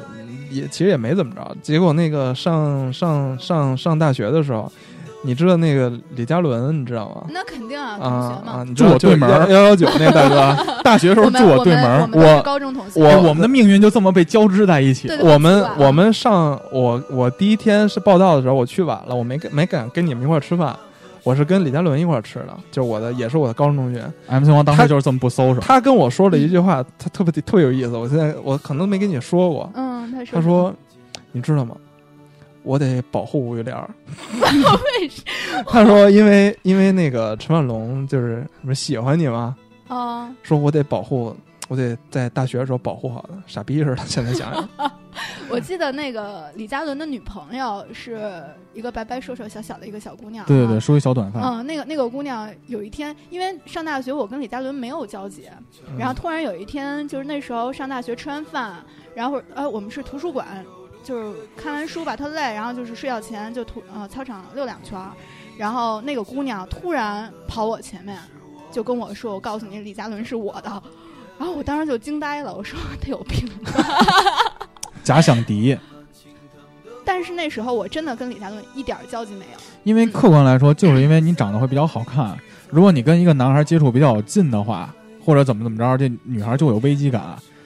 Speaker 4: 也其实也没怎么着。结果那个上上上上大学的时候，你知道那个李嘉伦，你知道吗？
Speaker 5: 那肯定
Speaker 4: 啊
Speaker 5: 啊，同学
Speaker 4: 啊
Speaker 5: 嘛，，
Speaker 4: 你知道
Speaker 3: 住我对门儿
Speaker 4: 幺幺九那大 哥，啊
Speaker 3: 大学时候
Speaker 5: 我
Speaker 3: 住
Speaker 5: 们我
Speaker 3: 对门
Speaker 5: 们
Speaker 3: 儿，
Speaker 5: 我们都是
Speaker 4: 我
Speaker 5: 高中同学，
Speaker 4: 我
Speaker 3: 就我们的命运就这么被交织在一起
Speaker 5: 对。
Speaker 4: 我们
Speaker 5: 对吧
Speaker 4: 我们上我我第一天是报道的时候，我去晚了，我没跟没敢跟你们一块儿吃饭，我是跟李嘉伦一块儿吃的，就是我的也是我的高中同学。
Speaker 3: MC 王当时
Speaker 4: 他
Speaker 3: 就是这么不收拾。
Speaker 4: 他跟我说了
Speaker 5: 嗯
Speaker 4: 一句话，他特别特别有意思，我现在我可能没跟你说过。
Speaker 5: 嗯，他说
Speaker 4: 他说：“你知道吗？我得保护吴玉莲儿。
Speaker 5: 为什”
Speaker 4: 他说：“因为因为那个陈万龙就是什么喜欢你嘛，
Speaker 5: 么啊？
Speaker 4: 说我得保护，我得在大学的时候保护好的，傻逼似的。现在想想，
Speaker 5: 我记得那个李嘉伦的女朋友是一个白白瘦瘦小小的一个小姑娘，啊
Speaker 3: 对对对，。梳一小短发，
Speaker 5: 嗯，那个那个姑娘有一天，因为上大学我跟李嘉伦没有交集，然后突然有一天，就是那时候上大学吃完饭，然后呃我们是图书馆，就是看完书吧，特累，然后就是睡觉前就图呃操场溜两圈儿，然后那个姑娘突然跑我前面，就跟我说：“我告诉你，李嘉伦是我的。”然后我当时就惊呆了，我说 他有病。
Speaker 3: 假想敌。
Speaker 5: 但是那时候我真的跟李嘉伦一点儿交集没有。
Speaker 3: 因为客观来说，就是因为你长得会比较好看，如果你跟一个男孩接触比较近的话，或者怎么怎么着，这女孩就有危机感。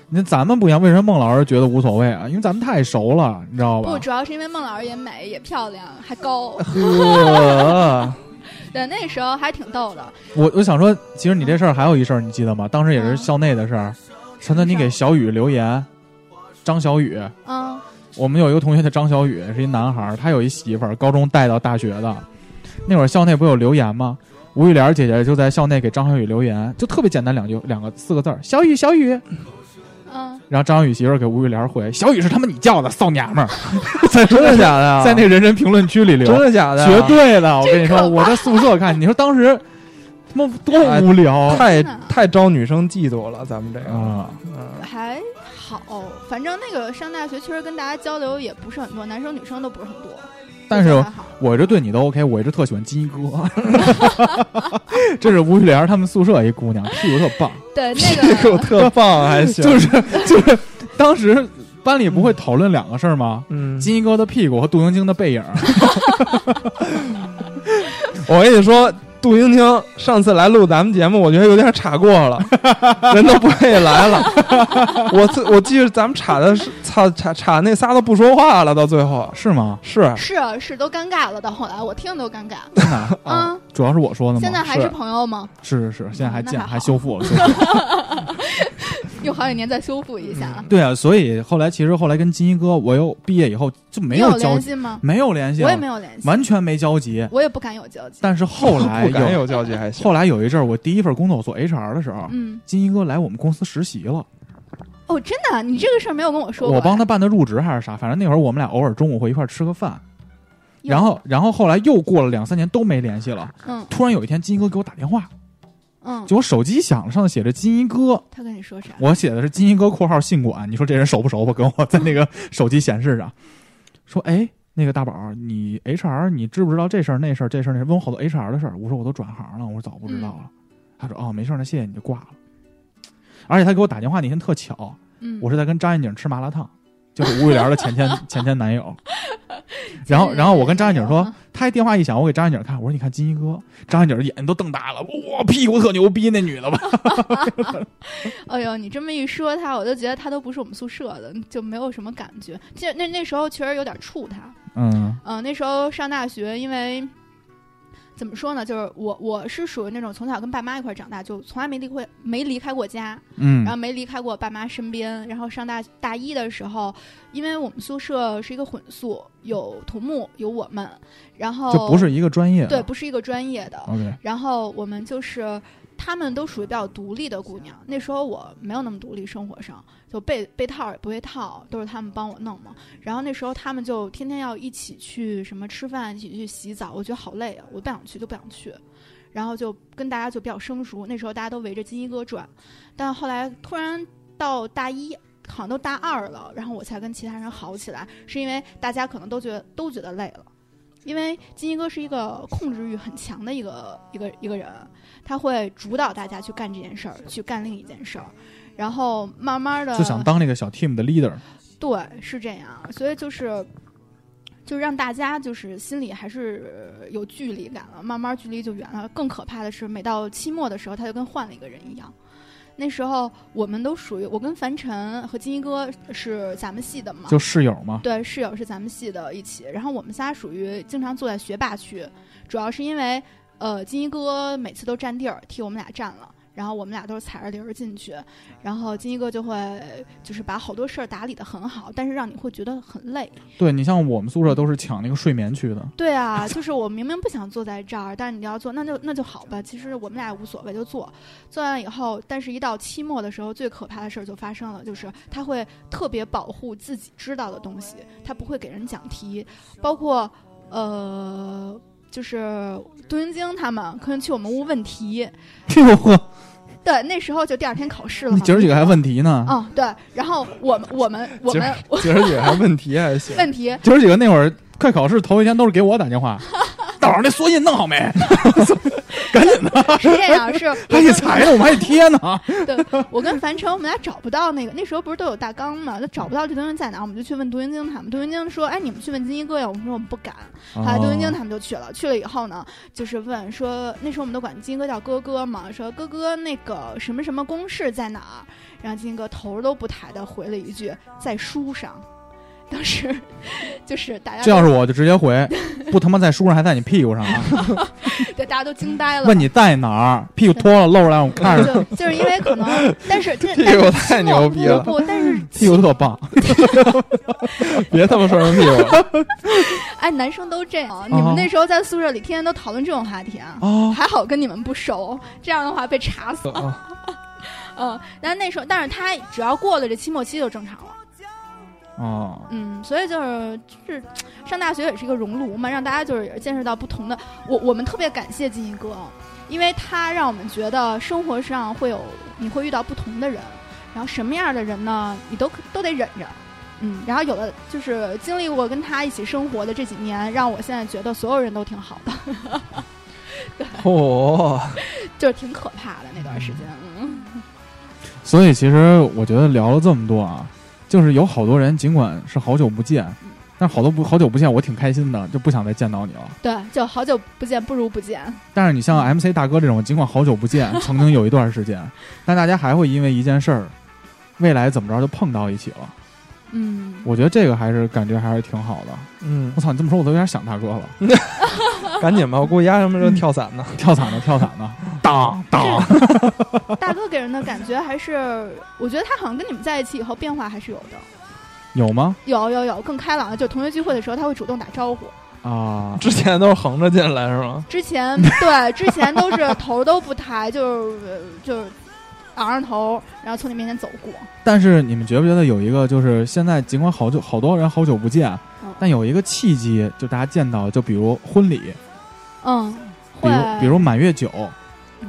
Speaker 3: 那咱们不一样，为什么孟老师觉得无所谓啊？因为咱们太熟了，你知道吧
Speaker 5: 不，？主要是因为孟老师也美也漂亮还高，
Speaker 4: 呃，
Speaker 3: 啊
Speaker 5: 对，那时候还挺逗的。
Speaker 3: 我我想说，其实你这事儿还有一事儿，你记得吗？当时也是校内的事儿，陈晨，你给小雨留言，张小雨，
Speaker 5: 嗯，
Speaker 3: 我们有一个同学叫张小雨，是一男孩儿，他有一媳妇儿，高中带到大学的。那会儿校内不有留言吗？吴玉莲姐姐就在校内给张小雨留言，就特别简单两句两个四个字儿：小雨，小雨。
Speaker 5: 嗯，
Speaker 3: 然后张小雨媳妇儿给吴玉莲回：“小雨是他妈你叫的，骚娘们儿，
Speaker 4: 在 真的假的呀？
Speaker 3: 在那人人评论区里留
Speaker 4: 啊真，的假的？啊
Speaker 3: 绝对的。我跟你
Speaker 5: 真
Speaker 3: 说，
Speaker 5: 可怕
Speaker 3: 我在宿舍看，你说当时他妈多无聊啊、
Speaker 4: 太
Speaker 5: 真的
Speaker 4: 太招女生嫉妒了，咱们这个， 嗯
Speaker 5: 还好，反正那个上大学确实跟大家交流也不是很多，男生女生都不是很多。
Speaker 3: 但
Speaker 5: 就是还好，
Speaker 3: 我这对你都 OK，我一直特喜欢金一哥， 这是吴玉莲他们宿舍一姑娘，屁股特棒，
Speaker 5: 对
Speaker 4: 这
Speaker 5: 那
Speaker 4: 个我
Speaker 5: 个
Speaker 4: 特棒，还行，
Speaker 3: 就是就是当时班里不会讨论两个事儿吗？
Speaker 4: 嗯，
Speaker 3: 金一哥的屁股和杜晶晶的背影，
Speaker 4: 我跟你说，杜晶晶上次来录咱们节目，我觉得有点岔过 了，人都不愿意来了。 我自我记得咱们岔的是，岔岔岔那仨都不说话了，到最后
Speaker 3: 是吗？
Speaker 4: 是
Speaker 5: 是啊是都尴尬了，到后来我听 都尴尬。
Speaker 3: 真的
Speaker 5: 啊、
Speaker 3: 主要是我说的吗？
Speaker 5: 现在还
Speaker 4: 是
Speaker 5: 是朋友吗？
Speaker 3: 是是是，现在还
Speaker 5: 那
Speaker 3: 见
Speaker 5: 还好
Speaker 3: 还修复了。修复了
Speaker 5: 用好几年再修复一下。
Speaker 3: 对啊，所以后来其实后来跟金一哥，我又毕业以后就没
Speaker 5: 你有
Speaker 3: 交
Speaker 5: 联
Speaker 3: 集，
Speaker 5: 系吗？
Speaker 3: 没有联系了，
Speaker 5: 我也没有联系，
Speaker 3: 完全没交集。
Speaker 5: 我也不敢有交集。
Speaker 3: 但是后来
Speaker 4: 不敢
Speaker 3: 有，
Speaker 4: 有交集还行。
Speaker 3: 后来有一阵儿，我第一份工作我做 HR 的时候，
Speaker 5: 嗯，
Speaker 3: 金一哥来我们公司实习了，
Speaker 5: 哦，真的，你这个事儿没有跟我说过。啊
Speaker 3: 我帮他办的入职还是啥，反正那会儿我们俩偶尔中午会一块儿吃个饭。
Speaker 5: 哟
Speaker 3: 然后，然后后来又过了两三年都没联系了。
Speaker 5: 嗯
Speaker 3: 突然有一天，金一哥给我打电话，
Speaker 5: 嗯，
Speaker 3: 就我手机响了，上面写着金一哥，
Speaker 5: 他跟你说啥？
Speaker 3: 我写的是金一哥（括号信管），你说这人熟不熟吧？跟我在那个手机显示上 说，哎，那个大宝，你 HR 你知不知道这事儿那事儿这事儿那事儿？问我好多 HR 的事儿，我说我都转行了，我说早不知道了。他说哦，没事儿，那谢谢你就挂了。而且他给我打电话那天特巧，
Speaker 5: 嗯，
Speaker 3: 我是在跟张艳景吃麻辣烫，就是吴玉莲的前 前前前男友。然后，然后我跟张艳景说，他一电话一响，我给张艳景看，我说你看金一哥，张艳景眼睛都瞪大了，哇，屁股特牛逼那女的吧？
Speaker 5: 哎呦，你这么一说他，我就觉得他都不是我们宿舍的，就没有什么感觉。这那那时候确实有点怵他。
Speaker 3: 嗯，
Speaker 5: 嗯、那时候上大学，因为怎么说呢，就是我我是属于那种从小跟爸妈一块儿长大，就从来没离过没离开过家，
Speaker 3: 嗯
Speaker 5: 然后没离开过爸妈身边。然后上大大一的时候，因为我们宿舍是一个混宿，有土木有我们，然后
Speaker 3: 就不是一个专业的，啊
Speaker 5: 对，不是一个专业的，
Speaker 3: OK，
Speaker 5: 然后我们就是她们都属于比较独立的姑娘。那时候我没有那么独立，生活上就被被套也不会套，都是她们帮我弄嘛。然后那时候她们就天天要一起去什么吃饭，一起去洗澡，我觉得好累啊，我不想去就不想去。然后就跟大家就比较生疏，那时候大家都围着金一哥转，但后来突然到大一，好像都大二了，然后我才跟其他人好起来，是因为大家可能都觉得都觉得累了。因为金一哥是一个控制欲很强的一个一个一个人，他会主导大家去干这件事儿，去干另一件事儿，然后慢慢的
Speaker 3: 就想当那个小 team 的 leader，
Speaker 5: 嗯对，是这样，所以就是，就让大家就是心里还是呃有距离感了，慢慢距离就远了。更可怕的是，每到期末的时候，他就跟换了一个人一样。那时候我们都属于我跟樊晨和金一哥是咱们系的嘛，
Speaker 3: 就室友嘛。
Speaker 5: 对，室友是咱们系的一起，然后我们仨属于经常坐在学霸区，主要是因为呃金一哥每次都占地儿，替我们俩占了。然后我们俩都是踩着铃儿进去，然后金一哥就会就是把好多事儿打理的很好，但是让你会觉得很累。
Speaker 3: 对你像我们宿舍都是抢那个睡眠区 的，
Speaker 5: 对啊，就是我明明不想坐在这儿，但是你要坐，那就那就好吧。其实我们俩也无所谓，就坐。做完以后，但是一到期末的时候，最可怕的事儿就发生了，就是他会特别保护自己知道的东西，他不会给人讲题，包括呃，就是杜云晶他们可能去我们屋问题。
Speaker 3: 这 个嚯，
Speaker 5: 哦对，那时候就第二天考试了
Speaker 3: 你
Speaker 5: 嘛。
Speaker 3: 姐儿几个还问题 呢？
Speaker 5: 嗯，对。然后我们我们我们我
Speaker 4: 姐儿姐还问题还行，
Speaker 5: 问题
Speaker 3: 哎姐儿几个那会儿快考试头一天都是给我打电 话，道儿那缩印弄好没？赶紧的，
Speaker 5: 是这样，是
Speaker 3: 还得裁呢，我们还得贴 呢。
Speaker 5: 对，我
Speaker 3: 嗯
Speaker 5: 跟樊城，我们俩找不到那个，那时候不是都有大纲嘛，那找不到这东西在哪，我们就去问杜云晶他们。杜云晶说：“哎，你们去问金一哥呀。”我们说我们不敢。后来杜云
Speaker 3: 哦啊
Speaker 5: 晶他们就去了，去了以后呢，就是问说，那时候我们都管金一哥叫哥哥嘛，说哥哥那个什么什么公式在哪儿？然后金一哥头都不抬的回了一句：“在书上。”当时就是大家
Speaker 3: 这要是我就直接回，不他妈在书上还在你屁股上啊？
Speaker 5: 对大家都惊呆了。
Speaker 3: 问你在哪儿？屁股脱了露出来，我看 着
Speaker 5: 就就是因为可能，但是 这
Speaker 4: 屁股太牛逼了，
Speaker 5: 不不，但是
Speaker 3: 屁股特棒。
Speaker 4: 别他妈说成屁股了。
Speaker 5: 哎，男生都这样。你们那时候在宿舍里天天都讨论这种话题啊？
Speaker 3: 哦，
Speaker 5: 还好跟你们不熟，这样的话被查死。
Speaker 4: 啊
Speaker 5: 嗯，但那时候，但是他只要过了这期末期就正常了。
Speaker 3: 哦，
Speaker 5: 嗯，所以就是就是上大学也是一个熔炉嘛，让大家就是也见识到不同的。我我们特别感谢金一哥，因为他让我们觉得生活上会有你会遇到不同的人，然后什么样的人呢，你都可都得忍着。嗯，然后有的就是经历过跟他一起生活的这几年，让我现在觉得所有人都挺好的，
Speaker 4: 嚯！
Speaker 5: 就是挺可怕的那段时间。嗯，
Speaker 3: 所以其实我觉得聊了这么多啊，就是有好多人尽管是好久不见，但是好多不好久不见，我挺开心的，就不想再见到你了。
Speaker 5: 对，就好久不见，不如不见。
Speaker 3: 但是你像 MC 大哥这种，尽管好久不见，曾经有一段时间，但大家还会因为一件事儿，未来怎么着就碰到一起了。
Speaker 5: 嗯，
Speaker 3: 我觉得这个还是感觉还是挺好的。
Speaker 4: 嗯
Speaker 3: 我，操，你这么说我都有点想大哥了，
Speaker 4: 赶紧吧，我估计丫他妈正跳伞呢。
Speaker 3: 跳伞呢，跳伞呢，当当。
Speaker 5: 大哥给人的感觉还是，我觉得他好像跟你们在一起以后变化还是有的。
Speaker 3: 有吗？
Speaker 5: 有有有，更开朗了。就同学聚会的时候，他会主动打招呼。
Speaker 3: 啊，
Speaker 4: 之前都是横着进来是吗？
Speaker 5: 之前对，之前都是头都不抬，就是呃就是昂着头，然后从你面前走过。
Speaker 3: 但是你们觉不觉得有一个，就是现在尽管好久好多人好久不见啊
Speaker 5: 嗯，
Speaker 3: 但有一个契机，就大家见到，就比如婚礼，
Speaker 5: 嗯，
Speaker 3: 比
Speaker 5: 会
Speaker 3: 如比如满月酒。
Speaker 5: 嗯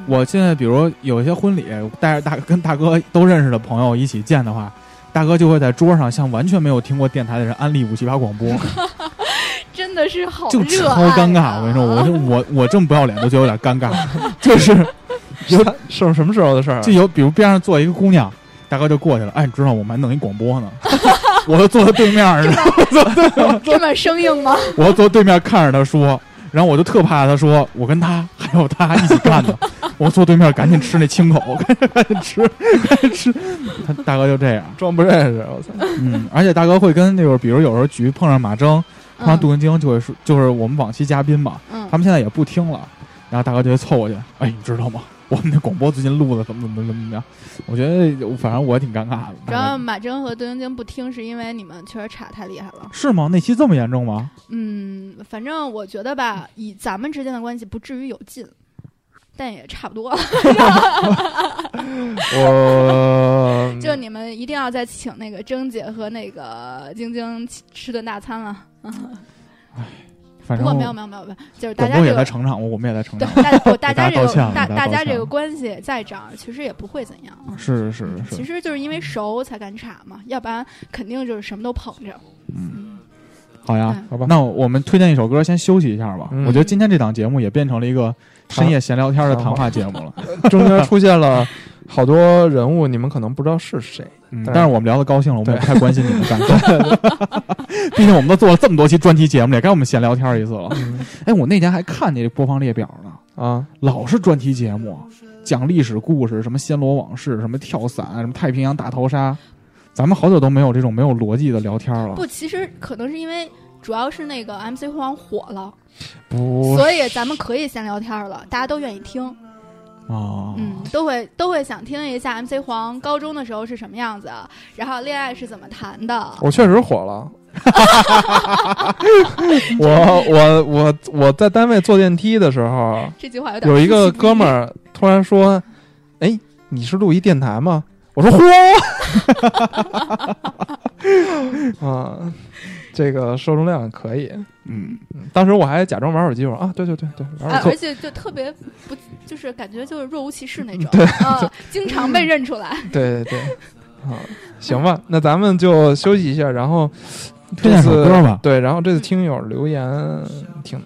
Speaker 3: 我现在比如有一些婚礼，带着大跟大哥都认识的朋友一起见的话，大哥就会在桌上向完全没有听过电台的人安利五七八广 播，
Speaker 5: 真的是好
Speaker 3: 就
Speaker 5: 热
Speaker 3: 超
Speaker 5: 爱
Speaker 3: 尴
Speaker 5: 啊
Speaker 3: 尬。我跟你说，我就我我这么不要脸都觉得有点尴尬，就是有
Speaker 4: 是什么时候的事儿啊？
Speaker 3: 就有比如边上坐一个姑娘，大哥就过去了，哎，你知道我们还弄一广播呢， 我就坐在对面儿，
Speaker 5: 这么生硬吗？
Speaker 3: 我就坐对面看着他说，然后我就特怕他说我跟他还有他一起干 的，我坐对面赶紧吃那青口， 赶紧赶紧吃，赶紧吃，他大哥就这样，
Speaker 4: 装不认识，我操！
Speaker 3: 嗯，而且大哥会跟那个，比如有时候局碰上马征，碰上杜文晶，就会说，就是我们往期嘉宾嘛，
Speaker 5: 嗯，
Speaker 3: 他们现在也不听了，然后大哥就会凑过去，哎，你知道吗？我们那广播最近录的怎么怎么怎么样？我觉得反正我挺尴尬的。
Speaker 5: 主要马珍和邓晶晶不听，是因为你们确实差太厉害了。
Speaker 3: 是吗？那期这么严重吗？
Speaker 5: 嗯，反正我觉得吧，以咱们之间的关系，不至于有劲。但也差不多了。
Speaker 4: 我
Speaker 3: 嗯
Speaker 5: 就你们一定要再请那个郑姐和那个晶晶吃吃顿大餐了。
Speaker 3: 反正
Speaker 5: 不过没有没有没有没有，就是大
Speaker 3: 广
Speaker 5: 家
Speaker 3: 播
Speaker 5: 这
Speaker 3: 也在
Speaker 5: 个
Speaker 3: 成长，我我们也在 成
Speaker 5: 对
Speaker 3: 长。
Speaker 5: 大家不大家
Speaker 3: 给大家
Speaker 5: 这
Speaker 3: 道
Speaker 5: 个
Speaker 3: 歉了
Speaker 5: 大
Speaker 3: 给大家
Speaker 5: 大
Speaker 3: 道
Speaker 5: 家这
Speaker 3: 歉
Speaker 5: 个关系在这儿，其实也不会怎样。啊。
Speaker 3: 是是是
Speaker 5: 其
Speaker 3: 是，
Speaker 5: 实就是因为熟才敢插嘛，要不然肯定就是什么都捧着。嗯，
Speaker 3: 好呀。
Speaker 4: 好吧，
Speaker 3: 那我们推荐一首歌，先休息一下吧。
Speaker 4: 嗯
Speaker 3: 我觉得今天这档节目也变成了一个深夜闲聊天的谈话节目了。
Speaker 4: 中间出现了好多人物，你们可能不知道是谁。
Speaker 3: 嗯，
Speaker 4: 对
Speaker 3: 但是我们聊的高兴了，我们也不太关心你们感受。 毕竟我们都做了这么多期专题节目了，也该我们闲聊天一次了。
Speaker 4: 嗯
Speaker 3: 哎，我那天还看你这播放列表呢，
Speaker 4: 啊，
Speaker 3: 老是专题节目，讲历史故事，什么暹罗往事，什么跳伞，什么太平洋大逃杀。咱们好久都没有这种没有逻辑的聊天了。
Speaker 5: 不，其实可能是因为主要是那个 MC 黄火了，
Speaker 4: 不，
Speaker 5: 所以咱们可以闲聊天了，大家都愿意
Speaker 4: 哦
Speaker 5: 听。
Speaker 3: 啊，
Speaker 5: 嗯，都会都会想听一下 MC 黄高中的时候是什么样子，然后恋爱是怎么谈的。
Speaker 4: 我确实火了。 我我我我在单位坐电梯的时候，
Speaker 5: 这句话有点
Speaker 4: 有一
Speaker 5: 出
Speaker 4: 个
Speaker 5: 戏
Speaker 4: 哥们儿突然说：“哎，你是录一电台吗？”我说：“嚯！” 啊，这个受众量可以。
Speaker 3: 嗯，
Speaker 4: 嗯当时我还假装玩手机，我说：“啊，对对对对，玩
Speaker 5: 啊
Speaker 4: 手，机。
Speaker 5: 而且就特别不，就是感觉就是若无其事那
Speaker 4: 嗯
Speaker 5: 种， 啊，经常被认出来。
Speaker 4: 对对对，啊，行吧，那咱们就休息一下，然后
Speaker 3: 推
Speaker 4: 这
Speaker 3: 荐首
Speaker 4: 次
Speaker 3: 歌吧，
Speaker 4: 对，然后这次听友留言挺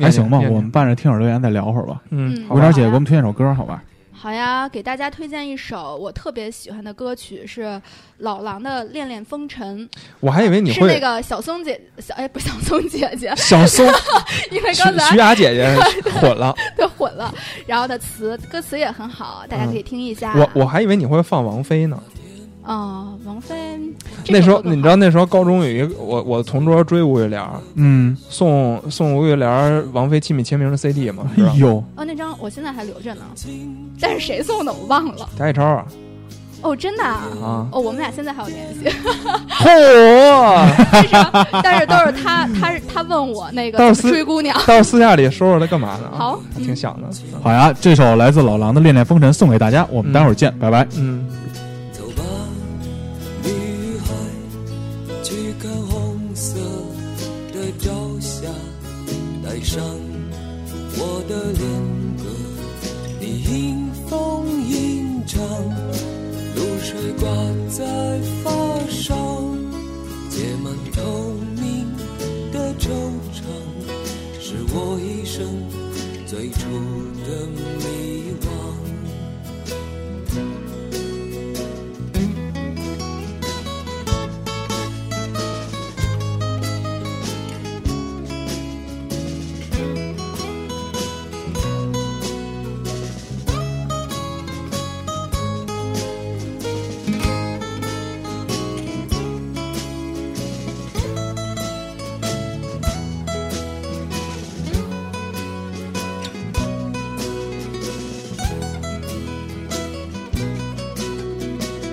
Speaker 3: 还行吧。
Speaker 4: 念
Speaker 3: 我们伴着听友留言再聊会儿吧。
Speaker 4: 嗯，
Speaker 5: 嗯
Speaker 4: 好
Speaker 3: 吴点
Speaker 4: 吧
Speaker 5: 我俩
Speaker 3: 姐给我们推荐首歌，好吧？
Speaker 5: 好呀，给大家推荐一首我特别喜欢的歌曲，是老狼的《恋恋风尘
Speaker 4: 我还以为》，你
Speaker 5: 是那
Speaker 4: 会
Speaker 5: 个小松姐小哎不是小松姐 姐，
Speaker 4: 小松
Speaker 5: 因为
Speaker 4: 徐
Speaker 5: 刚
Speaker 4: 徐啊
Speaker 5: 才
Speaker 4: 雅姐 姐混了，
Speaker 5: 被混了。然后的词歌词也很好，大家可以听一下。
Speaker 4: 嗯我我还以为你会放王菲呢。
Speaker 5: 啊，王菲
Speaker 4: 那时候
Speaker 5: 这首歌更好
Speaker 4: 你知道那时候高中有一个我我同桌追吴月莲儿，
Speaker 3: 嗯，
Speaker 4: 送送吴月莲儿王菲亲笔签名的 CD 嘛，是吧
Speaker 3: 哎？呦，
Speaker 5: 哦那张我现在还留着呢，但是谁送的我忘了。
Speaker 4: 贾一超啊
Speaker 5: 哦，真的啊。
Speaker 4: 啊，
Speaker 5: 哦，我们俩现在还有联系，
Speaker 4: 嚯！
Speaker 5: 但是都是他，他是他问我那个
Speaker 4: 都是
Speaker 5: 怎么追姑娘。
Speaker 4: 到时候私下里说说他干嘛呢？啊，
Speaker 5: 好，
Speaker 4: 还
Speaker 5: 嗯
Speaker 4: 挺想的。
Speaker 3: 好呀，这首来自老狼的《恋恋风尘》送给大家，我们待会儿见，拜拜。
Speaker 4: 嗯。
Speaker 2: 走吧，你与海，去看红色的朝霞，带上我的恋歌，你迎风吟唱，露水挂在发梢，结满透明的惆怅，是我一生最初的迷惘。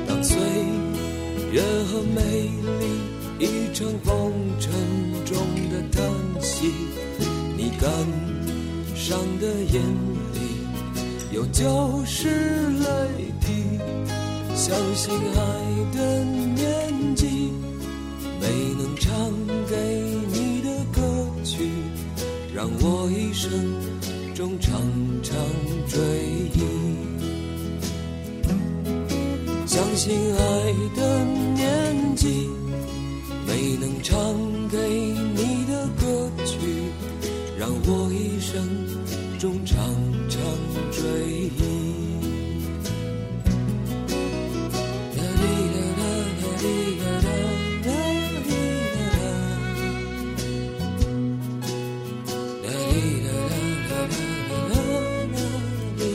Speaker 2: 当岁月和美丽一场风尘中的叹息，你感伤的眼里有旧时泪滴。小心爱的年纪，没能唱给你的歌曲，让我一生中常常追忆。相信爱的年纪，没能唱给你的歌曲，让我一生中常常追忆。哒滴哒哒哒滴哒哒哒滴哒哒，哒滴哒哒哒哒哒哒滴哒滴。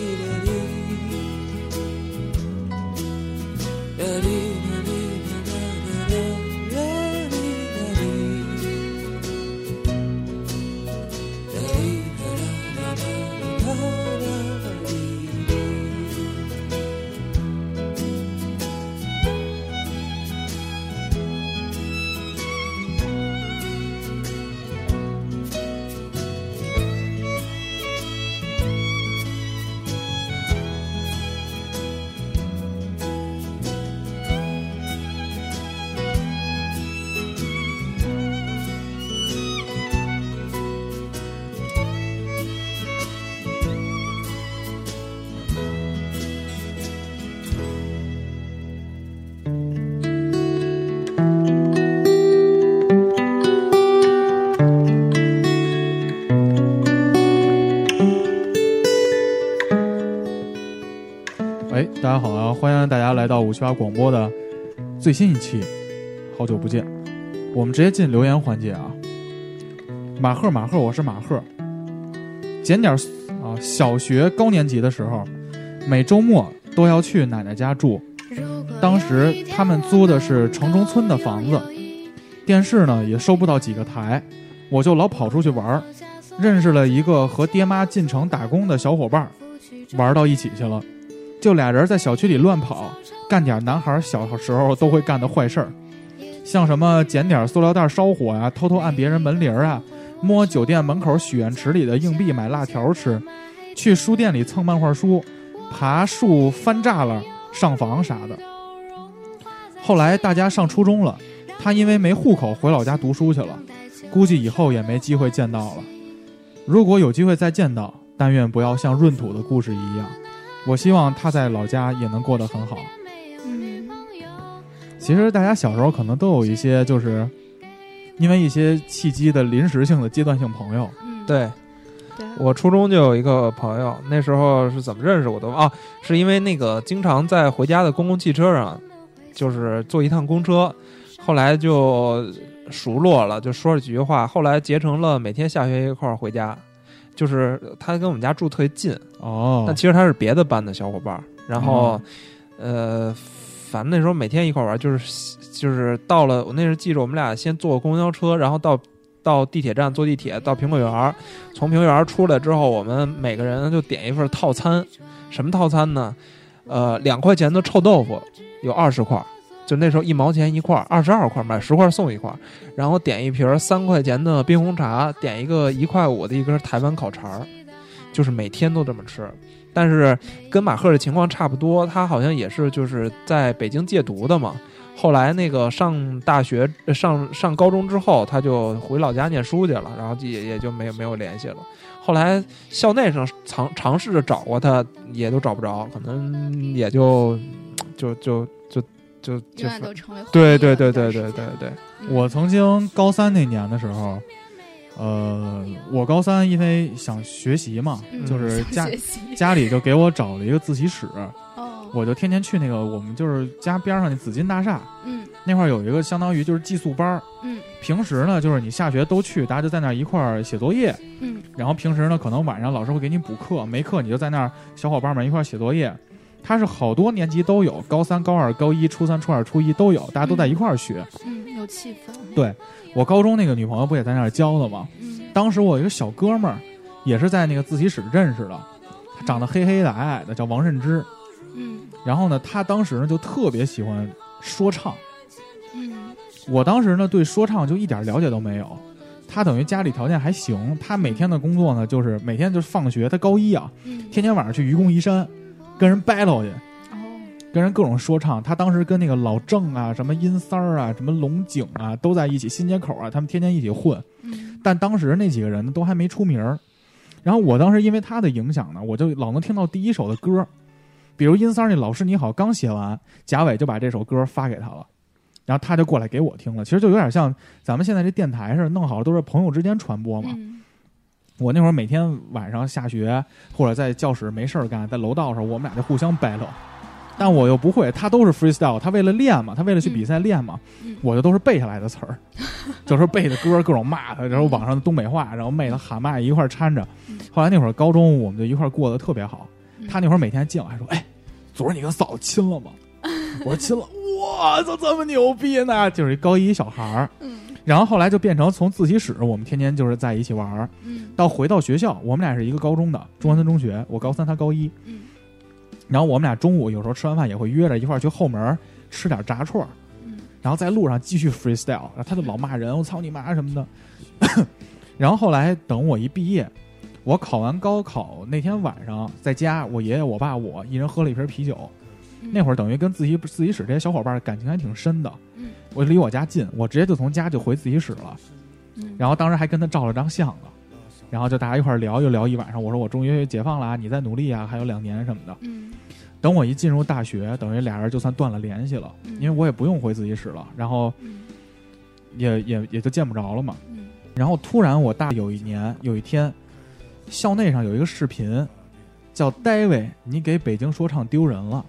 Speaker 2: 哒哩哒哩哒哒哒哒哒哩哒哩。
Speaker 3: 家好啊！欢迎大家来到五七八广播的最新一期，好久不见。我们直接进留言环节啊。马赫，马赫，我是马赫。捡点儿啊，小学高年级的时候，每周末都要去奶奶家住。当时他们租的是城中村的房子，电视呢也收不到几个台，我就老跑出去玩儿，认识了一个和爹妈进城打工的小伙伴儿，玩到一起去了，就俩人在小区里乱跑，干点男孩小时候都会干的坏事儿，像什么捡点塑料袋烧火啊，偷偷按别人门铃儿啊，摸酒店门口许愿池里的硬币买辣条吃，去书店里蹭漫画书，爬树翻栅栏、上房啥的。后来大家上初中了，他因为没户口回老家读书去了，估计以后也没机会见到了。如果有机会再见到，但愿不要像闰土的故事一样。我希望他在老家也能过得很好。
Speaker 5: 嗯，
Speaker 3: 其实大家小时候可能都有一些，就是因为一些契机的临时性的阶段性朋友，
Speaker 5: 嗯，
Speaker 4: 对
Speaker 5: 对，
Speaker 4: 我初中就有一个朋友，那时候是怎么认识我的啊？是因为那个经常在回家的公共汽车上，就是坐一趟公车，后来就熟络了，就说了几句话，后来结成了每天下学一块儿回家。就是他跟我们家住特别近，
Speaker 3: 哦
Speaker 4: 但，其实他是别的班的小伙伴儿。然后，呃，反正那时候每天一块儿玩，就是就是到了我那时候记着我们俩先坐公交车，然后到到地铁站坐地铁到苹果园儿，从苹果园儿出来之后，我们每个人就点一份套餐，什么套餐呢？呃，两块钱的臭豆腐有二十块儿。就那时候一毛钱一块儿，二十二块儿买十块儿送一块儿，然后点一瓶儿三块钱的冰红茶，点一个一块五的一根台湾烤肠儿，就是每天都这么吃。但是跟马赫的情况差不多，他好像也是就是在北京戒毒的嘛。后来那个上大学、呃上上高中之后，他就回老家念书去了，然后也也就没有没有联系了。后来校内上尝尝试着找过他，也都找不着，可能也就就就就就就
Speaker 5: 永远都成为
Speaker 4: 对
Speaker 5: 回忆的
Speaker 4: 对
Speaker 5: 一
Speaker 4: 对
Speaker 5: 段
Speaker 4: 对
Speaker 5: 时
Speaker 4: 对对
Speaker 5: 间，
Speaker 4: 对，
Speaker 5: 嗯
Speaker 3: 我曾经高三那年的时候，呃，我高三因为想学习嘛，
Speaker 5: 嗯
Speaker 3: 就是
Speaker 5: 想
Speaker 3: 家
Speaker 5: 学习
Speaker 3: 家里就给我找了一个自习室，
Speaker 5: 哦，
Speaker 3: 我就天天去那个我们就是家边上那紫金大厦
Speaker 5: 嗯
Speaker 3: 那块儿有一个相当于就是寄宿班儿，
Speaker 5: 嗯
Speaker 3: 平时呢就是你下学都去，大家就在那儿一块儿写作业，
Speaker 5: 嗯
Speaker 3: 然后平时呢可能晚上老师会给你补课，没课你就在那儿小伙伴们一块儿写作业。它是好多年级都有，高三、高二、高一、初三、初二、初一都有，大家都在一块儿学。
Speaker 5: 嗯，有气氛，
Speaker 3: 对我高中那个女朋友不也在那儿教的吗？
Speaker 5: 嗯，
Speaker 3: 当时我有一个小哥们儿，也是在那个自习室认识的，长得黑黑的、矮矮的，叫王任之。
Speaker 5: 嗯
Speaker 3: 然后呢，他当时呢就特别喜欢说唱，
Speaker 5: 嗯
Speaker 3: 我当时呢对说唱就一点了解都没有。他等于家里条件还行，他每天的工作呢就是每天就是放学，他高一啊，
Speaker 5: 嗯，
Speaker 3: 天天晚上去愚公移山，跟人 battle 去，
Speaker 5: 哦，
Speaker 3: 跟人各种说唱。他当时跟那个老郑啊、什么殷三儿啊、什么龙井啊都在一起，新街口啊，他们天天一起混。
Speaker 5: 嗯
Speaker 3: 但当时那几个人呢都还没出名儿。然后我当时因为他的影响呢，我就老能听到第一首的歌，比如殷三儿那《老师你好》刚写完，贾伟就把这首歌发给他了，然后他就过来给我听了。其实就有点像咱们现在这电台似的，弄好了都是朋友之间传播嘛。
Speaker 5: 嗯
Speaker 3: 我那会儿每天晚上下学或者在教室没事儿干，在楼道上我们俩就互相 battle，但我又不会，他都是 freestyle，他为了练嘛，他为了去比赛练嘛，
Speaker 5: 嗯
Speaker 3: 我就都是背下来的词儿，就是背的歌，各种骂他，然后网上的东北话，然后妹子喊骂一块儿掺着
Speaker 5: 嗯。
Speaker 3: 后来那会儿高中我们就一块儿过得特别好，
Speaker 5: 嗯
Speaker 3: 他那会儿每天还见我还说，哎，昨儿你跟嫂子亲了吗？ 我说亲了，哇，怎么这么牛逼呢？就是一高一小孩儿，
Speaker 5: 嗯
Speaker 3: 然后后来就变成从自习室我们天天就是在一起玩儿。
Speaker 5: 嗯
Speaker 3: 到回到学校，我们俩是一个高中的，中关村中学，我高三，他高一。
Speaker 5: 嗯
Speaker 3: 然后我们俩中午有时候吃完饭也会约着一块儿去后门儿吃点炸串儿，
Speaker 5: 嗯
Speaker 3: 然后在路上继续 freestyle，然后他就老骂人，我操你妈什么的。 然后后来等我一毕业，我考完高考那天晚上在家，我爷爷、我爸、我一人喝了一瓶啤酒。
Speaker 5: 嗯
Speaker 3: 那会儿等于跟自习自习室这些小伙伴儿感情还挺深的
Speaker 5: 嗯。
Speaker 3: 我离我家近，我直接就从家就回自习室了。
Speaker 5: 嗯
Speaker 3: 然后当时还跟他照了张相呢，然后就大家一块儿聊，又聊一晚上。我说我终于解放了啊，你再努力啊，还有两年什么的。
Speaker 5: 嗯
Speaker 3: 等我一进入大学，等于俩人就算断了联系了，
Speaker 5: 嗯
Speaker 3: 因为我也不用回自习室了，然后
Speaker 5: 嗯
Speaker 3: 也也也就见不着了嘛。
Speaker 5: 嗯
Speaker 3: 然后突然我大有一年有一天，校内上有一个视频，叫 “David，你给北京说唱丢人了”，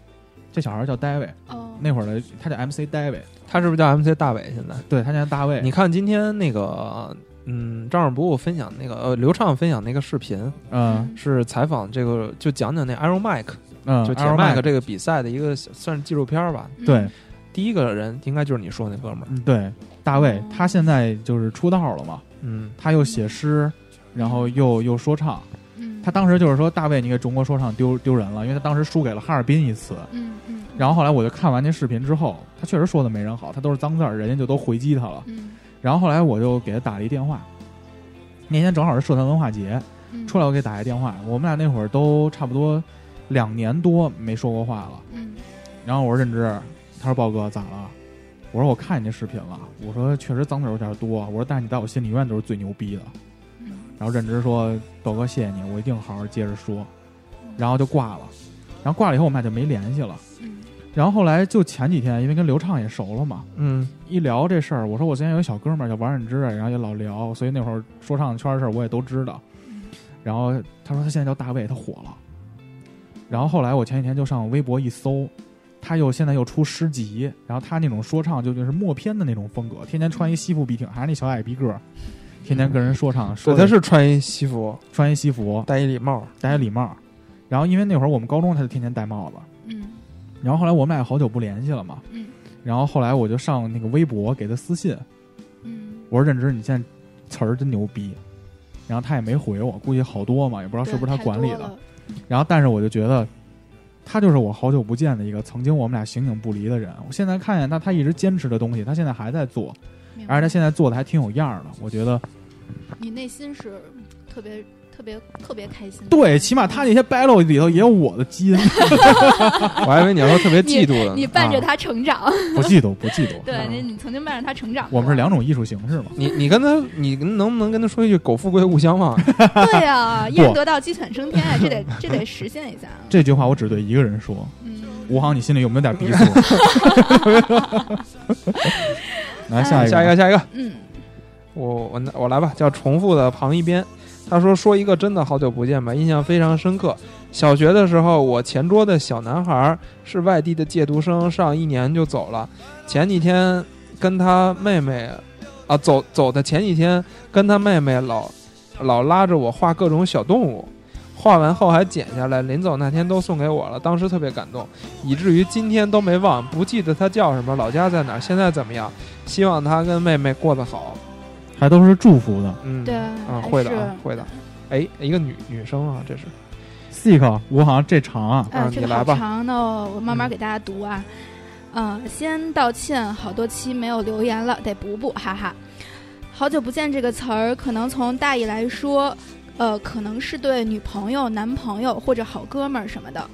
Speaker 3: 这小孩叫 David，
Speaker 5: 哦，
Speaker 3: 那会儿的他叫 MC David，
Speaker 4: 他是不是叫 MC 大伟？现在
Speaker 3: 对他叫大卫。
Speaker 4: 你看今天那个，嗯，照样不误分享那个呃，刘畅分享那个视频
Speaker 5: 哦
Speaker 3: 嗯
Speaker 4: 是采访这个，就讲讲那 Iron Mike
Speaker 3: 嗯，
Speaker 4: 就铁
Speaker 3: Iron
Speaker 4: 麦克
Speaker 3: Mike，
Speaker 4: 这个比赛的一个小算是纪录片儿吧。
Speaker 5: 嗯
Speaker 3: 对，
Speaker 4: 第一个人应该就是你说那哥们儿，
Speaker 3: 嗯对，大卫他现在就是出道了嘛，
Speaker 4: 嗯，
Speaker 3: 他又写诗，然后又又说唱。
Speaker 5: 嗯，
Speaker 3: 他当时就是说大卫你给中国说唱丢丢人了，因为他当时输给了哈尔滨一次。
Speaker 5: 嗯嗯，嗯
Speaker 3: 然后后来我就看完那视频之后，他确实说的没人好，他都是脏字儿，人家就都回击他了。
Speaker 5: 嗯
Speaker 3: 然后后来我就给他打了一电话，那天正好是社团文化节，
Speaker 5: 嗯
Speaker 3: 出来我给他打一电话，我们俩那会儿都差不多两年多没说过话了。
Speaker 5: 嗯
Speaker 3: 然后我说认知，他说豹哥咋了？我说我看你这视频了，我说确实脏字儿有点多，我说但是你在我心里永远都是最牛逼的。
Speaker 5: 嗯
Speaker 3: 然后认知说豹哥谢谢你，我一定好好接着说，然后就挂了。然后挂了以后我们俩就没联系了。
Speaker 5: 嗯
Speaker 3: 然后后来就前几天，因为跟刘畅也熟了嘛，
Speaker 4: 嗯，
Speaker 3: 一聊这事儿，我说我之前有一小哥们儿叫王忍之，然后也老聊，所以那会儿说唱圈的事儿我也都知道。然后他说他现在叫大卫，他火了。然后后来我前几天就上微博一搜，他又现在又出诗集，然后他那种说唱就就是默片的那种风格，天天穿一西服笔挺，还是那小矮逼个儿，天天跟人说唱，说
Speaker 4: 对，
Speaker 3: 的
Speaker 4: 他是穿一西服，
Speaker 3: 穿一西服，
Speaker 4: 戴一礼 帽，
Speaker 3: 戴一礼帽。然后因为那会儿我们高中他就天天戴帽子，
Speaker 5: 嗯
Speaker 3: 然后后来我们俩好久不联系了嘛，
Speaker 5: 嗯
Speaker 3: 然后后来我就上那个微博给他私信，
Speaker 5: 嗯，
Speaker 3: 我说认知你现在词儿真牛逼，然后他也没回我，估计好多嘛，也不知道是不是他
Speaker 5: 对
Speaker 3: 管理，
Speaker 5: 太
Speaker 3: 的。
Speaker 5: 多了
Speaker 3: 然后但是我就觉得，他就是我好久不见的一个曾经我们俩形影不离的人。我现在看见他，他一直坚持的东西，他现在还在做，
Speaker 5: 明白
Speaker 3: 而且他现在做的还挺有样儿的。我觉得
Speaker 5: 你内心是特别特别特别开心的，
Speaker 3: 对，起码他那些 battle 里头也有我的基因。
Speaker 4: 我还以为你要说特别嫉妒的呢。啊
Speaker 5: 你伴着他
Speaker 3: 啊
Speaker 5: 成长，
Speaker 3: 不嫉妒，不嫉妒。
Speaker 5: 对你你曾经伴着他成长，
Speaker 3: 嗯我们是两种艺术形式嘛。
Speaker 4: 你你跟他，你能不能跟他说一句“狗富贵勿相忘
Speaker 5: 对啊，一人得道鸡犬升天啊，这得这得实现一下啊，
Speaker 3: 这句 话我只对一个人说，
Speaker 5: 嗯，
Speaker 3: 吴航，你心里有没有点逼数？来”？下一
Speaker 4: 哎下一
Speaker 3: 个
Speaker 4: 个，下一个，
Speaker 5: 嗯
Speaker 4: 我我我来吧，叫重复的旁一边。他说说一个真的好久不见吧，印象非常深刻。小学的时候，我前桌的小男孩是外地的借读生，上一年就走了。前几天跟他妹妹，啊，走走的前几天跟他妹妹老老拉着我画各种小动物，画完后还剪下来，临走那天都送给我了，当时特别感动，以至于今天都没忘，不记得他叫什么，老家在哪儿，现在怎么样？希望他跟妹妹过得好。
Speaker 3: 还都是祝福的。
Speaker 4: 嗯，
Speaker 5: 对
Speaker 4: 啊，
Speaker 5: 还
Speaker 4: 会的
Speaker 5: 是
Speaker 4: 啊，会的。哎，一个女女生啊，这是
Speaker 3: Sick，吴航这长啊，
Speaker 5: 哎
Speaker 4: 啊，
Speaker 5: 这
Speaker 4: 你
Speaker 5: 个
Speaker 4: 来
Speaker 5: 好
Speaker 4: 吧
Speaker 5: 长的哦，我慢慢给大家读啊。嗯、先道歉，好多期没有留言了，得补补，哈哈。好久不见这个词儿，可能从大意来说，呃，可能是对女朋友、男朋友或者好哥们儿什么的，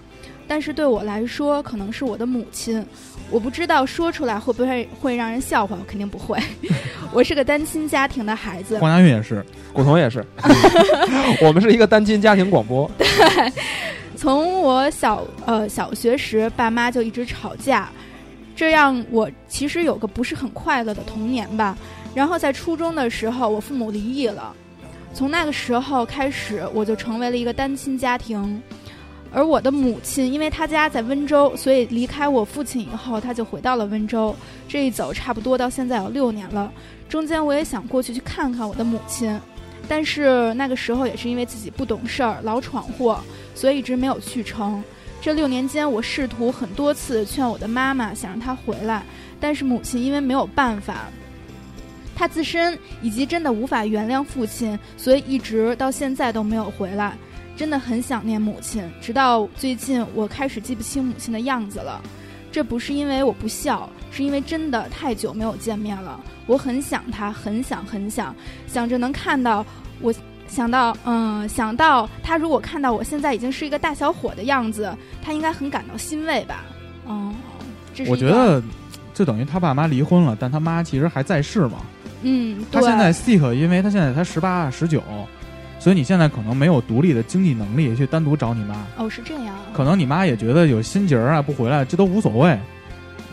Speaker 5: 但是对我来说，可能是我的母亲。我不知道说出来会不会会让人笑话，我肯定不会。 我是个单亲家庭的孩子，
Speaker 3: 黄家韵也是。
Speaker 4: 古潼也 是，我们是一个单亲家庭广播。
Speaker 5: 从我小呃小学时，爸妈就一直吵架，这让我其实有个不是很快乐的童年吧。然后在初中的时候，我父母离异了，从那个时候开始，我就成为了一个单亲家庭。而我的母亲，因为她家在温州，所以离开我父亲以后，她就回到了温州。这一走差不多到现在有六年了，中间我也想过去去看看我的母亲，但是那个时候也是因为自己不懂事儿，老闯祸，所以一直没有去成。这六年间，我试图很多次劝我的妈妈，想让她回来，但是母亲因为没有办法，她自身以及真的无法原谅父亲，所以一直到现在都没有回来。真的很想念母亲，直到最近我开始记不清母亲的样子了。这不是因为我不孝，是因为真的太久没有见面了。我很想她，很想很想，想着能看到我想到，嗯，想到他如果看到我现在已经是一个大小伙的样子，他应该很感到欣慰吧？嗯，这是
Speaker 3: 我
Speaker 5: 一
Speaker 3: 觉
Speaker 5: 个，
Speaker 3: 得就等于他爸妈离婚了，但他妈其实还在世嘛。
Speaker 5: 嗯，
Speaker 3: 他
Speaker 5: 对
Speaker 3: 现在 sick，因为他现在才十八十九，所以你现在可能没有独立的经济能力去单独找你妈，
Speaker 5: 哦是这样，
Speaker 3: 可能你妈也觉得有心结儿啊，不回来这都无所谓。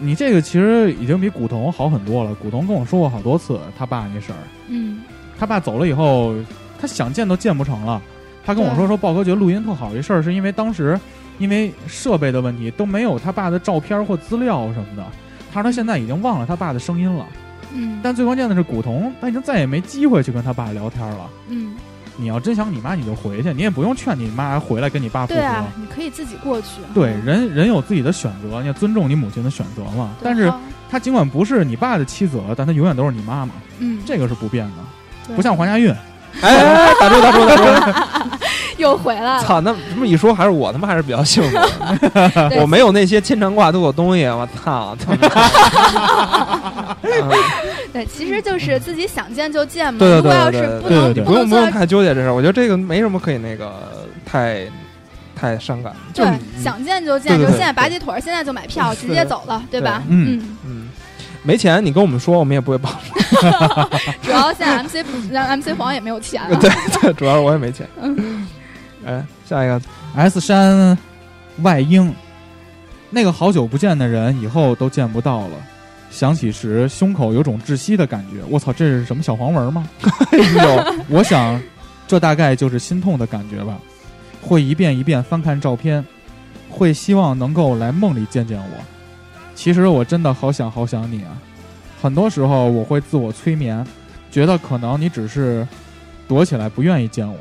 Speaker 3: 你这个其实已经比古潼好很多了。古潼跟我说过好多次他爸那事儿，
Speaker 5: 嗯
Speaker 3: 他爸走了以后，他想见都见不成了。他跟我说
Speaker 5: 对
Speaker 3: 说，豹哥觉得录音特好一事儿，是因为当时因为设备的问题都没有他爸的照片或资料什么的。他说他现在已经忘了他爸的声音了，
Speaker 5: 嗯
Speaker 3: 但最关键的是古潼他已经再也没机会去跟他爸聊天了。
Speaker 5: 嗯，
Speaker 3: 你要真想你妈，你就回去，你也不用劝你妈回来跟你爸复
Speaker 5: 对
Speaker 3: 合。
Speaker 5: 啊，你可以自己过去。嗯
Speaker 3: 对，人人有自己的选择，你要尊重你母亲的选择嘛。
Speaker 5: 对啊
Speaker 3: 但是
Speaker 5: 好
Speaker 3: 她尽管不是你爸的妻子了，但她永远都是你妈妈，
Speaker 5: 嗯，
Speaker 3: 这个是不变的。
Speaker 5: 对
Speaker 3: 不像黄家韵，
Speaker 4: 哎哎，哎打住打住打住！
Speaker 5: 又回来了。
Speaker 4: 操，那这么一说，还是我他妈还是比较幸福的，
Speaker 5: 对
Speaker 4: 我没有那些牵肠挂肚的东西，啊我操！他妈 嗯
Speaker 5: 对，其实就是自己想见就见嘛。
Speaker 4: 对对对
Speaker 5: 如果要是
Speaker 4: 对对
Speaker 5: 不
Speaker 3: 对对
Speaker 5: 能
Speaker 3: 对
Speaker 4: 不
Speaker 5: 能
Speaker 4: 用不
Speaker 5: 做
Speaker 4: 用
Speaker 5: 到，
Speaker 4: 太纠结这事儿，我觉得这个没什么可以那个太太伤感。就
Speaker 5: 对
Speaker 4: 是，
Speaker 5: 想见就见，
Speaker 4: 对对
Speaker 5: 就
Speaker 4: 对
Speaker 5: 现在拔起腿儿，现在就买票，
Speaker 4: 是
Speaker 5: 直接走了，对吧？
Speaker 3: 嗯
Speaker 5: 嗯，
Speaker 4: 嗯，没钱你跟我们说，我们也不会帮。
Speaker 5: 主要现在 MC 让 MC 黄也没有钱了。
Speaker 4: 呃对对，主要是我也没钱。
Speaker 5: 嗯
Speaker 4: 哎，下一个
Speaker 3: S 山外英，那个好久不见的人，以后都见不到了。想起时，胸口有种窒息的感觉。我操，这是什么小黄文吗？
Speaker 4: 哎有
Speaker 3: 我想，这大概就是心痛的感觉吧。会一遍一遍翻看照片，会希望能够来梦里见见我。其实我真的好想好想你啊！很多时候我会自我催眠，觉得可能你只是躲起来不愿意见我。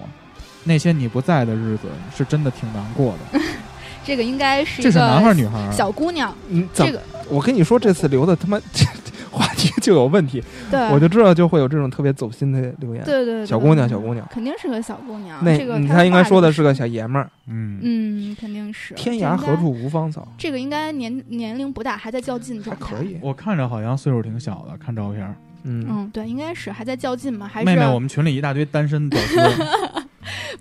Speaker 3: 那些你不在的日子是真的挺难过的。
Speaker 5: 这个应该是
Speaker 3: 这
Speaker 5: 一
Speaker 3: 是男孩儿
Speaker 5: 个
Speaker 3: 女孩儿啊？
Speaker 5: 小姑娘，
Speaker 4: 嗯，怎
Speaker 5: 这
Speaker 4: 么？
Speaker 5: 个
Speaker 4: 我跟你说，这次留的他妈这话题就有问题，
Speaker 5: 对，
Speaker 4: 我就知道就会有这种特别走心的留言。
Speaker 5: 对对对，
Speaker 4: 小姑娘，小姑娘，
Speaker 5: 肯定是个小姑娘。
Speaker 4: 那
Speaker 5: 这个
Speaker 4: 你
Speaker 5: 她
Speaker 4: 他应该说的是
Speaker 5: 话
Speaker 4: 个
Speaker 5: 里
Speaker 4: 小爷们儿。
Speaker 3: 嗯，
Speaker 5: 嗯，肯定是
Speaker 4: 天涯何？处无芳草，
Speaker 5: 这个应该这个应该年年龄不大，还在较劲
Speaker 4: 还
Speaker 5: 状态。
Speaker 4: 可。以。
Speaker 3: 我看着好像岁数挺小的，看照片儿。
Speaker 4: 嗯，
Speaker 5: 嗯，对，应该是还在较劲嘛，还是
Speaker 3: 妹妹，我们群里一大堆单身屌丝，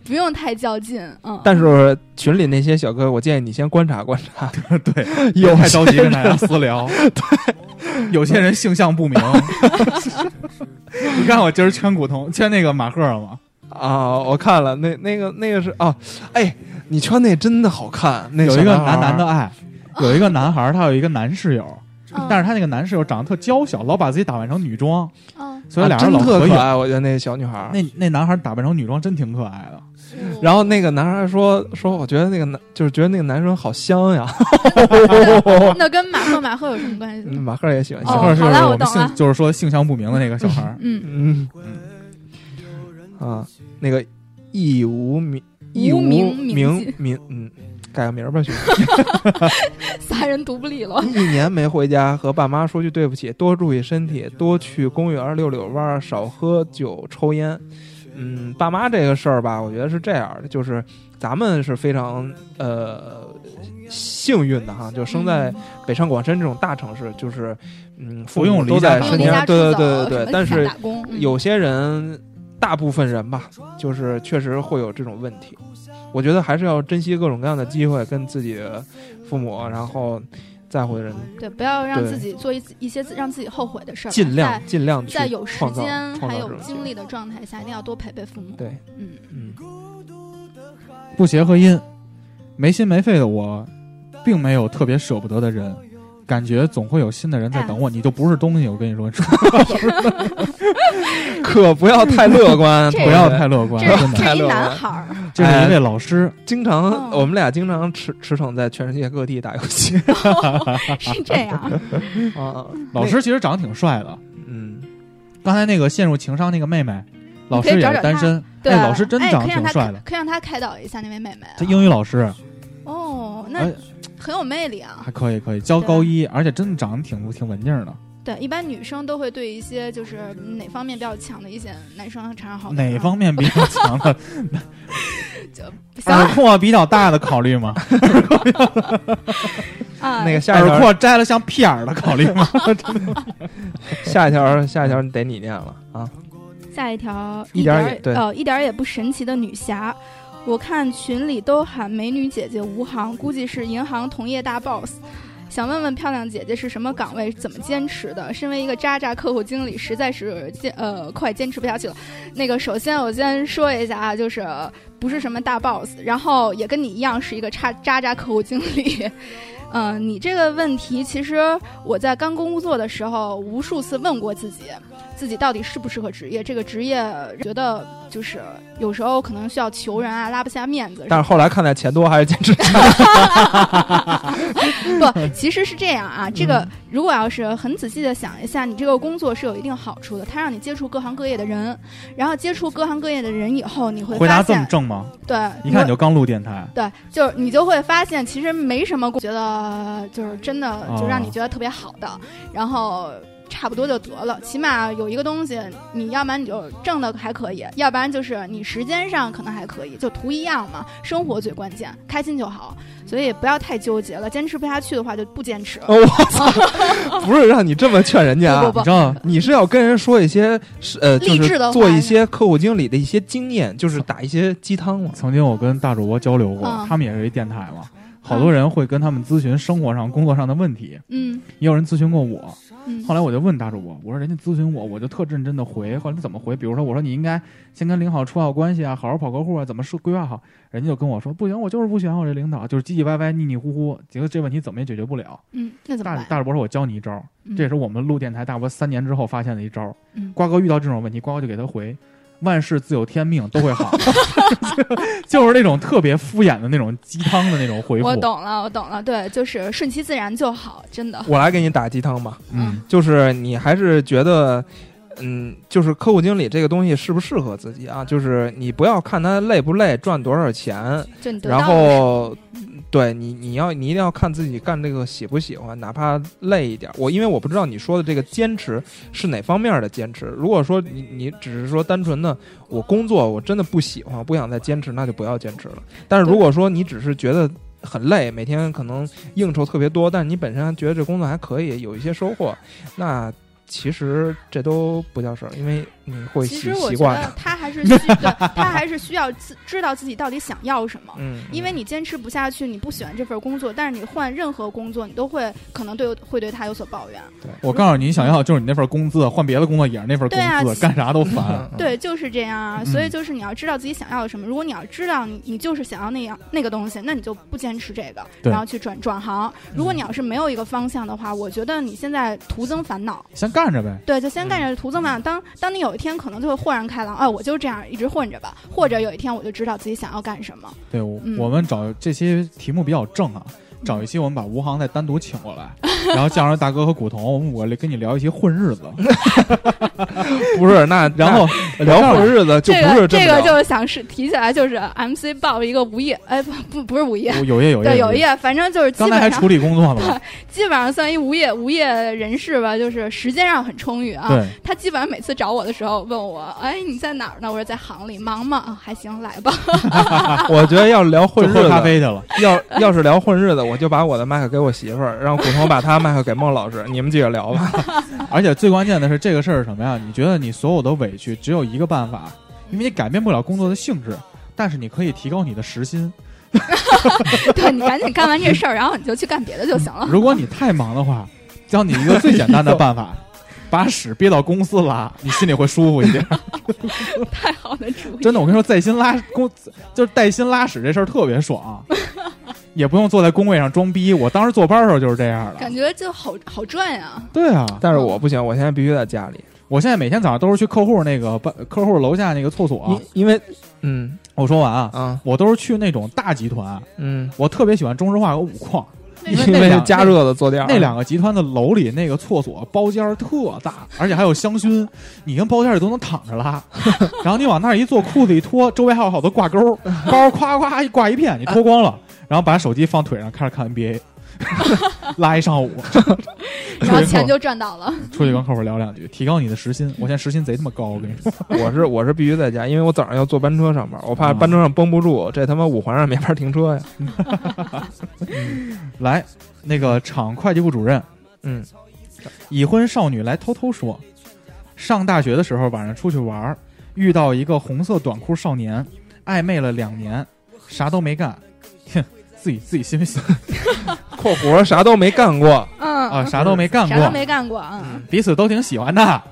Speaker 5: 不用太较劲。嗯，
Speaker 4: 但是群里那些小哥，我建议你先观察观察。
Speaker 3: 对，
Speaker 4: 有
Speaker 3: 太着急跟大家私聊。对，有些人性向不明。你看我今儿圈古潼，圈那个马赫了吗？
Speaker 4: 啊，我看了那那个那个是啊，哎，你穿那真的好看，那
Speaker 3: 有一
Speaker 4: 小
Speaker 3: 个
Speaker 4: 孩
Speaker 3: 男
Speaker 4: 儿
Speaker 3: 男的，爱，有一个男孩儿，他有一个男室友，
Speaker 5: 嗯
Speaker 3: 但是他那个男室友长得特娇小，老把自己打扮成女装，
Speaker 5: 嗯，
Speaker 3: 所以
Speaker 4: 啊
Speaker 3: 俩人
Speaker 4: 真
Speaker 3: 老合
Speaker 4: 特可
Speaker 3: 影。
Speaker 4: 爱，我觉得那小女孩儿。
Speaker 3: 那那男孩儿打扮成女装真挺可爱的，
Speaker 4: 然后那个男孩儿说说，我觉得那个男就是觉得那个男生好香呀，
Speaker 5: 那那跟马赫马赫有什么关系？
Speaker 4: 嗯马赫也喜欢
Speaker 5: 哦
Speaker 3: 小
Speaker 4: 香。
Speaker 3: 孩儿是
Speaker 5: 好了
Speaker 3: 我
Speaker 5: 我
Speaker 3: 们
Speaker 5: 懂了
Speaker 3: 性就是说性向不明的那个小孩儿，
Speaker 5: 嗯，
Speaker 4: 嗯啊，那个易无名易
Speaker 5: 无名
Speaker 4: 名
Speaker 5: 名
Speaker 4: 名
Speaker 5: 记
Speaker 4: 名嗯，改个名儿吧，兄弟。
Speaker 5: 仨人独不立了。
Speaker 4: 一年没回家，和爸妈说句对不起，多注意身体，多去公园溜溜弯儿，少喝酒抽烟。嗯，爸妈这个事儿吧，我觉得是这样的，就是咱们是非常呃幸运的哈，就生
Speaker 5: 嗯
Speaker 4: 在北上广深这种大城市，就是嗯，父
Speaker 3: 不用
Speaker 4: 母
Speaker 3: 离
Speaker 4: 都
Speaker 3: 家
Speaker 4: 在
Speaker 5: 不
Speaker 3: 出
Speaker 4: 身
Speaker 5: 用离
Speaker 4: 边儿，
Speaker 5: 家出
Speaker 4: 对对对对
Speaker 5: 走什
Speaker 4: 对
Speaker 5: 么，
Speaker 4: 但
Speaker 5: 想
Speaker 4: 是
Speaker 5: 打工嗯
Speaker 4: 有些人，大部分人吧，就是确实会有这种问题。我觉得还是要珍惜各种各样的机会，跟自己的父母，然后在乎的人，
Speaker 5: 对，不要让
Speaker 4: 对
Speaker 5: 自己做一一些自让自己后悔的事儿吧，
Speaker 4: 尽量
Speaker 5: 在
Speaker 4: 尽量去
Speaker 5: 在有时
Speaker 4: 创造
Speaker 5: 间
Speaker 4: 创
Speaker 5: 还
Speaker 4: 造这
Speaker 5: 有
Speaker 4: 种
Speaker 5: 精
Speaker 4: 机
Speaker 5: 力的状态下，一定要多陪陪父母
Speaker 4: 会。对，
Speaker 5: 嗯
Speaker 4: 嗯，
Speaker 3: 不协和音，没心没肺的我，并没有特别舍不得的人，感觉总会有新的人在等
Speaker 5: 哎
Speaker 3: 我，你就不是东西。我跟你说，
Speaker 4: 可不要太乐观，
Speaker 5: 这
Speaker 3: 不要太乐观，
Speaker 5: 这是
Speaker 3: 真的。
Speaker 4: 太
Speaker 5: 这是一
Speaker 4: 乐
Speaker 5: 男
Speaker 4: 观
Speaker 5: 孩儿，
Speaker 3: 这是一位老师，
Speaker 4: 经常，
Speaker 5: 嗯
Speaker 4: 我们俩经常驰驰骋在全世界各地打游 戏
Speaker 5: 是这样。
Speaker 4: 啊，
Speaker 3: 老师其实长得挺帅的。
Speaker 4: 嗯，
Speaker 3: 刚才那个陷入情伤那个妹妹，老师
Speaker 5: 你可以
Speaker 3: 也
Speaker 5: 找
Speaker 3: 是
Speaker 5: 找
Speaker 3: 单身，
Speaker 5: 对，
Speaker 3: 哎，老师真
Speaker 5: 哎
Speaker 3: 长
Speaker 5: 可
Speaker 3: 得
Speaker 5: 以让
Speaker 3: 挺
Speaker 5: 他
Speaker 3: 帅的，
Speaker 5: 可以让他开导一下那位妹妹啊。
Speaker 3: 他英语老师
Speaker 5: 哦，那
Speaker 3: 哎
Speaker 5: 很有魅力啊
Speaker 3: 还。可以，可以教高一，而且真的长得挺挺文静的。
Speaker 5: 对，一般女生都会对一些就是哪方面比较强的一些男生产生好感啊。
Speaker 3: 哪方面比较强的？
Speaker 5: 行
Speaker 3: 耳廓比较大的考虑吗？
Speaker 5: 啊，
Speaker 4: 哎那个下一
Speaker 3: 耳
Speaker 4: 条，
Speaker 3: 廓摘了像屁眼儿的考虑吗？
Speaker 4: 下一条，下一条你得你念了啊，
Speaker 5: 下一条
Speaker 4: 一点
Speaker 5: 点
Speaker 4: 儿
Speaker 5: 儿
Speaker 4: 也对
Speaker 5: 呃一点儿也不神奇的女侠，我看群里都喊美女姐姐吴航，估计是银行同业大 boss。想问问漂亮姐姐是什么岗位，怎么坚持的？身为一个渣渣客户经理，实在是坚呃快坚持不下去了。那个，首先我先说一下啊，就是不是什么大 boss，然后也跟你一样是一个差渣渣客户经理。 嗯、你这个问题其实我在刚工作的时候无数次问过自己，自己到底适不适合职业？这个职业觉得就是有时候可能需要求人啊，拉不下面子。
Speaker 4: 但是后来看在钱多，还是坚持
Speaker 5: 不，其实是这样啊。这个如果要是很仔细的想一下，你这个工作是有一定好处的，它让你接触各行各业的人，然后接触各行各业的人以后，你会
Speaker 6: 回答
Speaker 5: 发
Speaker 6: 这么
Speaker 5: 现，
Speaker 6: 正吗？
Speaker 5: 对，
Speaker 6: 一看你就刚录电台，
Speaker 5: 对，就是你就会发现，其实没什么觉得就是真的
Speaker 3: 哦
Speaker 5: 就让你觉得特别好的，然后差不多就得了。起码有一个东西，你要不然你就挣的还可以，要不然就是你时间上可能还可以，就图一样嘛。生活最关键，开心就好，所以不要太纠结了。坚持不下去的话，就不坚持。
Speaker 4: 哦，我操！不是让你这么劝人家啊，
Speaker 5: 不不不
Speaker 4: 你知道吗， 你是要跟人说一些是呃，就
Speaker 5: 励志
Speaker 4: 是
Speaker 5: 的话
Speaker 4: 做一些客户经理的一些经验，就是打一些鸡汤嘛。
Speaker 3: 曾经我跟大主播交流过，
Speaker 5: 嗯
Speaker 3: 他们也是一电台嘛，好多人会跟他们咨询生活上、工作上的问题，
Speaker 5: 嗯
Speaker 3: 也有人咨询过我。
Speaker 5: 嗯
Speaker 3: 后来我就问大主播，我说人家咨询我，我就特认真的回。后来他怎么回？比如说我说你应该先跟领导处好关系啊，好好跑客户啊，怎么是规划好？人家就跟我说不行，我就是不喜欢我这领导，就是唧唧歪歪、腻腻乎乎，结果这问题怎么也解决不了。
Speaker 5: 嗯，那怎么
Speaker 3: 大
Speaker 5: 办？
Speaker 3: 大主播说我教你一招儿，
Speaker 5: 嗯
Speaker 3: 这也是我们录电台大主播三年之后发现的一招儿。
Speaker 5: 嗯
Speaker 3: 瓜哥遇到这种问题，瓜哥就给他回。万事自有天命，都会好， 就是那种特别敷衍的那种鸡汤的那种回复。
Speaker 5: 我懂了，我懂了，对，就是顺其自然就好，真的。
Speaker 4: 我来给你打鸡汤吧，
Speaker 3: 嗯，
Speaker 4: 就是你还是觉得，嗯，就是客户经理这个东西适不适合自己啊？就是你不要看他累不累，赚多少钱，
Speaker 5: 就你得
Speaker 4: 然
Speaker 5: 到的是
Speaker 4: 后，对你，你要你一定要看自己干这个喜不喜欢，哪怕累一点儿。我因为我不知道你说的这个坚持是哪方面的坚持。如果说你你只是说单纯的我工作我真的不喜欢，不想再坚持，那就不要坚持了。但是如果说你只是觉得很累，每天可能应酬特别多，但你本身觉得这工作还可以，有一些收获，那其实这都不叫事儿，因为你会
Speaker 5: 其
Speaker 4: 习
Speaker 5: 实我
Speaker 4: 习
Speaker 5: 觉
Speaker 4: 惯的
Speaker 5: 得。他还是需对，他还是需要自知道自己到底想要什么。
Speaker 4: 嗯，
Speaker 5: 因为你坚持不下去，你不喜欢这份工作，但是你换任何工作，你都会可能对会对他有所抱怨。
Speaker 3: 我告诉你，你想要就是你那份工资，换别的工作也是那份工
Speaker 5: 对啊
Speaker 3: 资，干啥都烦。
Speaker 4: 嗯，
Speaker 5: 对，就是这样啊。
Speaker 3: 嗯
Speaker 5: 所以就是你要知道自己想要什么。如果你要知道你你就是想要那样那个东西，那你就不坚持这个，
Speaker 3: 对
Speaker 5: 然后去转转行。如果你
Speaker 4: 嗯
Speaker 5: 要是没有一个方向的话，我觉得你现在徒增烦恼。
Speaker 3: 先干着呗。
Speaker 5: 对，就先
Speaker 4: 嗯
Speaker 5: 干着徒增嘛。当当你有一天可能就会豁然开朗，哎，我就这样一直混着吧。或者有一天我就知道自己想要干什么。
Speaker 3: 对，我
Speaker 5: 嗯
Speaker 3: 我们找这些题目比较正啊，找一期我们把吴航再单独请过来，然后叫上大哥和古潼，我们我来跟你聊一些混 日子。
Speaker 4: 不是那
Speaker 3: 然后
Speaker 4: 聊过日子就
Speaker 5: 这
Speaker 4: 不
Speaker 5: 个
Speaker 4: 是
Speaker 5: 这
Speaker 4: 么
Speaker 5: 个
Speaker 4: 聊
Speaker 5: 就是想是提起来就是 MC 报一个无业，哎不不不是无业，
Speaker 3: 我有业有业，
Speaker 5: 对有，业，反正就是基
Speaker 3: 刚才还
Speaker 5: 本上
Speaker 3: 处理工作呢嘛。
Speaker 5: 基本上算一无业无业人士吧，就是时间上很充裕 啊。
Speaker 3: 对，
Speaker 5: 他基本上每次找我的时候问我，哎你在哪儿呢？我说在行里，忙吗？啊还行，来吧。
Speaker 4: 啊 我觉得要聊混
Speaker 3: 就
Speaker 4: 日
Speaker 3: 喝咖
Speaker 4: 子，
Speaker 3: 啡去了。
Speaker 4: 要要是聊混日子，我就把我的麦克给我媳妇儿，让古潼把他麦克给孟老师，你们继续聊吧。
Speaker 3: 而且最关键的是，这个事儿是什么呀？你觉得你所有的委屈只有一个办法，因为你改变不了工作的性质，但是你可以提高你的时薪。
Speaker 5: 对你赶紧干完这事儿，然后你就去干别的就 行了。
Speaker 3: 如果你太忙的话，教你一个最简单的办法，把屎憋到公司拉，你心里会舒服一点。
Speaker 5: 太好的主意，
Speaker 3: 真的，我跟你说，带薪拉公就是带薪拉屎这事儿特别爽，也不用坐在工位上装逼。我当时坐班的时候就是这样的
Speaker 5: 感。觉就好好赚呀。
Speaker 3: 对啊，
Speaker 4: 但是我不行，我现在必须在家里，
Speaker 3: 我现在每天早上都是去客户那个办客户楼下那个厕所。
Speaker 4: 因因为嗯
Speaker 3: 我说完啊，
Speaker 4: 啊
Speaker 3: 我都是去那种大集团，
Speaker 4: 嗯，
Speaker 3: 我特别喜欢中石化和五矿，
Speaker 5: 因
Speaker 3: 为
Speaker 4: 因
Speaker 3: 那
Speaker 4: 为是
Speaker 3: 两
Speaker 4: 加热的坐垫儿，
Speaker 3: 那两个集团的楼里那个厕所包间儿特大，而且还有香薰，你跟包间里都能躺着拉。 然后你往那儿一坐，裤子一脱，周围还有好多挂钩，包夸夸一挂一片，你脱光了，然后把手机放腿上开始看 NBA，拉一上午，
Speaker 5: 然后钱就赚到了。
Speaker 3: 出去跟客户聊两句，提高你的时薪。我现在时薪贼他妈高，我跟你说，
Speaker 4: 我是我是必须在家，因为我早上要坐班车上班，我怕班车上绷不住，这他妈五环上没法停车呀。
Speaker 3: 来那个厂会计部主任，
Speaker 4: 嗯，
Speaker 3: 已婚少女来偷偷说，上大学的时候晚上出去玩儿，遇到一个红色短裤少年，暧昧了两年，啥都没干， 哼，自己自己心里想
Speaker 4: 括弧啥都没干过，
Speaker 5: 嗯
Speaker 3: 啊，啥都没干
Speaker 5: 啥都
Speaker 3: 过，嗯
Speaker 5: 没干过啊。
Speaker 3: 彼此都挺喜欢的，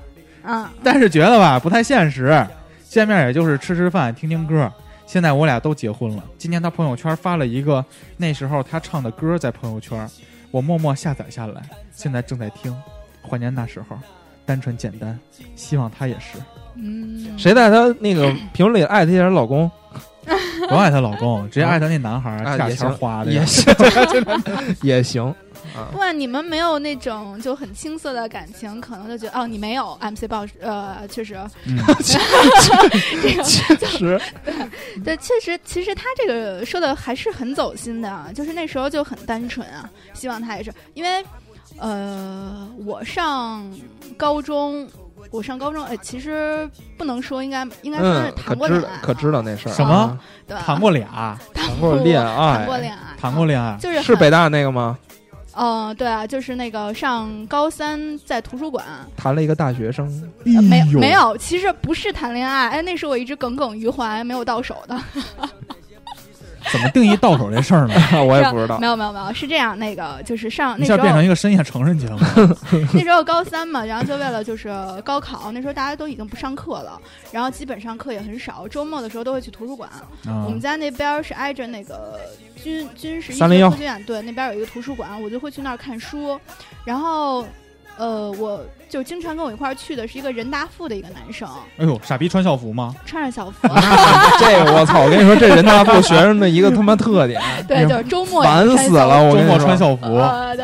Speaker 5: 嗯，
Speaker 3: 但是觉得吧不太现实，见面也就是吃吃饭、听听歌，现在我俩都结婚了。今天他朋友圈发了一个那时候他唱的歌在朋友圈，我默默下载下来，现在正在听，怀念那时候，单纯简单，希望他也 是。
Speaker 5: 嗯，
Speaker 4: 谁在她那个评论里艾特一下她老公
Speaker 3: 不爱她老公，直接爱她那男孩儿，
Speaker 4: 啊
Speaker 3: 价
Speaker 4: 也
Speaker 3: 钱
Speaker 4: 行
Speaker 3: 花的呀
Speaker 4: 也行，也行。
Speaker 5: 不然你们没有那种就很青涩的感情，可能就觉得哦，你没有 MC 报，呃，确实，
Speaker 3: 嗯，
Speaker 5: 这个
Speaker 4: 是，
Speaker 5: 对，确实，其实他这个说的还是很走心的啊，就是那时候就很单纯啊。希望他也是，因为，呃，我上高中，我上高中，呃，其实不能说应该应该说是
Speaker 4: 嗯，可
Speaker 5: 谈过
Speaker 4: 知
Speaker 5: 恋爱，
Speaker 4: 可知道那事儿啊。
Speaker 3: 什么
Speaker 5: 对吧，
Speaker 3: 谈过俩，
Speaker 4: 谈过 恋爱？
Speaker 5: 谈过恋爱，
Speaker 3: 谈过恋爱，
Speaker 5: 就是
Speaker 4: 是
Speaker 5: 很
Speaker 4: 北大那个吗？
Speaker 5: 嗯、对啊，就是那个上高三在图书馆，
Speaker 4: 谈了一个大学生，
Speaker 5: 呃没有
Speaker 3: 哎呦
Speaker 5: 没，有，其实不是谈恋爱，哎，那是我一直耿耿于怀没有到手的。
Speaker 3: 怎么定义到手这事儿呢？
Speaker 4: 我也不知道
Speaker 5: 没。有没有没有，是这样，那个就是上
Speaker 3: 你
Speaker 5: 那
Speaker 3: 这
Speaker 5: 时
Speaker 3: 变成
Speaker 5: 候
Speaker 3: 啊一个深夜成人 节目，
Speaker 5: 那时候高三嘛，然后就为了就是高考，那时候大家都已经不上课了，然后基本上课也很少，周末的时候都会去图书馆。我们
Speaker 3: 嗯
Speaker 5: 家那边儿是挨着那个军军事医学
Speaker 4: 301
Speaker 5: 科学院，对，那边儿有一个图书馆，我就会去那儿看书。然后，呃，我就经常跟我一块儿去的是一个人大附的一个男生，
Speaker 3: 哎呦，傻逼穿校服吗？
Speaker 5: 穿着校 服，
Speaker 4: 这个我操！我跟你说，这人大附学生的一个他妈 特点，
Speaker 3: 哎
Speaker 5: 对，就是周末也
Speaker 4: 烦
Speaker 5: 穿
Speaker 4: 死
Speaker 5: 校
Speaker 4: 了！我
Speaker 3: 周
Speaker 4: 跟你
Speaker 3: 末
Speaker 4: 说，
Speaker 3: 穿校服，
Speaker 5: 呃，对，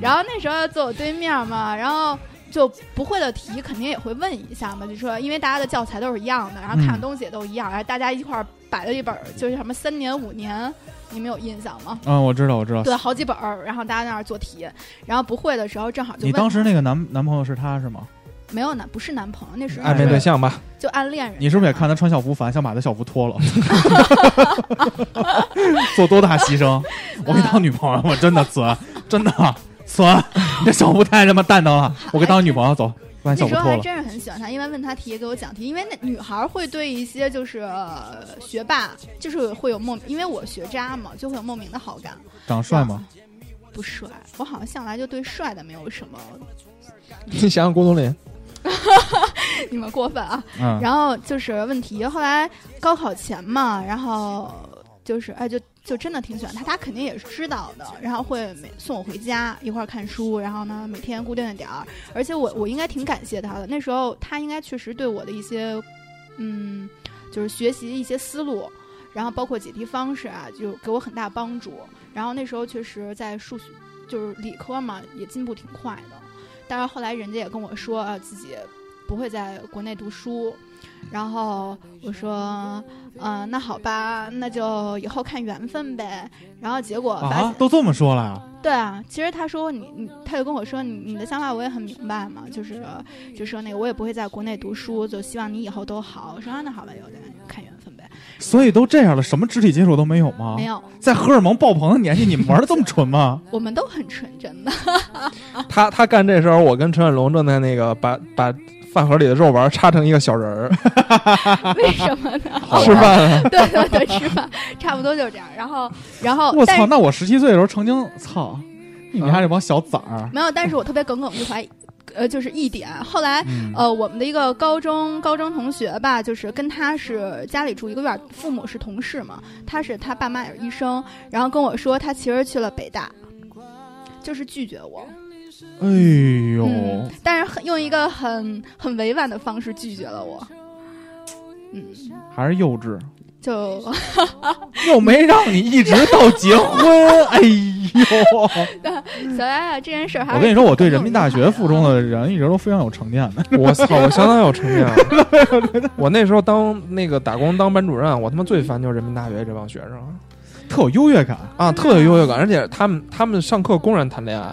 Speaker 5: 然后那时候坐我对面嘛，然后就不会的题肯定也会问一下嘛，就说因为大家的教材都是一样的，然后看的
Speaker 3: 嗯
Speaker 5: 东西也都一样，然后大家一块儿摆了一本儿，就是什么三年五年，你们有印象吗？
Speaker 3: 嗯，我知道，我知道。
Speaker 5: 对，好几本儿，然后大家在那儿做题，然后不会的时候正好就问
Speaker 3: 你当时那个男男朋友是他是吗？
Speaker 5: 没有男不是男朋友，那时候
Speaker 4: 暧昧哎
Speaker 3: 哎
Speaker 4: 对象吧？
Speaker 5: 就暗恋人，
Speaker 3: 啊你是不是也看他穿校服烦，想把他校服脱 了？ 做多大牺 牲？我给你当女朋友，我真的存，真的存。你这校服太他妈蛋疼了，我给当女朋友走，把你校
Speaker 5: 那
Speaker 3: 服
Speaker 5: 时候
Speaker 3: 脱
Speaker 5: 还
Speaker 3: 了。
Speaker 5: 真是很喜欢他，因为问他题也给我讲题，因为那女孩会对一些就是、呃学霸，就是会有莫，因为我学渣嘛，就会有莫名的好感。
Speaker 3: 长帅吗？
Speaker 5: 不帅，我好像向来就对帅的没有什么，
Speaker 4: 你想想郭冬临，
Speaker 5: 你们过分啊。
Speaker 3: 嗯，
Speaker 5: 然后就是问题，后来高考前嘛，然后就是哎，就就真的挺喜欢他，他肯定也是知道的，然后会每送我回家一块儿看书，然后呢每天固定的点儿，而且我我应该挺感谢他的，那时候他应该确实对我的一些，嗯，就是学习一些思路。然后包括解题方式啊，就给我很大帮助。然后那时候确实在数学，就是理科嘛，也进步挺快的。但是后来人家也跟我说啊，自己不会在国内读书，然后我说，嗯、那好吧，那就以后看缘分呗。然后结果发现，
Speaker 3: 啊，都这么说了呀？
Speaker 5: 对啊，其实他说你你，他就跟我说你你的想法我也很明白嘛，就是就说那个我也不会在国内读书，就希望你以后都好。我说、啊、那好吧，有点看缘分呗，
Speaker 3: 所以都这样了，什么肢体接触都没有吗
Speaker 5: 没？有，
Speaker 3: 在荷尔蒙爆棚的年纪，你们玩的这么纯 吗？
Speaker 5: 我们都很纯真的。
Speaker 3: 啊
Speaker 4: 他他干这时候，我跟陈远龙正在那个把把饭盒里的肉丸插成一个小 人儿，
Speaker 5: 为什么呢？
Speaker 4: 吃饭了。
Speaker 5: 对对对，吃饭差不多就是这样。然后，然后，
Speaker 3: 我
Speaker 5: 哦但
Speaker 3: 操！
Speaker 5: 是
Speaker 3: 那我十七岁的时候曾经，操，你们家这帮小崽儿，
Speaker 5: 没有，但是我特别耿耿于怀，呃，就是一点。后来，
Speaker 3: 嗯
Speaker 5: 呃，我们的一个高中高中同学吧，就是跟他是家里住一个院儿，父母是同事嘛，他是他爸妈也是医生，然后跟我说他其实去了北大。就是拒绝我，
Speaker 3: 哎呦，
Speaker 5: 嗯，但是很用一个很很委婉的方式拒绝了我，嗯，
Speaker 3: 还是幼稚，
Speaker 5: 就
Speaker 3: 又没让你一直到结婚， 哎呦！
Speaker 5: 小丫丫这件事儿还
Speaker 3: 嗯
Speaker 5: 是
Speaker 3: 我跟你说，我对人民大
Speaker 5: 耿耿于
Speaker 3: 学
Speaker 5: 怀的
Speaker 3: 附中的人一直都非常有成见的。
Speaker 4: 我操！我相当有成见 了。我那时候当那个打工当班主任，我他妈最烦就是人民大学这帮学生
Speaker 3: 特有优越感。
Speaker 4: 啊，特有优越感，而且他们他们上课公然谈恋爱，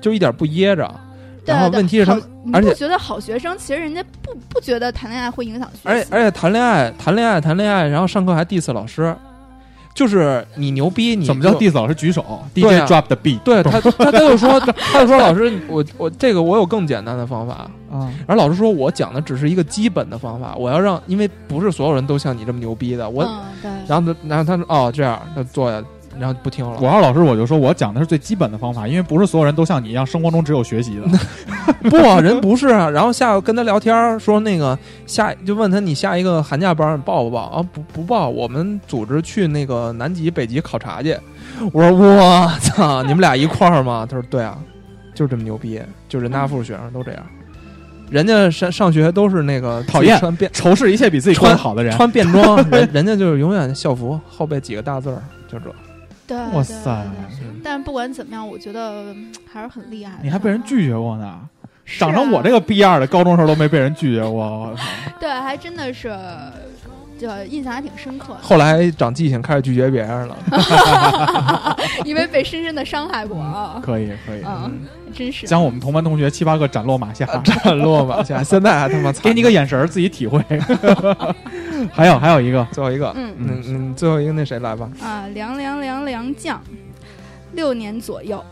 Speaker 4: 就一点不掖着。
Speaker 5: 对
Speaker 4: 然后
Speaker 5: 对
Speaker 4: 问题是他
Speaker 5: 好
Speaker 4: 们
Speaker 5: 你
Speaker 4: 而
Speaker 5: 不
Speaker 4: 且
Speaker 5: 觉得好学生其实人家不不觉得谈恋爱会影响学习，嗯
Speaker 4: 而且而且谈恋爱谈恋爱谈恋爱，然后上课还 diss 老师，就是你牛逼，你
Speaker 3: 怎么叫
Speaker 4: 就
Speaker 3: diss 老师举手
Speaker 4: 对啊
Speaker 3: ？DJ drop the beat。
Speaker 4: 对 他，他他就说，他就说老师，我我这个我有更简单的方法。
Speaker 3: 啊，
Speaker 4: 然后老师说，我讲的只是一个基本的方法，我要让，因为不是所有人都像你这么牛逼的。我，
Speaker 5: 嗯对，
Speaker 4: 然后他，然后他说，哦，这样，他坐下，然后不听了。
Speaker 3: 我要是老师，我就说我讲的是最基本的方法，因为不是所有人都像你一样，生活中只有学习 的。
Speaker 4: 不， 人不是啊。然后下午跟他聊天儿，说那个下就问他你下一个寒假班儿你报不报啊？不不报，我们组织去那个南极、北极考察去。我说我操，你们俩一块儿吗？他说对啊，就是这么牛逼，就人大附学生都这样。人家上上学都是那个
Speaker 3: 讨厌
Speaker 4: 自 己穿便
Speaker 3: 仇视一切比自己过得好的人。
Speaker 4: 穿便装，人人家就是永远校服后背几个大字儿，就这。
Speaker 5: 对，
Speaker 3: 哇
Speaker 5: 对
Speaker 3: 塞，
Speaker 5: 对但不管怎么样，我觉得嗯还是很厉害的。
Speaker 3: 你还被人拒绝过呢？
Speaker 5: 是啊
Speaker 3: 长成我这个逼样的，高中时候都没被人拒绝过。 我操
Speaker 5: 对，还真的是，就印象还挺深刻的，
Speaker 4: 后来长记性，开始拒绝别人了。
Speaker 5: 因为被深深的伤害过啊。
Speaker 3: 可以可以，
Speaker 5: 嗯，真是。
Speaker 3: 将我们同班同学七八个 斩落马下，
Speaker 4: 这落吧，现在现在还他妈惨
Speaker 3: 给你个眼神儿，自己体会。 还有还有一个，
Speaker 4: 最后一个，
Speaker 5: 嗯
Speaker 4: 嗯嗯，最后一个那谁来吧？
Speaker 5: 啊，凉凉凉凉酱，六年左右。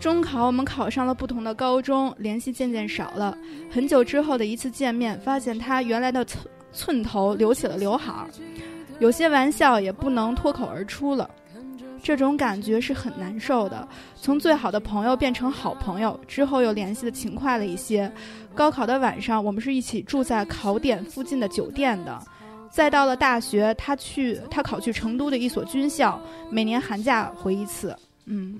Speaker 5: 中考我们考上了不同的高中，联系渐渐少了。很久之后的一次见面，发现他原来的寸寸头留起了刘海儿，有些玩笑也不能脱口而出了。这种感觉是很难受的。从最好的朋友变成好朋友之后，又联系的勤快了一些。高考的晚上，我们是一起住在考点附近的酒店的。再到了大学，他去他考去成都的一所军校，每年寒假回一次。嗯，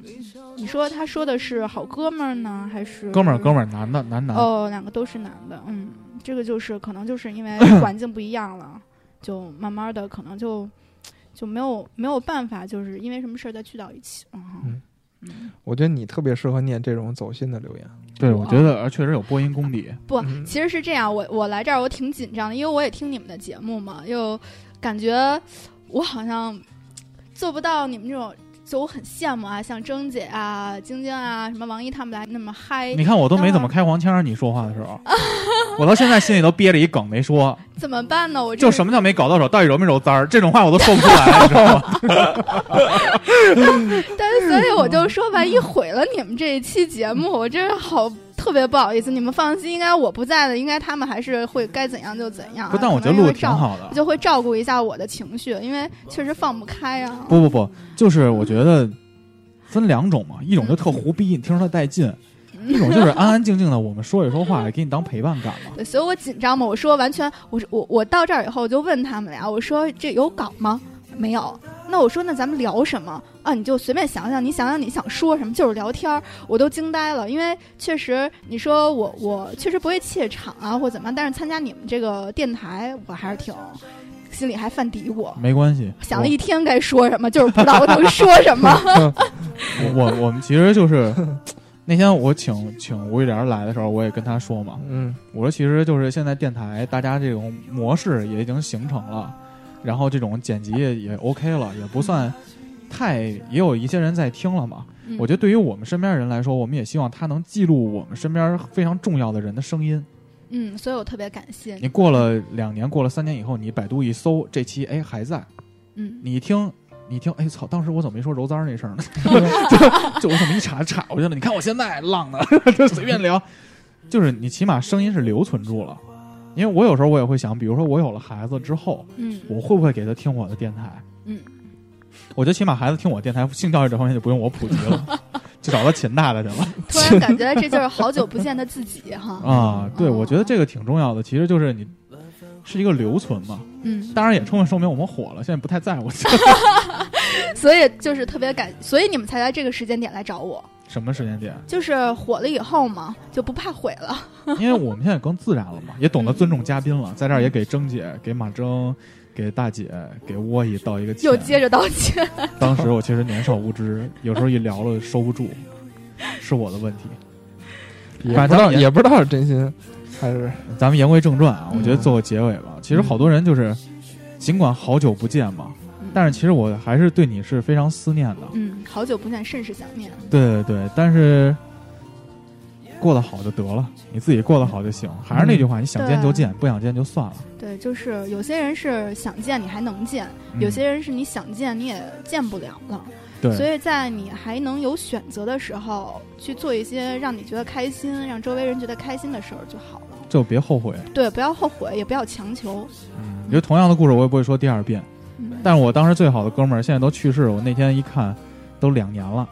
Speaker 5: 你说他说的是好哥们儿呢，还是
Speaker 3: 哥们儿哥们儿，男的男男，
Speaker 5: 哦，两个都是男的，嗯，这个就是可能就 是因为环境不一样了，就慢慢的可能就就没有没有办法，就是因为什么事儿再聚到一起，嗯哼
Speaker 4: 嗯
Speaker 5: 嗯，
Speaker 4: 我觉得你特别适合念这种走心的留言。
Speaker 3: 对我觉得呃确实有播音功底。
Speaker 5: 不
Speaker 4: 嗯，
Speaker 5: 其实是这样，我我来这儿我挺紧张的，因为我也听你们的节目嘛，又感觉我好像做不到你们这种。就我很羡慕啊，像甄姐啊、晶晶啊、什么王一他们来那么嗨，
Speaker 3: 你看我都没怎么开黄腔，你说话的时 候，我到现在心里都憋着一梗没说，
Speaker 5: 怎么办呢？我这
Speaker 3: 就什么叫没搞到手，到底揉没揉簪儿，这种话我都说不出来，你知道 吗？
Speaker 5: 但是，所以我
Speaker 3: 嗯
Speaker 5: 就说，万一毁了你们这一期节目，我真是好特别不好意思。你们放心，应该我不在的，应该他们还是会该怎样就怎样啊、
Speaker 3: 不，但我觉得
Speaker 5: 可能
Speaker 3: 录
Speaker 5: 会
Speaker 3: 的挺
Speaker 5: 照，
Speaker 3: 好的。
Speaker 5: 就会照顾一下我的情绪，因为确实放不开啊。
Speaker 3: 不不不，就是我觉得分两种嘛，一种就特胡逼，你听着特带劲；一种就是安安静静的，我们说一说话，给你当陪伴感嘛。
Speaker 5: 对，所以我紧张嘛。我说完全，我说我我到这儿以后，我就问他们俩，我说这有稿吗？没有。那我说那咱们聊什么啊？你就随便想想，你想想你想说什么，就是聊天儿。我都惊呆了，因为确实你说我我确实不会怯场啊或怎么样，但是参加你们这个电台，我还是挺心里还犯嘀咕，
Speaker 3: 没关系，
Speaker 5: 想了一天该说什么，就是不知道我能说什么。
Speaker 3: 我我我们其实就是 那天我请请吴一莲来的时候，我也跟他说嘛，
Speaker 4: 嗯，
Speaker 3: 我说其实就是现在电台大家这种模式也已经形成了，然后这种剪辑也也 OK 了，也不算太也有一些人在听了嘛。
Speaker 5: 嗯
Speaker 3: 我觉得对于我们身边人来说，我们也希望它能记录我们身边非常重要的人的声音。
Speaker 5: 嗯，所以我特别感谢你
Speaker 3: 你。过了两年，过了三年以后，你百度一搜，这期哎还在，
Speaker 5: 嗯，
Speaker 3: 你一听。你一听，哎操！当时我怎么没说揉簪儿那事儿呢？就就 我怎么一查查过去了？你看我现在浪的， 就随便聊，就是你起码声音是留存住了。因为我有时候我也会想，比如说我有了孩子之后，
Speaker 5: 嗯
Speaker 3: 我会不会给他听我的电台？
Speaker 5: 嗯，
Speaker 3: 我觉得起码孩子听我电台，性教育这方面就不用我普及了， 就找到秦大大去了
Speaker 5: 突然感觉这就是好久不见的自己哈。
Speaker 3: 啊。对，
Speaker 5: 哦
Speaker 3: 我觉得这个挺重要的，其实就是你是一个留存嘛。
Speaker 5: 嗯，
Speaker 3: 当然也充分说明我们火了，现在不太在乎
Speaker 5: 所以就是特别感，所以你们才在这个时间点来找我，
Speaker 3: 什么时间点，
Speaker 5: 就是火了以后嘛，就不怕毁了。
Speaker 3: 因为我们现在更自然了嘛，也懂得尊重嘉宾了，在这儿也
Speaker 5: 嗯
Speaker 3: 给征姐、给马征、给大姐、给窝姨道一个歉
Speaker 5: 又。接着道歉，
Speaker 3: 当时我其实年少无知，有时候一聊了收不住，是我的问题。
Speaker 4: 也
Speaker 3: 反
Speaker 4: 不
Speaker 3: 正咱
Speaker 4: 知道
Speaker 3: 们
Speaker 4: 也不知道是真心还是
Speaker 3: 咱们言归正传啊，
Speaker 4: 嗯
Speaker 3: 我觉得做个结尾吧。其实好多人就是，尽管好久不见嘛，但是其实我还是对你是非常思念的。
Speaker 5: 嗯，好久不见，甚是想念。
Speaker 3: 对对对，但是过得好就得了，你自己过得好就行。还是那句话，你想见就见，不想见就算了。
Speaker 5: 对，就是有些人是想见你还能见，
Speaker 3: 嗯
Speaker 5: 有些人是你想见你也见不了了。所
Speaker 3: 对，
Speaker 5: 以在你还能有选择的时候，去做一些让你觉得开心、让周围人觉得开心的事儿就好了。
Speaker 3: 就别后悔。
Speaker 5: 对，不要后悔，也不要强求。
Speaker 3: 嗯，因为同样的故事，我也不会说第二遍。
Speaker 5: 嗯
Speaker 3: 但是我当时最好的哥们儿现在都去世了，我那天一看，都两年了。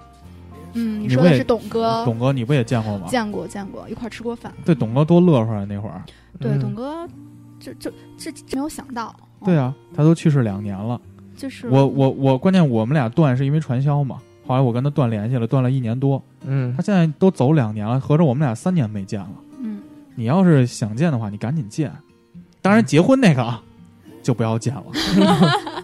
Speaker 5: 嗯，你
Speaker 3: 你
Speaker 5: 说
Speaker 3: 不
Speaker 5: 的
Speaker 3: 也
Speaker 5: 是董哥，
Speaker 3: 董哥，你不也见过吗？
Speaker 5: 见哦过见过，一块儿吃过饭。
Speaker 3: 对，董哥多乐呵啊，那会儿。
Speaker 5: 对，
Speaker 4: 嗯
Speaker 5: 董哥，这这这这没有想到，嗯
Speaker 3: 对，啊，他都去世两年了。
Speaker 5: 就是
Speaker 3: 我我我，关键我们俩断是因为传销嘛。后来我跟他断联系了，断了一年多。
Speaker 4: 嗯
Speaker 3: 他，现在都走两年了，合着我们俩三年没见了。
Speaker 5: 嗯，
Speaker 3: 你要是想见的话，你赶紧见。当然，结婚那个啊，就不要见 了，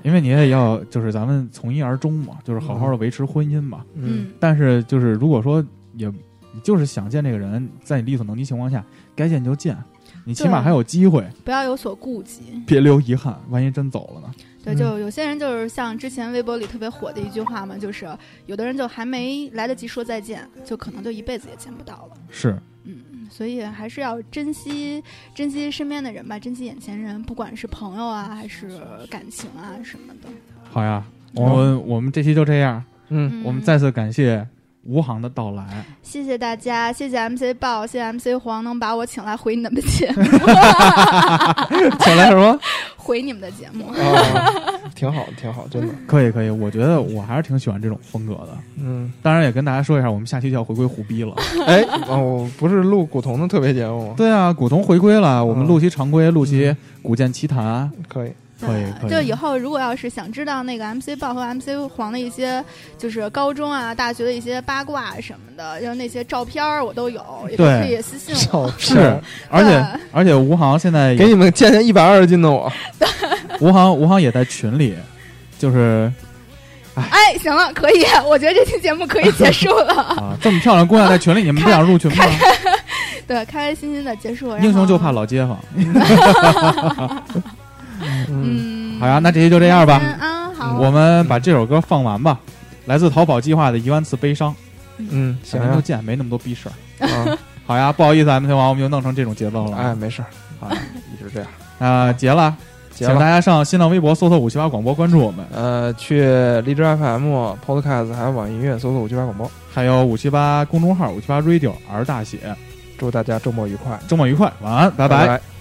Speaker 3: 因为你也要就是咱们从一而终嘛，就是好好的维持婚姻嘛。
Speaker 4: 嗯
Speaker 5: 嗯
Speaker 3: 但是就是如果说也你就是想见这个人，在你力所能及情况下，该见就见，你起码
Speaker 5: 对
Speaker 3: 还有机会，
Speaker 5: 不要有所顾忌。
Speaker 3: 别留遗憾。万一真走了呢？
Speaker 5: 对，
Speaker 4: 嗯
Speaker 5: 就有些人就是像之前微博里特别火的一句话嘛，就是有的人就还没来得及说再见，就可能就一辈子也见不到了。
Speaker 3: 是，
Speaker 5: 嗯，所以还是要珍惜珍惜身边的人吧，珍惜眼前人，不管是朋友啊，还是感情啊什么的。
Speaker 3: 好呀，我们、我们这期就这样，
Speaker 4: 嗯，
Speaker 5: 嗯，
Speaker 3: 我们再次感谢吴航的到来。
Speaker 5: 谢谢大家，谢谢 MC 豹，谢谢 MC 黄能把我请来回你们的节目，
Speaker 4: 请来什么？
Speaker 5: 回你们的节目。
Speaker 4: 啊，挺好，挺好， 真的。
Speaker 3: 可以可以，我觉得我还是挺喜欢这种风格的。
Speaker 4: 嗯，
Speaker 3: 当然也跟大家说一下，我们下期就要回归胡 逼了。
Speaker 4: 哎，哦，我不是录古潼的特别节目吗？
Speaker 3: 对啊，古潼回归了，我们
Speaker 4: 嗯
Speaker 3: 录期常规，录期古剑奇谭。
Speaker 4: 可以，
Speaker 3: 可以
Speaker 5: 对
Speaker 3: 可以
Speaker 5: 就以后如果要是想知道那个 MC 豹和 MC 黄的一些，就是高中啊、大学的一些八卦什么的，就是那些照片儿我都有，也都
Speaker 3: 对
Speaker 5: 可以私信我。
Speaker 4: 笑
Speaker 3: 是，而且而且吴航现在也
Speaker 4: 给你们见见一百二十斤的我。
Speaker 3: 吴航吴航也在群里，就是
Speaker 5: 哎，行了，可以， 我觉得这期节目可以结束了。
Speaker 3: 啊，这么漂亮的姑娘在群里，你们不想入群吗？
Speaker 5: 对，开开心心的结束。然后
Speaker 3: 英雄就怕老街坊。
Speaker 4: 嗯，
Speaker 5: 嗯，
Speaker 3: 好呀，那这期就这样吧，
Speaker 5: 晚安，好，啊
Speaker 3: 我们把这首歌放完吧。来自淘宝计划的一万次悲伤，
Speaker 4: 嗯，行
Speaker 3: 想人都
Speaker 4: 呀，
Speaker 3: 见，没那么多逼事儿。
Speaker 4: 啊，
Speaker 3: 好呀，不好意思，MC 王，我们就弄成这种节奏了。
Speaker 4: 哎，，没事儿，
Speaker 3: 好呀，
Speaker 4: 一直 这样。
Speaker 3: 啊，结了，
Speaker 4: 结
Speaker 3: 请
Speaker 4: 了
Speaker 3: 大家上新浪微博搜索“五七八广播”，关注我们。
Speaker 4: 呃，去荔枝 FM、Podcast 还有网易音乐搜索五七八广播。
Speaker 3: 还有五七八公众号五七八 radio R 大写，
Speaker 4: 祝大家周末愉快，
Speaker 3: 周末愉快，晚安，拜拜
Speaker 4: 拜拜
Speaker 2: ？Oh, 哦